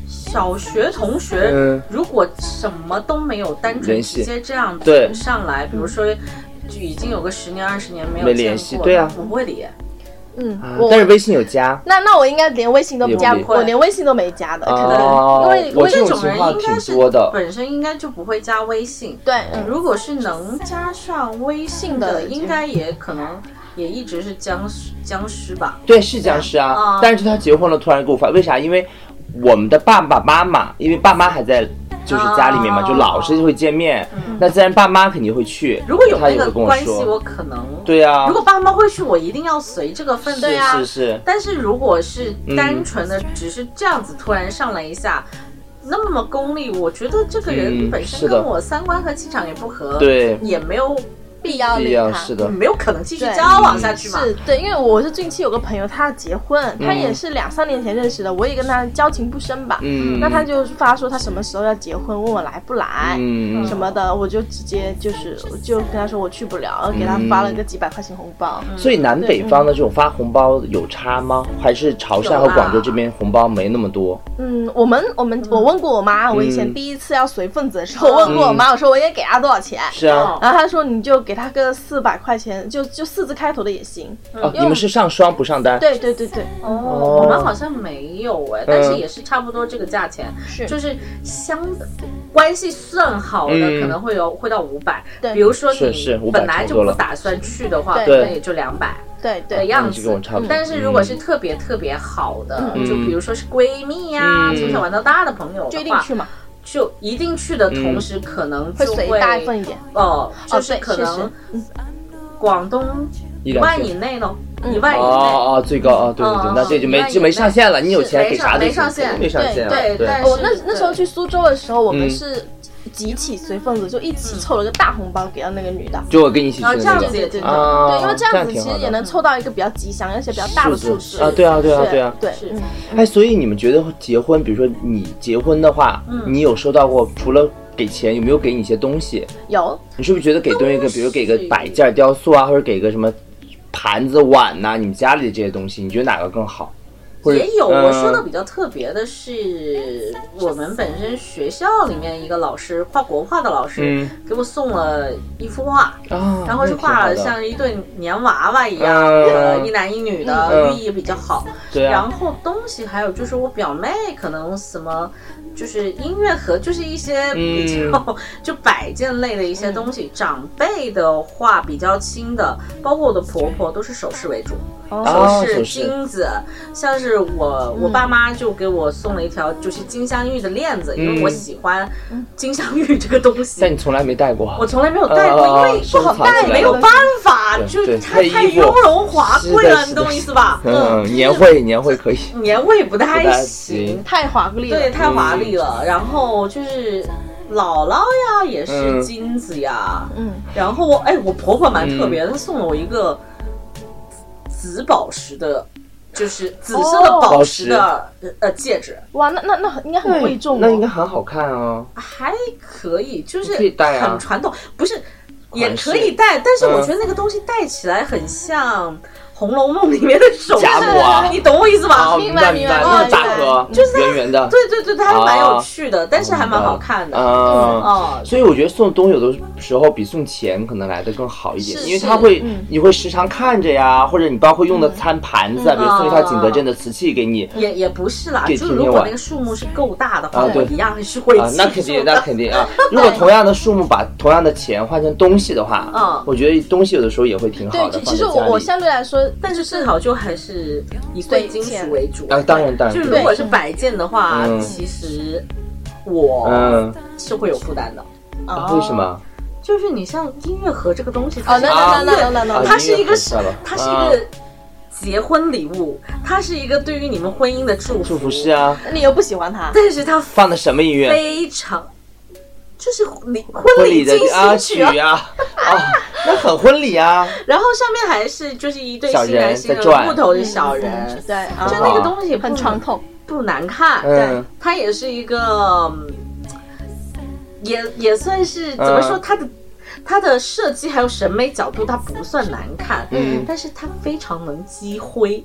[SPEAKER 2] 小学同学，
[SPEAKER 1] 嗯
[SPEAKER 2] 如果什么都没有，单纯
[SPEAKER 1] 联系
[SPEAKER 2] 直接这样
[SPEAKER 1] 对嗯
[SPEAKER 2] 上来，比如说就已经有个十年二十年没有
[SPEAKER 1] 没
[SPEAKER 2] 见
[SPEAKER 1] 联系
[SPEAKER 2] 过
[SPEAKER 1] 对
[SPEAKER 2] 了
[SPEAKER 1] 啊
[SPEAKER 2] 我不会理。
[SPEAKER 3] 嗯
[SPEAKER 1] 啊，
[SPEAKER 3] 我
[SPEAKER 1] 但是微信有加
[SPEAKER 3] 那那我应该连微信都不加，
[SPEAKER 1] 也不
[SPEAKER 2] 会
[SPEAKER 3] 我连微信都没加的，可能、
[SPEAKER 1] 哦
[SPEAKER 3] 因为
[SPEAKER 1] 我
[SPEAKER 3] 为
[SPEAKER 1] 这
[SPEAKER 2] 这
[SPEAKER 1] 种
[SPEAKER 2] 种
[SPEAKER 1] 情
[SPEAKER 2] 人
[SPEAKER 1] 况
[SPEAKER 2] 应
[SPEAKER 1] 挺
[SPEAKER 2] 该是
[SPEAKER 1] 多的。
[SPEAKER 2] 本身应该就不会加微信，
[SPEAKER 3] 对，嗯
[SPEAKER 2] 如果是能加上微信的，
[SPEAKER 3] 的
[SPEAKER 2] 应该也可能也一直是僵尸僵尸吧。
[SPEAKER 1] 对，是僵尸啊
[SPEAKER 2] 啊。
[SPEAKER 1] 但是他结婚了，突然给我发，为啥？因为我们的爸爸妈妈，因为爸妈还在就是家里面嘛，
[SPEAKER 2] 哦
[SPEAKER 1] 就老是会见面，那自然爸妈肯定会去。
[SPEAKER 2] 嗯如果有
[SPEAKER 1] 他
[SPEAKER 2] 那
[SPEAKER 1] 也会
[SPEAKER 2] 个
[SPEAKER 1] 跟我
[SPEAKER 2] 关系，
[SPEAKER 1] 说，
[SPEAKER 2] 我可能。
[SPEAKER 1] 对呀、
[SPEAKER 2] 如果爸妈会去，我一定要随这个份子。
[SPEAKER 3] 对啊
[SPEAKER 1] 是是是，
[SPEAKER 2] 但是如果是
[SPEAKER 1] 嗯
[SPEAKER 2] 单纯的只是这样子突然上来一下，那么功利，我觉得这个
[SPEAKER 1] 嗯
[SPEAKER 2] 人本
[SPEAKER 1] 是
[SPEAKER 2] 身
[SPEAKER 1] 的
[SPEAKER 2] 嗯跟我三观和气场也不合，
[SPEAKER 1] 对
[SPEAKER 2] 也没有
[SPEAKER 3] 必要
[SPEAKER 1] 一
[SPEAKER 3] 理
[SPEAKER 1] 样
[SPEAKER 2] 嗯
[SPEAKER 3] 他。
[SPEAKER 1] 是的，
[SPEAKER 2] 没有可能继续
[SPEAKER 3] 对
[SPEAKER 2] 交往下去嘛。
[SPEAKER 3] 是对，因为我是近期有个朋友，他要结婚，他
[SPEAKER 1] 嗯
[SPEAKER 3] 也是两三年前认识的，我也跟他交情不深吧。
[SPEAKER 1] 嗯，
[SPEAKER 3] 那他就发说他什么时候要结婚，问我来不来。
[SPEAKER 1] 嗯
[SPEAKER 3] 什么的，我就直接就是就跟他说我去不了，然后给他发了个几百块钱红包。
[SPEAKER 2] 嗯
[SPEAKER 1] 所以南北方的这种发红包有差吗？还是潮汕
[SPEAKER 2] 有
[SPEAKER 1] 和
[SPEAKER 2] 啦
[SPEAKER 1] 广州这边红包没那么多？
[SPEAKER 3] 嗯，我们我们我问过我妈，我以前
[SPEAKER 1] 嗯
[SPEAKER 3] 第一次要随份子的时候，我问过我妈，我说我应该给她多少钱，
[SPEAKER 1] 是啊
[SPEAKER 2] 哦，
[SPEAKER 3] 然后她说你就给她个四百块钱，就就四字开头的也行。
[SPEAKER 1] 哦，你们是上双不上单？
[SPEAKER 3] 对对对对，
[SPEAKER 2] 嗯哦，我们好像没有
[SPEAKER 1] 嗯
[SPEAKER 2] 哎，但是也是差不多这个价钱，
[SPEAKER 3] 是
[SPEAKER 2] 就是相关系算好
[SPEAKER 1] 嗯
[SPEAKER 2] 的可能会有会到五百，
[SPEAKER 3] 对
[SPEAKER 2] 比如说
[SPEAKER 1] 是是
[SPEAKER 2] 你
[SPEAKER 1] 500
[SPEAKER 2] 本来
[SPEAKER 1] 差不
[SPEAKER 2] 就
[SPEAKER 1] 多
[SPEAKER 2] 不
[SPEAKER 1] 了
[SPEAKER 2] 打算去的话，
[SPEAKER 3] 对
[SPEAKER 2] 可能也就两百
[SPEAKER 3] 对
[SPEAKER 2] 的
[SPEAKER 3] 对，
[SPEAKER 2] 样
[SPEAKER 1] 那就跟我
[SPEAKER 2] 子嗯
[SPEAKER 1] 差不多。
[SPEAKER 2] 但是如果
[SPEAKER 3] 嗯
[SPEAKER 2] 是特别特别好的，
[SPEAKER 1] 嗯
[SPEAKER 2] 就比如说是闺蜜呀，
[SPEAKER 1] 嗯
[SPEAKER 2] 从小玩到大的朋友
[SPEAKER 3] 就一
[SPEAKER 2] 的
[SPEAKER 3] 定
[SPEAKER 2] 话，
[SPEAKER 3] 去嘛，
[SPEAKER 2] 就一定去的同时，可能
[SPEAKER 3] 会
[SPEAKER 2] 就
[SPEAKER 3] 随大一份一点。
[SPEAKER 2] 哦，就
[SPEAKER 3] 哦，
[SPEAKER 2] 是
[SPEAKER 3] 对，
[SPEAKER 2] 可
[SPEAKER 3] 确
[SPEAKER 2] 能
[SPEAKER 3] 实，
[SPEAKER 2] 广东
[SPEAKER 1] 一
[SPEAKER 2] 一
[SPEAKER 1] 两
[SPEAKER 2] 万
[SPEAKER 1] 千
[SPEAKER 2] 以内咯，
[SPEAKER 3] 嗯
[SPEAKER 2] 一万以内。
[SPEAKER 1] 哦哦，最高哦，对对对，
[SPEAKER 2] 嗯
[SPEAKER 1] 那这就没
[SPEAKER 2] 嗯
[SPEAKER 1] 就没上限了。你有钱
[SPEAKER 2] 没
[SPEAKER 1] 给啥
[SPEAKER 2] 上
[SPEAKER 1] 都
[SPEAKER 2] 没
[SPEAKER 1] 行
[SPEAKER 2] 上限
[SPEAKER 1] 没上限啊。
[SPEAKER 2] 对但
[SPEAKER 1] 对
[SPEAKER 2] 是
[SPEAKER 3] 我哦那那时候
[SPEAKER 2] 对
[SPEAKER 3] 去苏州的时候，我
[SPEAKER 1] 嗯
[SPEAKER 3] 们是集体随份子，就一
[SPEAKER 2] 嗯
[SPEAKER 3] 起凑了个大红包给到那个女的。
[SPEAKER 1] 就我跟你一起去
[SPEAKER 2] 然后
[SPEAKER 1] 的
[SPEAKER 2] 这
[SPEAKER 1] 那
[SPEAKER 2] 样
[SPEAKER 1] 个
[SPEAKER 2] 子也嗯挺好。
[SPEAKER 1] 啊，
[SPEAKER 3] 对，因为这样子
[SPEAKER 1] 挺
[SPEAKER 3] 其
[SPEAKER 1] 好
[SPEAKER 3] 实也
[SPEAKER 1] 的
[SPEAKER 3] 能凑到一个比较吉祥而且比较大的数
[SPEAKER 1] 数
[SPEAKER 3] 字
[SPEAKER 1] 字啊对啊对啊对啊
[SPEAKER 3] 对
[SPEAKER 2] 是，
[SPEAKER 3] 嗯
[SPEAKER 1] 哎，所以你们觉得结婚，比如说你结婚的话，
[SPEAKER 2] 嗯
[SPEAKER 1] 你有收到过除了给钱，有没有给你一些东西？
[SPEAKER 3] 有
[SPEAKER 1] 你是不是觉得给东西一个，
[SPEAKER 2] 哦
[SPEAKER 1] 比如给个
[SPEAKER 2] 东西
[SPEAKER 1] 摆件儿、雕塑啊，或者给个什么盘子、碗呐、你们家里的这些东西，你觉得哪个更好？或者
[SPEAKER 2] 也有，我说的
[SPEAKER 1] 嗯
[SPEAKER 2] 比较特别的是，我们本身学校里面一个老师，画国画的老师
[SPEAKER 1] 嗯，
[SPEAKER 2] 给我送了一幅画，
[SPEAKER 1] 啊，
[SPEAKER 2] 然后是
[SPEAKER 1] 那挺好
[SPEAKER 2] 画了
[SPEAKER 1] 的
[SPEAKER 2] 像一对黏娃娃一样，
[SPEAKER 1] 嗯
[SPEAKER 2] 呃，一男一女的，
[SPEAKER 1] 嗯
[SPEAKER 2] 寓意比较好。
[SPEAKER 1] 对啊
[SPEAKER 2] 然后东西还有就是我表妹可能什么，就是音乐盒，就是一
[SPEAKER 1] 嗯
[SPEAKER 2] 些比较就摆件类的一些东西。长辈的话比较轻的，包括我的婆婆都是首饰为主，
[SPEAKER 3] 哦
[SPEAKER 1] 啊
[SPEAKER 2] 饰、
[SPEAKER 1] 首饰嗯
[SPEAKER 2] 金子。像是我我爸妈就给我送了一条就是金镶玉的链子，因为我喜欢金镶玉这个东西。
[SPEAKER 1] 嗯但你从来没戴过，
[SPEAKER 2] 我从来没有戴过，
[SPEAKER 1] 啊
[SPEAKER 2] 因为不好
[SPEAKER 1] 收藏
[SPEAKER 2] 戴，
[SPEAKER 1] 起来
[SPEAKER 2] 没有
[SPEAKER 1] 了
[SPEAKER 2] 办法，就
[SPEAKER 1] 对
[SPEAKER 2] 它
[SPEAKER 1] 配
[SPEAKER 2] 太
[SPEAKER 1] 衣服
[SPEAKER 2] 雍容华贵
[SPEAKER 1] 是的
[SPEAKER 2] 了，
[SPEAKER 1] 是
[SPEAKER 2] 你
[SPEAKER 1] 的
[SPEAKER 2] 懂我意思吧？
[SPEAKER 1] 嗯，年会年会可以，
[SPEAKER 2] 年味不
[SPEAKER 1] 不
[SPEAKER 2] 太
[SPEAKER 1] 太
[SPEAKER 2] 行
[SPEAKER 1] 行，
[SPEAKER 3] 太华丽了，
[SPEAKER 2] 对，太华丽了。然后就是姥姥呀，也
[SPEAKER 1] 嗯
[SPEAKER 2] 是金子呀。
[SPEAKER 3] 嗯，
[SPEAKER 2] 然后我哎，我婆婆蛮特别的，她送了我一个紫宝石的，就是紫色的
[SPEAKER 3] 哦
[SPEAKER 2] 宝石的呃戒指，
[SPEAKER 3] 哇，那那那很应该很贵重哦，
[SPEAKER 1] 那应该很好看哦。
[SPEAKER 2] 还可以，就是
[SPEAKER 1] 可以戴啊
[SPEAKER 2] 很传统，不是也
[SPEAKER 1] 款式
[SPEAKER 2] 可以戴，但是我
[SPEAKER 1] 嗯
[SPEAKER 2] 觉得那个东西戴起来很像《红楼梦》里面的手
[SPEAKER 1] 贾
[SPEAKER 2] 饰
[SPEAKER 1] 母啊
[SPEAKER 2] 你懂我意思吧？
[SPEAKER 1] 哦，
[SPEAKER 3] 明
[SPEAKER 1] 白
[SPEAKER 3] 白
[SPEAKER 1] 明
[SPEAKER 3] 明
[SPEAKER 1] 白，
[SPEAKER 3] 白
[SPEAKER 1] 那
[SPEAKER 3] 明白
[SPEAKER 1] 种大盒，就是圆圆的，
[SPEAKER 2] 对对对，它还蛮有
[SPEAKER 1] 啊
[SPEAKER 2] 趣的，但是还蛮好看的。
[SPEAKER 1] 啊。
[SPEAKER 2] 哦，
[SPEAKER 1] 所以我觉得送东西有的时候比送钱可能来的更好一点，
[SPEAKER 2] 是
[SPEAKER 1] 因为
[SPEAKER 2] 是
[SPEAKER 1] 他会你会时常看着呀，或者你包括用的餐盘子啊，比如送一套景德镇的瓷器给你
[SPEAKER 2] 也也不是啦，
[SPEAKER 1] 给
[SPEAKER 2] 就
[SPEAKER 1] 天
[SPEAKER 2] 如
[SPEAKER 1] 天
[SPEAKER 2] 果
[SPEAKER 1] 玩
[SPEAKER 2] 那个数目是够大的
[SPEAKER 1] 啊
[SPEAKER 2] 话，
[SPEAKER 1] 对
[SPEAKER 2] 我一样是会
[SPEAKER 1] 啊，那肯
[SPEAKER 2] 接
[SPEAKER 1] 定
[SPEAKER 2] 受
[SPEAKER 1] 那
[SPEAKER 2] 的。
[SPEAKER 1] 肯定啊。如果同样的数目把同样的钱换成东西的话，
[SPEAKER 2] 嗯
[SPEAKER 1] 我觉得东西有的时候也会挺好
[SPEAKER 3] 对，
[SPEAKER 1] 的，放
[SPEAKER 3] 其其
[SPEAKER 1] 在
[SPEAKER 3] 实
[SPEAKER 1] 家
[SPEAKER 3] 我我
[SPEAKER 1] 里。
[SPEAKER 3] 相对来说，
[SPEAKER 2] 但是至少就还是以贵金属为主。
[SPEAKER 1] 啊，当然当然，
[SPEAKER 2] 就如果是摆件的话
[SPEAKER 1] 嗯，
[SPEAKER 2] 其实我
[SPEAKER 1] 嗯，
[SPEAKER 2] 是会有负担的。
[SPEAKER 3] 哦
[SPEAKER 1] 啊为什么？
[SPEAKER 2] 就是你像音乐盒这个东西，
[SPEAKER 3] 哦，那那那那那
[SPEAKER 1] 啊
[SPEAKER 3] 那
[SPEAKER 2] 它
[SPEAKER 3] 那，
[SPEAKER 2] 是一个
[SPEAKER 1] 音乐盒算了啊
[SPEAKER 2] 它是一个结婚礼物，它是一个对于你们婚姻的祝
[SPEAKER 1] 祝福
[SPEAKER 2] 福
[SPEAKER 1] 是，啊，
[SPEAKER 3] 你又不喜欢他，
[SPEAKER 2] 但是它
[SPEAKER 1] 放的什么音乐？
[SPEAKER 2] 非常就是礼婚
[SPEAKER 1] 婚礼
[SPEAKER 2] 礼
[SPEAKER 1] 的
[SPEAKER 2] 进
[SPEAKER 1] 啊
[SPEAKER 2] 行
[SPEAKER 1] 曲啊， 啊，那很婚礼啊，
[SPEAKER 2] 然后上面还是就是一对
[SPEAKER 1] 小
[SPEAKER 2] 新
[SPEAKER 1] 人
[SPEAKER 2] 人新
[SPEAKER 1] 在
[SPEAKER 2] 人
[SPEAKER 1] 转
[SPEAKER 2] 木
[SPEAKER 3] 嗯
[SPEAKER 2] 头的小人，
[SPEAKER 3] 对，啊
[SPEAKER 2] 就
[SPEAKER 1] 真
[SPEAKER 2] 那个东西不
[SPEAKER 3] 很传 统，
[SPEAKER 2] 不难看，
[SPEAKER 1] 嗯，
[SPEAKER 2] 它也是一个，嗯也也算是怎么说
[SPEAKER 1] 嗯
[SPEAKER 2] 它的。它的设计还有审美角度，它不算难看，
[SPEAKER 1] 嗯
[SPEAKER 2] 但是它非常能积灰，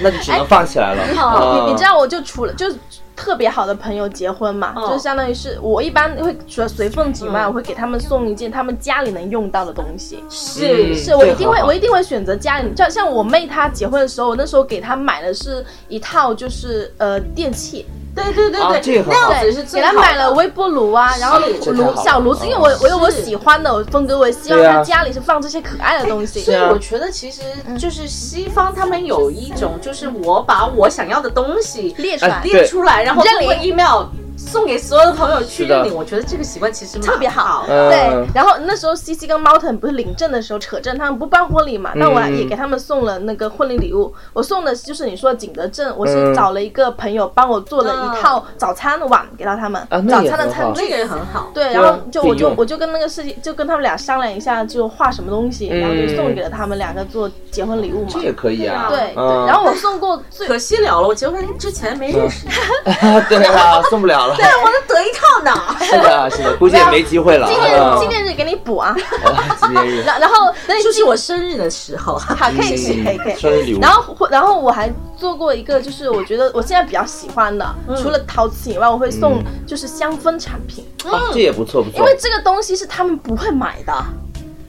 [SPEAKER 1] 那就只能放起来了。
[SPEAKER 3] 哦
[SPEAKER 1] 嗯
[SPEAKER 3] 你你知
[SPEAKER 1] 道，
[SPEAKER 3] 道，我就除了就是特别好的朋友结婚嘛，
[SPEAKER 2] 嗯
[SPEAKER 3] 就相当于是我一般会除了随份子以外，
[SPEAKER 2] 嗯
[SPEAKER 3] 我会给他们送一件他们家里能用到的东西。
[SPEAKER 2] 是
[SPEAKER 1] 嗯
[SPEAKER 3] 是我一定
[SPEAKER 1] 这
[SPEAKER 3] 会，
[SPEAKER 1] 好
[SPEAKER 3] 我一定会选择家里。像像我妹她结婚的时候，我那时候给她买的是一套就是呃电器，
[SPEAKER 2] 对对对
[SPEAKER 1] 啊
[SPEAKER 2] 对，
[SPEAKER 1] 这个
[SPEAKER 2] 那
[SPEAKER 1] 好
[SPEAKER 2] 样
[SPEAKER 1] 对
[SPEAKER 2] 子哦是最
[SPEAKER 3] 给她
[SPEAKER 2] 好
[SPEAKER 3] 买
[SPEAKER 2] 的
[SPEAKER 3] 了微波炉啊，然后
[SPEAKER 1] 这太好
[SPEAKER 2] 哦
[SPEAKER 3] 炉
[SPEAKER 1] 了
[SPEAKER 3] 小炉子，因为我我有我喜欢的，我风格我也希望
[SPEAKER 1] 对啊
[SPEAKER 3] 她家里是放这些可爱的东西。嗯
[SPEAKER 2] 所以
[SPEAKER 1] 啊
[SPEAKER 2] 我觉得其实就是西方他们有一种，就是我把我想要的东西
[SPEAKER 3] 列出来
[SPEAKER 2] 哎列出来，然后
[SPEAKER 3] 认
[SPEAKER 2] 通过
[SPEAKER 3] 领
[SPEAKER 2] email 送给所有的朋友去
[SPEAKER 1] 是的
[SPEAKER 2] 认领。我觉得这个习惯其实蛮
[SPEAKER 3] 特别好，
[SPEAKER 1] 嗯
[SPEAKER 2] 的
[SPEAKER 3] 对。然后那时候 C C 跟 Mountain 不是领证的时候扯证，他们不办婚礼嘛？那我
[SPEAKER 1] 嗯
[SPEAKER 3] 也给他们送了那个婚礼礼物，我送的就是你说的景德镇，我是
[SPEAKER 1] 嗯
[SPEAKER 3] 找了一个朋友帮我做了
[SPEAKER 2] 嗯
[SPEAKER 3] 一套早餐碗给到他们
[SPEAKER 1] 啊，那
[SPEAKER 3] 早
[SPEAKER 1] 也
[SPEAKER 3] 餐的
[SPEAKER 1] 很
[SPEAKER 3] 餐
[SPEAKER 1] 好
[SPEAKER 3] 具。
[SPEAKER 2] 那个也很好。
[SPEAKER 3] 对，
[SPEAKER 1] 对啊
[SPEAKER 3] 然后就
[SPEAKER 1] 可以
[SPEAKER 3] 我就
[SPEAKER 1] 用
[SPEAKER 3] 我就跟那个设计，就跟他们俩商量一下，就画什么东西，然后就
[SPEAKER 1] 嗯
[SPEAKER 3] 送给了他们两个做结婚礼物嘛。
[SPEAKER 1] 这也可以啊。
[SPEAKER 3] 对，
[SPEAKER 1] 嗯
[SPEAKER 3] 对然后我送过 最
[SPEAKER 2] 可惜了了，我结婚之前没认识你，
[SPEAKER 1] 啊， 对啊，送不了了。
[SPEAKER 2] 我能得一套呢。
[SPEAKER 1] 是的，是的，估计也没机会了。
[SPEAKER 3] 纪念
[SPEAKER 1] 嗯
[SPEAKER 3] 纪念日给你补啊，
[SPEAKER 1] 哦纪念日，
[SPEAKER 3] 然 然后那
[SPEAKER 2] 就是我生日的时 候，
[SPEAKER 3] 好可以可以可以可以。
[SPEAKER 1] 生日礼物。
[SPEAKER 3] 然后或，然后我还做过一个，就是我觉得我现在比较喜欢的，除了陶瓷以外，
[SPEAKER 1] 嗯
[SPEAKER 3] 我会送就是香氛产品，
[SPEAKER 1] 哦这也不错不
[SPEAKER 3] 因
[SPEAKER 1] 错
[SPEAKER 3] 为。这个东西是他们不会买的。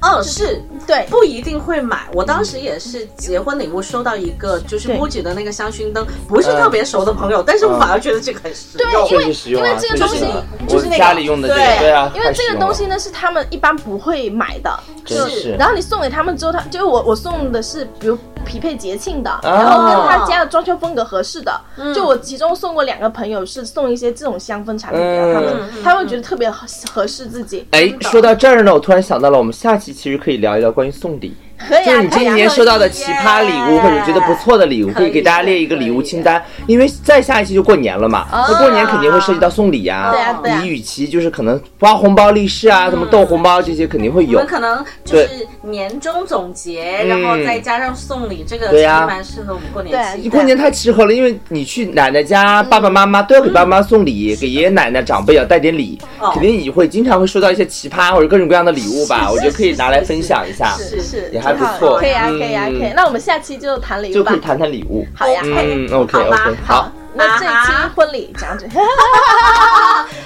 [SPEAKER 2] 嗯，是
[SPEAKER 3] 对，
[SPEAKER 2] 不一定会买。我当时也是结婚礼物收到一个就是
[SPEAKER 3] 对
[SPEAKER 2] MUJI 的那个香薰灯，不是特别熟的朋友，但是我反而觉得这个很实用。
[SPEAKER 1] 确实实用啊，
[SPEAKER 3] 因为这个
[SPEAKER 1] 确
[SPEAKER 3] 东
[SPEAKER 1] 实
[SPEAKER 3] 西
[SPEAKER 1] 实用啊
[SPEAKER 2] 就是那
[SPEAKER 1] 我
[SPEAKER 2] 个
[SPEAKER 1] 家里用的这个，
[SPEAKER 2] 对
[SPEAKER 1] 对啊，
[SPEAKER 3] 因为这
[SPEAKER 1] 太实
[SPEAKER 3] 个
[SPEAKER 1] 用了
[SPEAKER 3] 东西呢是他们一般不会买的，
[SPEAKER 1] 真
[SPEAKER 3] 就是然后你送给他们之后，他就是我我送的是比如匹配节庆
[SPEAKER 1] 啊
[SPEAKER 3] 的，然后跟他家的装修风格合适的。
[SPEAKER 1] 嗯
[SPEAKER 3] 就我其中送过两个朋友是送一些这种香氛产品给他们
[SPEAKER 1] 嗯，
[SPEAKER 3] 他会觉得特别合合适自己。
[SPEAKER 1] 哎，说到这儿呢，我突然想到了，我们下期其实可以聊一聊关于送礼，
[SPEAKER 3] 可以
[SPEAKER 1] 就
[SPEAKER 3] 啊，
[SPEAKER 1] 是你
[SPEAKER 3] 可以
[SPEAKER 1] 今
[SPEAKER 3] 啊
[SPEAKER 1] 年
[SPEAKER 2] 可以
[SPEAKER 1] 收到的奇葩礼物，
[SPEAKER 2] 耶
[SPEAKER 1] 或者觉得不错的礼物，
[SPEAKER 2] 可
[SPEAKER 1] 可
[SPEAKER 2] 以
[SPEAKER 1] 以给大家列一个礼物清单，因为再下一期就过年了嘛，那过年肯定会涉及到送礼呀
[SPEAKER 3] 哦对啊对啊嗯
[SPEAKER 1] 你与其就是可能包红包利是啊，什么豆红包这些肯定会
[SPEAKER 2] 我
[SPEAKER 1] 有
[SPEAKER 2] 们，可能就是年终总结，
[SPEAKER 1] 嗯
[SPEAKER 2] 然后再加上送礼，这个
[SPEAKER 1] 对
[SPEAKER 2] 其实
[SPEAKER 1] 呀
[SPEAKER 2] 蛮适合我们过年期
[SPEAKER 3] 对
[SPEAKER 1] 你
[SPEAKER 2] 的。
[SPEAKER 1] 过年太吃喝了，因为你去奶奶家、爸爸妈妈都要给爸爸妈妈送
[SPEAKER 3] 嗯
[SPEAKER 1] 礼，给爷爷奶奶、长辈也要带点礼，
[SPEAKER 2] 哦
[SPEAKER 1] 肯定你会经常会收到一些奇葩或者各种各样的礼物 吧？我觉得可以拿来分享一下，
[SPEAKER 2] 是
[SPEAKER 3] 是是
[SPEAKER 1] 也还
[SPEAKER 3] 挺好的
[SPEAKER 1] 不错
[SPEAKER 3] 可以啊
[SPEAKER 1] 嗯
[SPEAKER 3] 可以啊可以。那我们下期就谈礼
[SPEAKER 1] 就
[SPEAKER 3] 物吧
[SPEAKER 1] 可以。谈谈礼物。
[SPEAKER 3] 好呀，好呀
[SPEAKER 1] 嗯，OK
[SPEAKER 2] 好吧
[SPEAKER 1] OK，好，
[SPEAKER 3] 那这
[SPEAKER 2] 啊
[SPEAKER 3] 期
[SPEAKER 2] 哈
[SPEAKER 3] 婚礼讲解。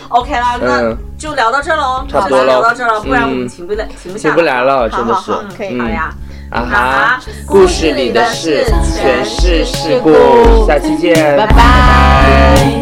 [SPEAKER 2] OK 啦，那
[SPEAKER 1] 嗯
[SPEAKER 2] 就聊到这儿喽，
[SPEAKER 1] 差不多
[SPEAKER 2] 好吧聊
[SPEAKER 1] 喽
[SPEAKER 2] 到这儿了，不然我们
[SPEAKER 1] 嗯
[SPEAKER 2] 停不了，停不下
[SPEAKER 1] 停不来了，真的
[SPEAKER 3] 好
[SPEAKER 1] 是
[SPEAKER 3] 好好可以
[SPEAKER 1] 嗯
[SPEAKER 2] 好呀，
[SPEAKER 1] 啊
[SPEAKER 2] 啊
[SPEAKER 1] 哈
[SPEAKER 2] 哈，
[SPEAKER 1] 故事里的事全是事故，下期见，
[SPEAKER 3] 拜拜。